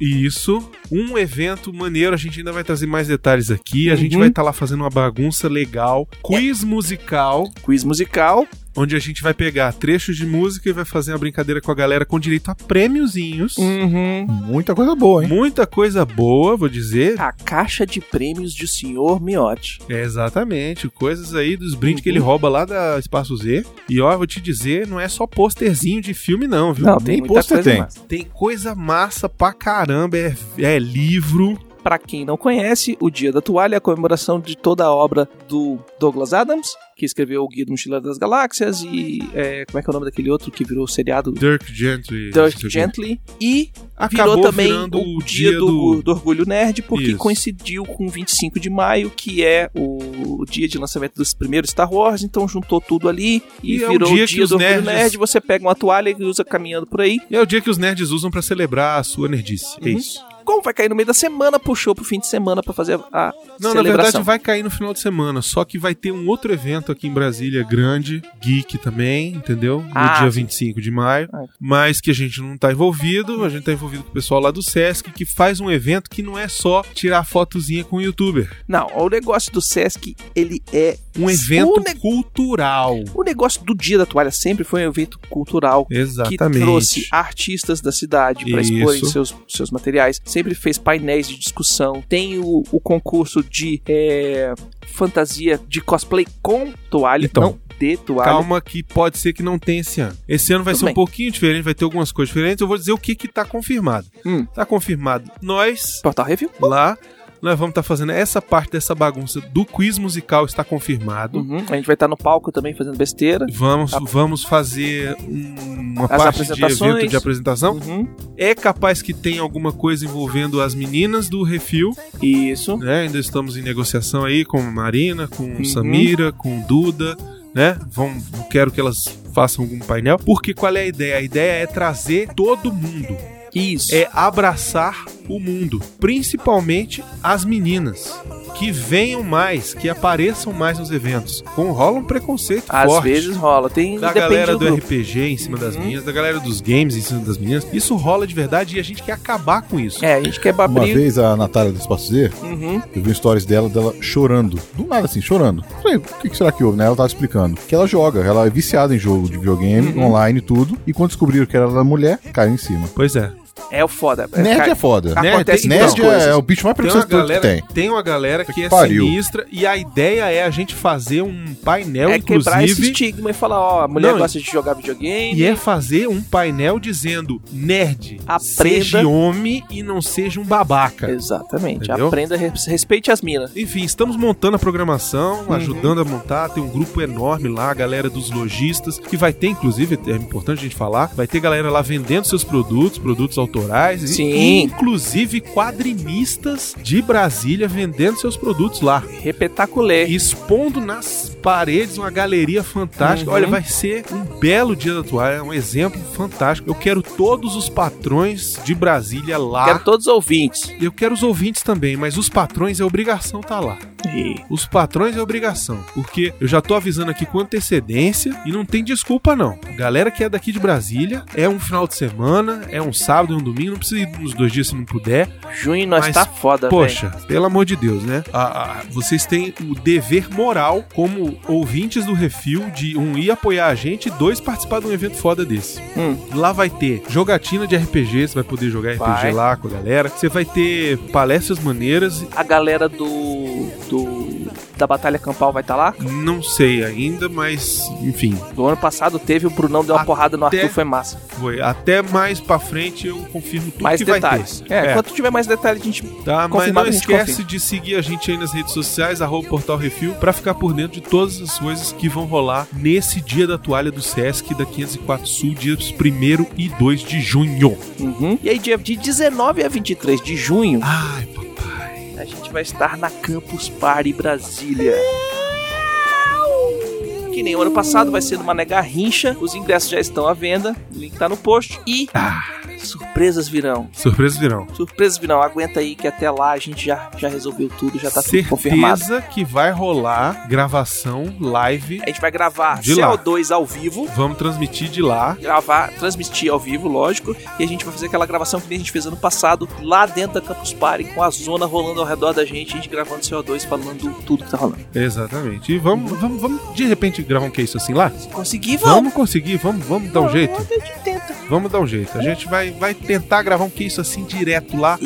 Speaker 1: Isso, um evento maneiro, a gente ainda vai trazer mais detalhes aqui. A gente
Speaker 2: Uhum.
Speaker 1: vai estar lá fazendo uma bagunça legal, quiz musical,
Speaker 2: Quiz musical.
Speaker 1: onde a gente vai pegar trechos de música e vai fazer uma brincadeira com a galera com direito a prêmiozinhos.
Speaker 2: Uhum.
Speaker 3: Muita coisa boa, hein?
Speaker 1: Muita coisa boa, vou dizer.
Speaker 2: A caixa de prêmios do senhor Miotti.
Speaker 1: É, exatamente, coisas aí dos brindes que
Speaker 2: Uhum.
Speaker 1: ele rouba lá da Espaço Z. E ó, vou te dizer, não é só posterzinho de filme, não, viu?
Speaker 2: Não, tem
Speaker 3: Nem
Speaker 2: muita
Speaker 3: pôster
Speaker 2: coisa
Speaker 3: tem.
Speaker 2: massa.
Speaker 1: Tem coisa massa pra caramba, é, é livro.
Speaker 2: Pra quem não conhece, o Dia da Toalha é a comemoração de toda a obra do Douglas Adams, que escreveu o Guia do Mochileiro das Galáxias e... é, como é que é o nome daquele outro que virou o seriado?
Speaker 1: Dirk Gently.
Speaker 2: Dirk Gently. E
Speaker 1: Acabou
Speaker 2: virou também
Speaker 1: virando
Speaker 2: o dia, do, do Orgulho Nerd, porque
Speaker 1: Isso.
Speaker 2: coincidiu com 25 de maio, que é o dia de lançamento dos primeiros Star Wars, então juntou tudo ali e,
Speaker 1: E é o
Speaker 2: virou
Speaker 1: dia
Speaker 2: o
Speaker 1: que
Speaker 2: dia
Speaker 1: os
Speaker 2: do Orgulho
Speaker 1: nerds-
Speaker 2: Nerd. Você pega uma toalha e usa caminhando por aí.
Speaker 1: E é o dia que os nerds usam pra celebrar a sua nerdice. É
Speaker 2: Uhum.
Speaker 1: isso.
Speaker 2: Como vai cair no meio da semana, puxou pro fim de semana pra fazer a
Speaker 1: Não, na verdade
Speaker 2: celebração.
Speaker 1: vai cair no final de semana, só que vai ter um outro evento aqui em Brasília grande, geek também, entendeu? No
Speaker 2: Ah,
Speaker 1: dia
Speaker 2: sim.
Speaker 1: 25 de maio,
Speaker 2: Ah.
Speaker 1: mas que a gente não tá envolvido, a gente tá envolvido com o pessoal lá do SESC que faz um evento que não é só tirar fotozinha com o youtuber,
Speaker 2: Não, o negócio do Sesc, ele é...
Speaker 1: um evento
Speaker 2: O, ne-
Speaker 1: cultural.
Speaker 2: o negócio do dia da toalha sempre foi um evento cultural.
Speaker 1: Exatamente.
Speaker 2: que trouxe artistas da cidade para
Speaker 1: Isso.
Speaker 2: exporem seus, seus materiais. Sempre fez painéis de discussão. Tem o, o concurso de é, fantasia de cosplay com toalha.
Speaker 1: Então,
Speaker 2: não, de toalha.
Speaker 1: Calma que pode ser que não tenha esse ano. Esse ano vai
Speaker 2: Tudo
Speaker 1: ser um
Speaker 2: bem.
Speaker 1: pouquinho diferente, vai ter algumas coisas diferentes. Eu vou dizer o que que tá confirmado.
Speaker 2: Hum.
Speaker 1: Tá confirmado nós,
Speaker 2: Portal Review.
Speaker 1: lá. Nós vamos estar fazendo essa parte dessa bagunça do quiz musical está confirmado.
Speaker 2: Uhum. A gente vai estar no palco também fazendo besteira.
Speaker 1: Vamos,
Speaker 2: Tá.
Speaker 1: vamos fazer um- uma
Speaker 2: As
Speaker 1: parte de evento
Speaker 2: apresentações.
Speaker 1: de apresentação.
Speaker 2: Uhum.
Speaker 1: É capaz que tenha alguma coisa envolvendo as meninas do refil,
Speaker 2: Isso.
Speaker 1: né? Ainda estamos em negociação aí com a Marina, com
Speaker 2: Uhum.
Speaker 1: Samira, com Duda, né? Vão, quero que elas façam algum painel. Porque qual é a ideia? A ideia é trazer todo mundo,
Speaker 2: Isso.
Speaker 1: é abraçar o mundo, principalmente as meninas. Que venham mais, que apareçam mais nos eventos. Com, rola um preconceito
Speaker 2: Às
Speaker 1: forte.
Speaker 2: vezes rola. Tem
Speaker 1: Da
Speaker 2: depende
Speaker 1: galera
Speaker 2: do
Speaker 1: do
Speaker 2: grupo.
Speaker 1: RPG em cima das
Speaker 2: Uhum.
Speaker 1: meninas, da galera dos games em cima das meninas. Isso rola de verdade e a gente quer acabar com isso.
Speaker 2: É, a gente quer
Speaker 3: Uma
Speaker 2: abrir.
Speaker 3: vez a Natália do Espaço Z,
Speaker 2: Uhum.
Speaker 3: eu vi um stories dela, dela chorando. Do nada, assim, chorando. Falei, o que que será que houve, né? Ela tava explicando. Que ela joga, ela é viciada em jogo de videogame,
Speaker 2: Uhum.
Speaker 3: online e tudo. E quando descobriram que ela era mulher, caiu em cima.
Speaker 1: Pois é.
Speaker 2: É o foda.
Speaker 3: Nerd
Speaker 2: Cai-
Speaker 3: é foda.
Speaker 1: Nerd-
Speaker 2: Acontece
Speaker 1: tem-
Speaker 2: duas
Speaker 3: Nerd
Speaker 2: coisas.
Speaker 3: é, o bicho mais
Speaker 1: Tem uma,
Speaker 3: preguiçoso que
Speaker 1: galera,
Speaker 3: tem.
Speaker 1: tem. uma galera que,
Speaker 3: Que
Speaker 1: é
Speaker 3: pariu.
Speaker 1: sinistra e a ideia é a gente fazer um painel,
Speaker 2: É quebrar esse
Speaker 1: inclusive.
Speaker 2: estigma e falar, ó, a mulher
Speaker 1: Não,
Speaker 2: gosta de jogar videogame.
Speaker 1: E é fazer um painel dizendo nerd,
Speaker 2: Aprenda.
Speaker 1: seja homem e não seja um babaca.
Speaker 2: Exatamente.
Speaker 1: Entendeu?
Speaker 2: Aprenda, res- respeite as minas.
Speaker 1: Enfim, estamos montando a
Speaker 2: Uhum.
Speaker 1: programação, ajudando a montar. Tem um grupo enorme lá, a galera dos lojistas, que vai ter, inclusive, é importante a gente falar, vai ter galera lá vendendo seus produtos, produtos autorais. e-
Speaker 2: Sim.
Speaker 1: inclusive quadrinistas de Brasília vendendo seus produtos lá.
Speaker 2: Repetaculé.
Speaker 1: Expondo nas paredes uma galeria fantástica.
Speaker 2: Uhum.
Speaker 1: Olha, vai ser um belo dia da toalha, é um exemplo fantástico. Eu quero todos os patrões de Brasília lá.
Speaker 2: Quero todos os ouvintes.
Speaker 1: Eu quero os ouvintes também, mas os patrões é obrigação tá lá.
Speaker 2: E-
Speaker 1: Os patrões é obrigação, porque eu já tô avisando aqui com antecedência e não tem desculpa não. Galera que é daqui de Brasília, é um final de semana, é um sábado, é um domingo, não precisa ir nos dois dias se não puder.
Speaker 2: Junho nós
Speaker 1: Mas,
Speaker 2: tá foda, velho.
Speaker 1: Poxa, pelo amor de Deus, né? Ah, ah, vocês têm o dever moral como ouvintes do Refil de um ir apoiar a gente e dois participar de um evento foda desse.
Speaker 2: Hum.
Speaker 1: Lá vai ter jogatina de RPG, você vai poder jogar RPG
Speaker 2: Vai.
Speaker 1: lá com a galera. Você vai ter palestras maneiras
Speaker 2: A galera do. do. da Batalha Campal vai estar tá lá?
Speaker 1: Não sei ainda, mas enfim,
Speaker 2: Do ano passado teve, o Brunão deu uma
Speaker 1: Até-
Speaker 2: porrada no Arthur, foi massa.
Speaker 1: foi. Até mais pra frente eu confirmo tudo
Speaker 2: Mais
Speaker 1: que
Speaker 2: detalhes.
Speaker 1: vai ter.
Speaker 2: É, quando tiver mais detalhes, a gente.
Speaker 1: tá? Mas
Speaker 2: confirmado
Speaker 1: não
Speaker 2: a gente
Speaker 1: esquece
Speaker 2: confirma.
Speaker 1: de seguir a gente aí nas redes sociais, arroba Portal Refil, pra ficar por dentro de todas as coisas que vão rolar nesse dia da toalha do Sesc da 504 Sul, dias 1 e 2 de junho.
Speaker 2: Uhum. E aí, dia de 19 a 23 de junho,
Speaker 1: Ai, papai.
Speaker 2: a gente vai estar na Campus Party Brasília. Que nem o ano passado, vai ser numa nega rincha. Os ingressos já estão à venda, o link tá no post. E
Speaker 1: Ah,
Speaker 2: surpresas virão.
Speaker 1: surpresa virão.
Speaker 2: Surpresas virão, aguenta aí que até lá a gente já, já resolveu tudo, já tá tudo confirmado.
Speaker 1: Certeza que vai rolar gravação live.
Speaker 2: A gente vai gravar
Speaker 1: De lá.
Speaker 2: CO2 ao vivo.
Speaker 1: Vamos transmitir de lá.
Speaker 2: gravar, transmitir ao vivo, lógico, e a gente vai fazer aquela gravação que nem a gente fez ano passado, lá dentro da Campus Party, com a zona rolando ao redor da gente, a gente gravando CO2, falando tudo que tá rolando.
Speaker 1: Exatamente. E vamos, vamos, vamos de repente gravar um que isso assim lá?
Speaker 2: Se conseguir, vamos!
Speaker 1: Vamos conseguir, vamos, vamos dar um jeito. Vamos dar um jeito. A gente vai, vai tentar gravar um que isso assim direto lá,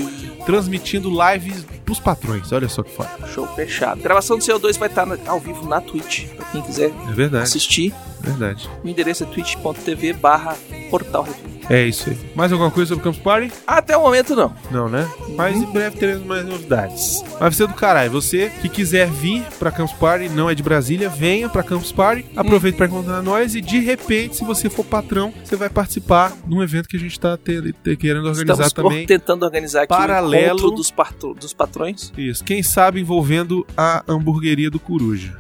Speaker 1: transmitindo lives pros patrões. Olha só que foda.
Speaker 2: Show fechado. Gravação do CO2 vai estar na- ao vivo na Twitch, pra quem quiser
Speaker 1: É verdade,
Speaker 2: assistir.
Speaker 1: é verdade.
Speaker 2: O endereço é twitch.tv barra portal.
Speaker 1: É isso aí. Mais alguma coisa sobre o Campus Party?
Speaker 2: Até o momento, não.
Speaker 1: Não, né? Mas em breve teremos mais novidades. Mas você é do caralho, você que quiser vir pra Campus Party, não é de Brasília, venha pra Campus Party, aproveite pra encontrar nós e de repente, se você for patrão, você vai participar de um evento que a gente tá te- te- querendo organizar
Speaker 2: Estamos
Speaker 1: também.
Speaker 2: tentando organizar aqui
Speaker 1: Paralelo.
Speaker 2: o encontro dos, patro- dos patrões.
Speaker 1: Isso. Quem sabe envolvendo a hamburgueria do Coruja.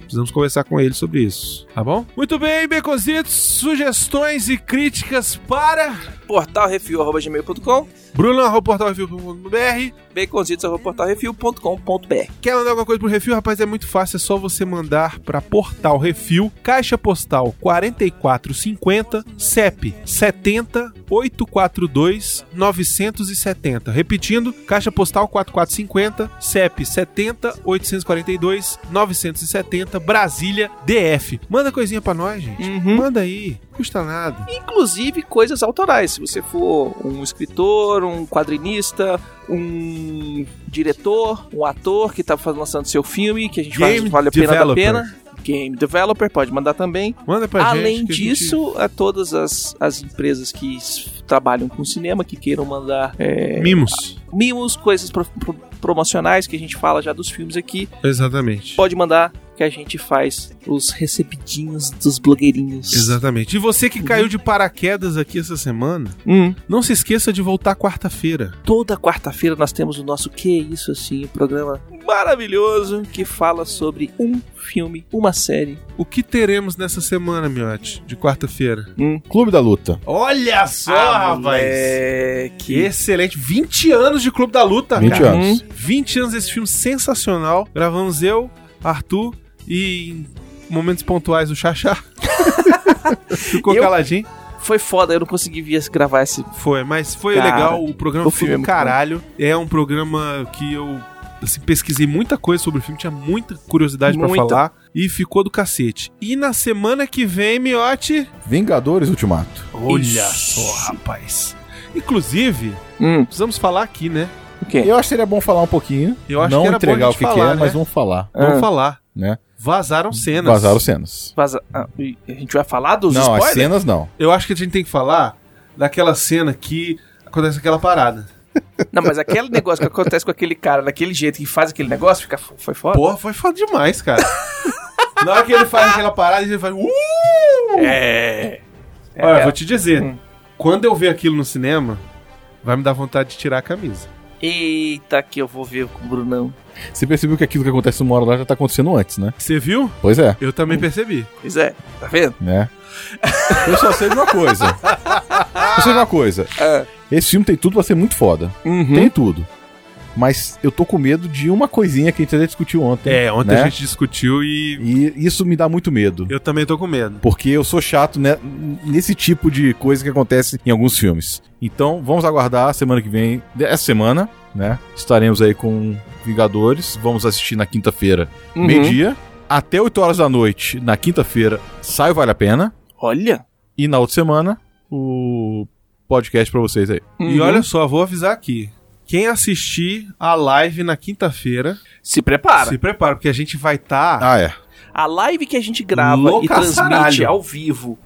Speaker 1: Precisamos conversar com ele sobre isso, tá bom? Muito bem, Becositos, sugestões e críticas para
Speaker 2: portalrefil.gmail.com
Speaker 1: bruno.portalrefil.br
Speaker 2: baconzitos.portalrefil.com.br
Speaker 1: Quer mandar alguma coisa pro Refil? Rapaz, é muito fácil, é só você mandar para Portal Refil, Caixa Postal 4450, CEP 70 842 970. Repetindo, Caixa Postal 4450, CEP 70 842 970, Brasília, DF. Manda coisinha pra nós, gente.
Speaker 2: Uhum.
Speaker 1: Manda aí, custa nada.
Speaker 2: inclusive coisas autorais. Se você for um escritor, um quadrinista, um diretor, um ator que tá faz- lançando seu filme, que a gente
Speaker 1: Game
Speaker 2: faz, vale a pena da
Speaker 1: developer.
Speaker 2: pena. Game developer, pode mandar também.
Speaker 1: Manda pra
Speaker 2: Além
Speaker 1: gente. que a gente-
Speaker 2: disso, a todas as, as empresas que s- trabalham com cinema, que queiram mandar é,
Speaker 1: Mimos.
Speaker 2: mimos, coisas pro- pro- promocionais, que a gente fala já dos filmes aqui,
Speaker 1: Exatamente.
Speaker 2: pode mandar que a gente faz os recebidinhos dos blogueirinhos.
Speaker 1: Exatamente. E você
Speaker 2: Uhum.
Speaker 1: que caiu de paraquedas aqui essa semana,
Speaker 2: Hum.
Speaker 1: Não se esqueça de voltar quarta-feira.
Speaker 2: Toda quarta-feira nós temos o nosso Que Isso Assim, um programa maravilhoso que fala sobre um filme, uma série.
Speaker 1: O que teremos nessa semana, Miote, de quarta-feira?
Speaker 2: hum.
Speaker 3: Clube da Luta.
Speaker 1: Olha só,
Speaker 2: Ah, É,
Speaker 1: Que
Speaker 2: Moleque.
Speaker 1: excelente. 20 anos de Clube da Luta,
Speaker 3: 20
Speaker 1: cara.
Speaker 3: anos.
Speaker 2: Hum.
Speaker 1: 20 anos desse filme sensacional. Gravamos eu, Arthur e em momentos pontuais o Xaxá. [laughs] Ficou
Speaker 2: Eu-
Speaker 1: caladinho.
Speaker 2: Foi foda, eu não consegui vir gravar esse.
Speaker 1: Foi, mas foi
Speaker 2: Cara,
Speaker 1: legal. O programa
Speaker 2: o
Speaker 1: foi
Speaker 2: filme é
Speaker 1: do
Speaker 2: muito
Speaker 1: caralho. É um programa que eu assim, pesquisei muita coisa sobre o filme, tinha muita curiosidade pra
Speaker 2: Muita.
Speaker 1: falar. E ficou do cacete. E na semana que vem, Miote.
Speaker 3: Vingadores Ultimato.
Speaker 1: Olha
Speaker 2: Isso.
Speaker 1: só, rapaz. Inclusive,
Speaker 2: Hum,
Speaker 1: precisamos falar aqui, né?
Speaker 2: o quê?
Speaker 3: Eu acho que seria bom falar um pouquinho.
Speaker 1: Eu acho
Speaker 3: não
Speaker 1: que era bom
Speaker 3: entregar
Speaker 1: a
Speaker 3: o
Speaker 1: gente
Speaker 3: que, que
Speaker 1: falar,
Speaker 3: é,
Speaker 1: né?
Speaker 3: mas vamos falar.
Speaker 1: Vamos
Speaker 2: Ah.
Speaker 1: falar.
Speaker 3: Né?
Speaker 1: Vazaram cenas.
Speaker 3: Vazaram cenas.
Speaker 2: Vaza- ah, e a gente vai falar dos
Speaker 3: não, as
Speaker 2: spoilers?
Speaker 3: cenas não.
Speaker 1: Eu acho que a gente tem que falar daquela cena que acontece aquela parada.
Speaker 2: Não, mas aquele [laughs] negócio que acontece com aquele cara daquele jeito que faz aquele negócio, fica, fo- foi foda.
Speaker 1: Porra, foi foda demais, cara. [laughs] na hora que ele faz aquela parada, ele faz. "Uh!"
Speaker 2: É. É,
Speaker 1: Olha,
Speaker 2: é.
Speaker 1: vou te dizer.
Speaker 2: Hum.
Speaker 1: Quando eu ver aquilo no cinema, vai me dar vontade de tirar a camisa.
Speaker 2: Eita, que eu vou ver com o Brunão.
Speaker 3: Você percebeu que aquilo que acontece uma hora lá já tá acontecendo antes, né?
Speaker 1: Você viu?
Speaker 3: Pois é,
Speaker 1: Eu também percebi.
Speaker 2: Pois é, tá vendo?
Speaker 1: [laughs]
Speaker 3: né? Eu só sei de uma coisa. Eu sei de uma coisa.
Speaker 2: Ah.
Speaker 1: É. Hum?
Speaker 3: Esse filme tem tudo pra ser muito foda.
Speaker 2: Uhum.
Speaker 3: Tem tudo. mas eu tô com medo de uma coisinha que a gente já discutiu ontem.
Speaker 1: É, ontem
Speaker 3: Né?
Speaker 1: a gente discutiu e
Speaker 3: E isso me dá muito medo.
Speaker 1: eu também tô com medo.
Speaker 3: Porque eu sou chato né, nesse tipo de coisa que acontece em alguns filmes. Então, vamos aguardar semana que vem, essa semana, né? Estaremos aí com Vingadores. Vamos assistir na quinta-feira,
Speaker 2: Uhum.
Speaker 3: meio-dia. Até 8 horas da noite, na quinta-feira, sai o Vale a Pena.
Speaker 2: Olha.
Speaker 3: E na outra semana, o podcast pra vocês aí.
Speaker 1: E
Speaker 2: Uhum.
Speaker 1: olha só, vou avisar aqui. Quem assistir a live na quinta-feira,
Speaker 2: Se prepara.
Speaker 1: se prepara, porque a gente vai tá, estar.
Speaker 3: Ah, é.
Speaker 2: A live que a gente grava
Speaker 1: Louca
Speaker 2: e transmite
Speaker 1: saralho.
Speaker 2: ao vivo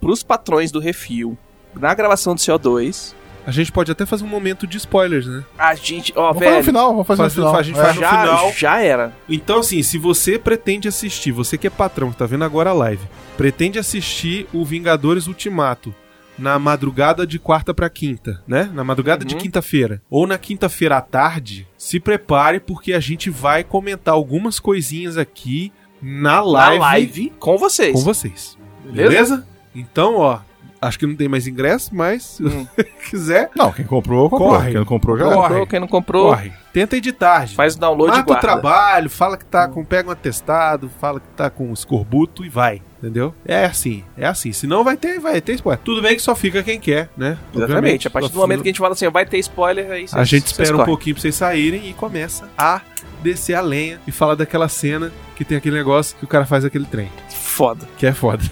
Speaker 2: pros patrões do Refil, na gravação do CO2,
Speaker 1: A gente pode até fazer um momento de spoilers, né?
Speaker 2: a gente, ó,
Speaker 3: Vamos fazer no
Speaker 2: velho,
Speaker 3: final, vamos fazer no
Speaker 1: Faz-
Speaker 3: final.
Speaker 1: faz- a gente
Speaker 3: É.
Speaker 1: faz- no
Speaker 2: já,
Speaker 1: final.
Speaker 2: já era.
Speaker 1: Então, assim, se você pretende assistir, você que é patrão, que tá vendo agora a live, pretende assistir o Vingadores Ultimato na madrugada de quarta pra quinta, né? Na madrugada de
Speaker 2: Uhum.
Speaker 1: quinta-feira. Ou na quinta-feira à tarde, se prepare, porque a gente vai comentar algumas coisinhas aqui na live,
Speaker 2: na live com vocês.
Speaker 1: com vocês.
Speaker 2: Beleza?
Speaker 1: Beleza? Então, ó, acho que não tem mais ingresso, mas [laughs] se
Speaker 2: Hum.
Speaker 1: você quiser,
Speaker 3: É. Não, quem comprou, comprou.
Speaker 1: Corre.
Speaker 3: Quem não comprou, já
Speaker 2: Quem
Speaker 3: era.
Speaker 1: Corre.
Speaker 2: comprou, quem não comprou,
Speaker 1: corre. Tenta ir de tarde.
Speaker 2: faz o download e
Speaker 1: Mata o
Speaker 2: guarda.
Speaker 1: trabalho, fala que tá com. Pega um atestado, fala que tá com escorbuto e vai. Entendeu? É assim, é assim. Se não vai ter, vai ter spoiler. Tudo bem que só fica quem quer, né?
Speaker 2: Exatamente, a partir do momento que a gente fala assim, vai ter spoiler, aí
Speaker 1: A
Speaker 2: vocês-
Speaker 1: gente
Speaker 2: vocês
Speaker 1: espera um
Speaker 2: correm.
Speaker 1: pouquinho pra vocês saírem e começa a descer a lenha e falar daquela cena que tem aquele negócio que o cara faz aquele trem.
Speaker 2: Foda.
Speaker 1: Que é foda.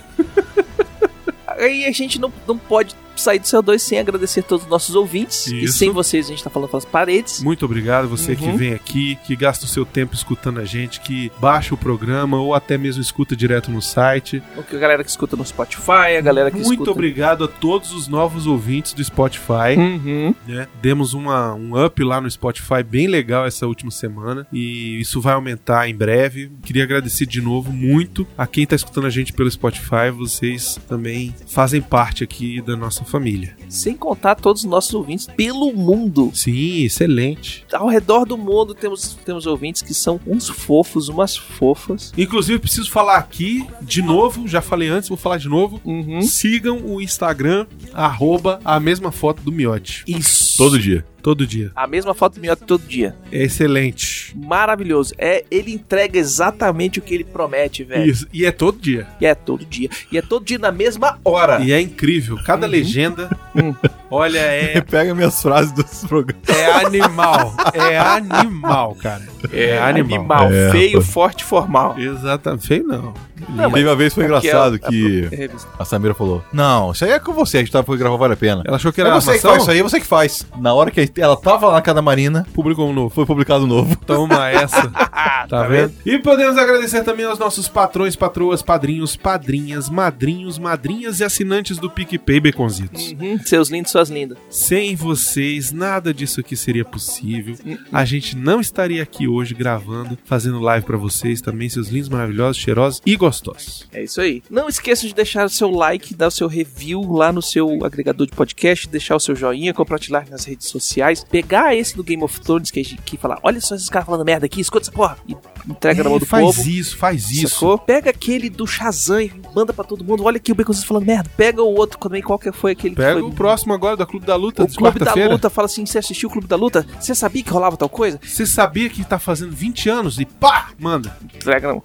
Speaker 2: Aí a gente não, não pode sair do CO2 sem agradecer todos os nossos ouvintes. E
Speaker 1: Isso.
Speaker 2: sem vocês a gente tá falando pelas paredes.
Speaker 1: Muito obrigado você que
Speaker 2: Uhum.
Speaker 1: vem aqui, que gasta o seu tempo escutando a gente, que baixa o programa ou até mesmo escuta direto no site.
Speaker 2: A galera que escuta no Spotify, a galera é que
Speaker 1: Muito
Speaker 2: escuta...
Speaker 1: obrigado a todos os novos ouvintes do Spotify.
Speaker 2: Uhum.
Speaker 1: né? Demos uma, um up lá no Spotify bem legal essa última semana e isso vai aumentar em breve. Queria agradecer de novo muito a quem tá escutando a gente pelo Spotify, vocês também fazem parte aqui da nossa família.
Speaker 2: Sem contar todos os nossos ouvintes pelo mundo.
Speaker 1: Sim, excelente.
Speaker 2: Ao redor do mundo temos, temos ouvintes que são uns fofos, umas fofas.
Speaker 1: Inclusive, preciso falar aqui de novo, já falei antes, vou falar de novo.
Speaker 3: Hum?
Speaker 2: Uhum.
Speaker 1: Sigam o Instagram, arroba a mesma foto do Miote.
Speaker 2: Isso.
Speaker 3: Todo dia.
Speaker 1: Todo dia.
Speaker 2: A mesma foto do Miotti todo dia.
Speaker 1: É excelente.
Speaker 2: Maravilhoso. É, ele entrega exatamente o que ele promete, velho.
Speaker 1: Isso. E é todo dia.
Speaker 2: E é todo dia. E é todo dia na mesma hora.
Speaker 1: E é incrível. Cada legenda.
Speaker 2: Hum.
Speaker 1: Olha, é
Speaker 3: [laughs] Pega minhas frases dos programas.
Speaker 1: É animal. É animal, cara. É animal.
Speaker 3: É,
Speaker 2: feio,
Speaker 3: pô.
Speaker 2: forte, formal.
Speaker 1: Exatamente. Feio não.
Speaker 2: Não, mas
Speaker 3: Teve uma vez que foi
Speaker 2: É porque
Speaker 3: engraçado
Speaker 2: é-
Speaker 3: que
Speaker 2: é revista.
Speaker 3: a Samira falou: Não, isso aí é com você, a gente tava pra gravar Vale a Pena.
Speaker 1: Ela achou que
Speaker 3: É
Speaker 1: era
Speaker 3: você que
Speaker 1: armação?
Speaker 3: faz isso aí, é você que faz. Na hora que ela tava lá na casa da Marina,
Speaker 1: Publicou um novo.
Speaker 3: foi publicado um novo.
Speaker 1: Toma essa.
Speaker 2: Ah,
Speaker 1: tá, vendo? E podemos agradecer também aos nossos patrões, patroas, padrinhos, padrinhas, madrinhos, madrinhas e assinantes do PicPay Beconzitos.
Speaker 2: Uhum, seus lindos, suas lindas.
Speaker 1: Sem vocês, nada disso aqui seria possível. A gente não estaria aqui hoje gravando, fazendo live pra vocês também, seus lindos, maravilhosos, cheirosos e gostosos.
Speaker 2: É isso aí. Não esqueçam de deixar o seu like, dar o seu review lá no seu agregador de podcast, deixar o seu joinha, compartilhar nas redes sociais, pegar esse do Game of Thrones que, a gente- que fala, olha só esses caras falando merda aqui, escuta essa porra, e entrega na mão
Speaker 1: É,
Speaker 2: do
Speaker 1: faz
Speaker 2: povo.
Speaker 1: isso, faz isso.
Speaker 2: Sacou? Pega aquele do Shazam e manda pra todo mundo. Olha aqui o Baconzitos falando merda. Pega o outro também. Qual que foi aquele que
Speaker 1: Pega
Speaker 2: foi?
Speaker 1: o próximo agora do Clube da Luta
Speaker 2: O
Speaker 1: Tá de
Speaker 2: Clube da
Speaker 1: quarta-feira.
Speaker 2: Luta fala assim: você assistiu o Clube da Luta? Você sabia que rolava tal coisa?
Speaker 1: Você sabia que tá fazendo 20 anos e pá, manda.
Speaker 2: Entrega na mão.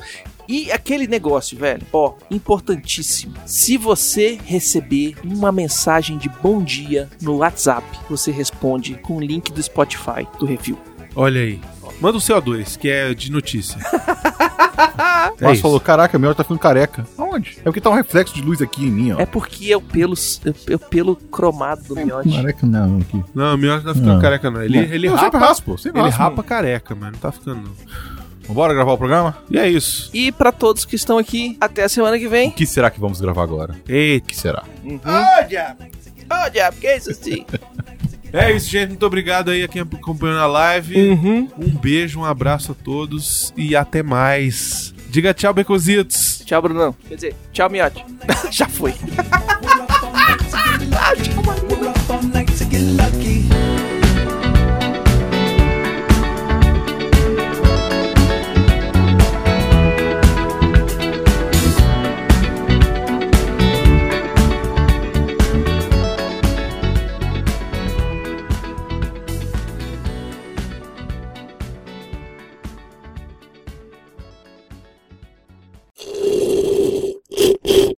Speaker 2: E aquele negócio, velho, ó, importantíssimo. Se você receber uma mensagem de bom dia no WhatsApp, você responde com o link do Spotify do review.
Speaker 1: Olha aí. Manda o CO2, que é de
Speaker 2: [laughs]
Speaker 1: notícia.
Speaker 3: O
Speaker 1: é
Speaker 3: Márcio
Speaker 1: isso.
Speaker 3: falou: Caraca, meu olho tá ficando careca. Aonde? É porque tá um reflexo de luz aqui em mim, ó.
Speaker 2: É porque é o pelo, é o pelo cromado do miote.
Speaker 3: Careca não, aqui.
Speaker 1: Não, o Miotti não tá ficando
Speaker 3: Não.
Speaker 1: careca, não. Ele,
Speaker 3: Não.
Speaker 1: ele
Speaker 3: Eu sempre
Speaker 1: rapa.
Speaker 3: raspo, sempre
Speaker 1: ele
Speaker 3: raspo.
Speaker 1: rapa careca, mas não tá ficando, não.
Speaker 3: Bora gravar o programa?
Speaker 1: E é isso.
Speaker 2: E pra todos que estão aqui, até a semana que vem.
Speaker 3: O que será que vamos gravar agora? O
Speaker 1: Eita.
Speaker 3: que será?
Speaker 2: Ô, diabo! Ô, diabo, que é
Speaker 1: [laughs]
Speaker 2: isso assim?
Speaker 1: É isso, gente. Muito obrigado aí a quem acompanhou na live.
Speaker 2: Uhum.
Speaker 1: Um beijo, um abraço a todos e até mais. Diga tchau, Becositos.
Speaker 2: [laughs] Tchau, Brunão. Quer dizer, tchau, miote. Já foi.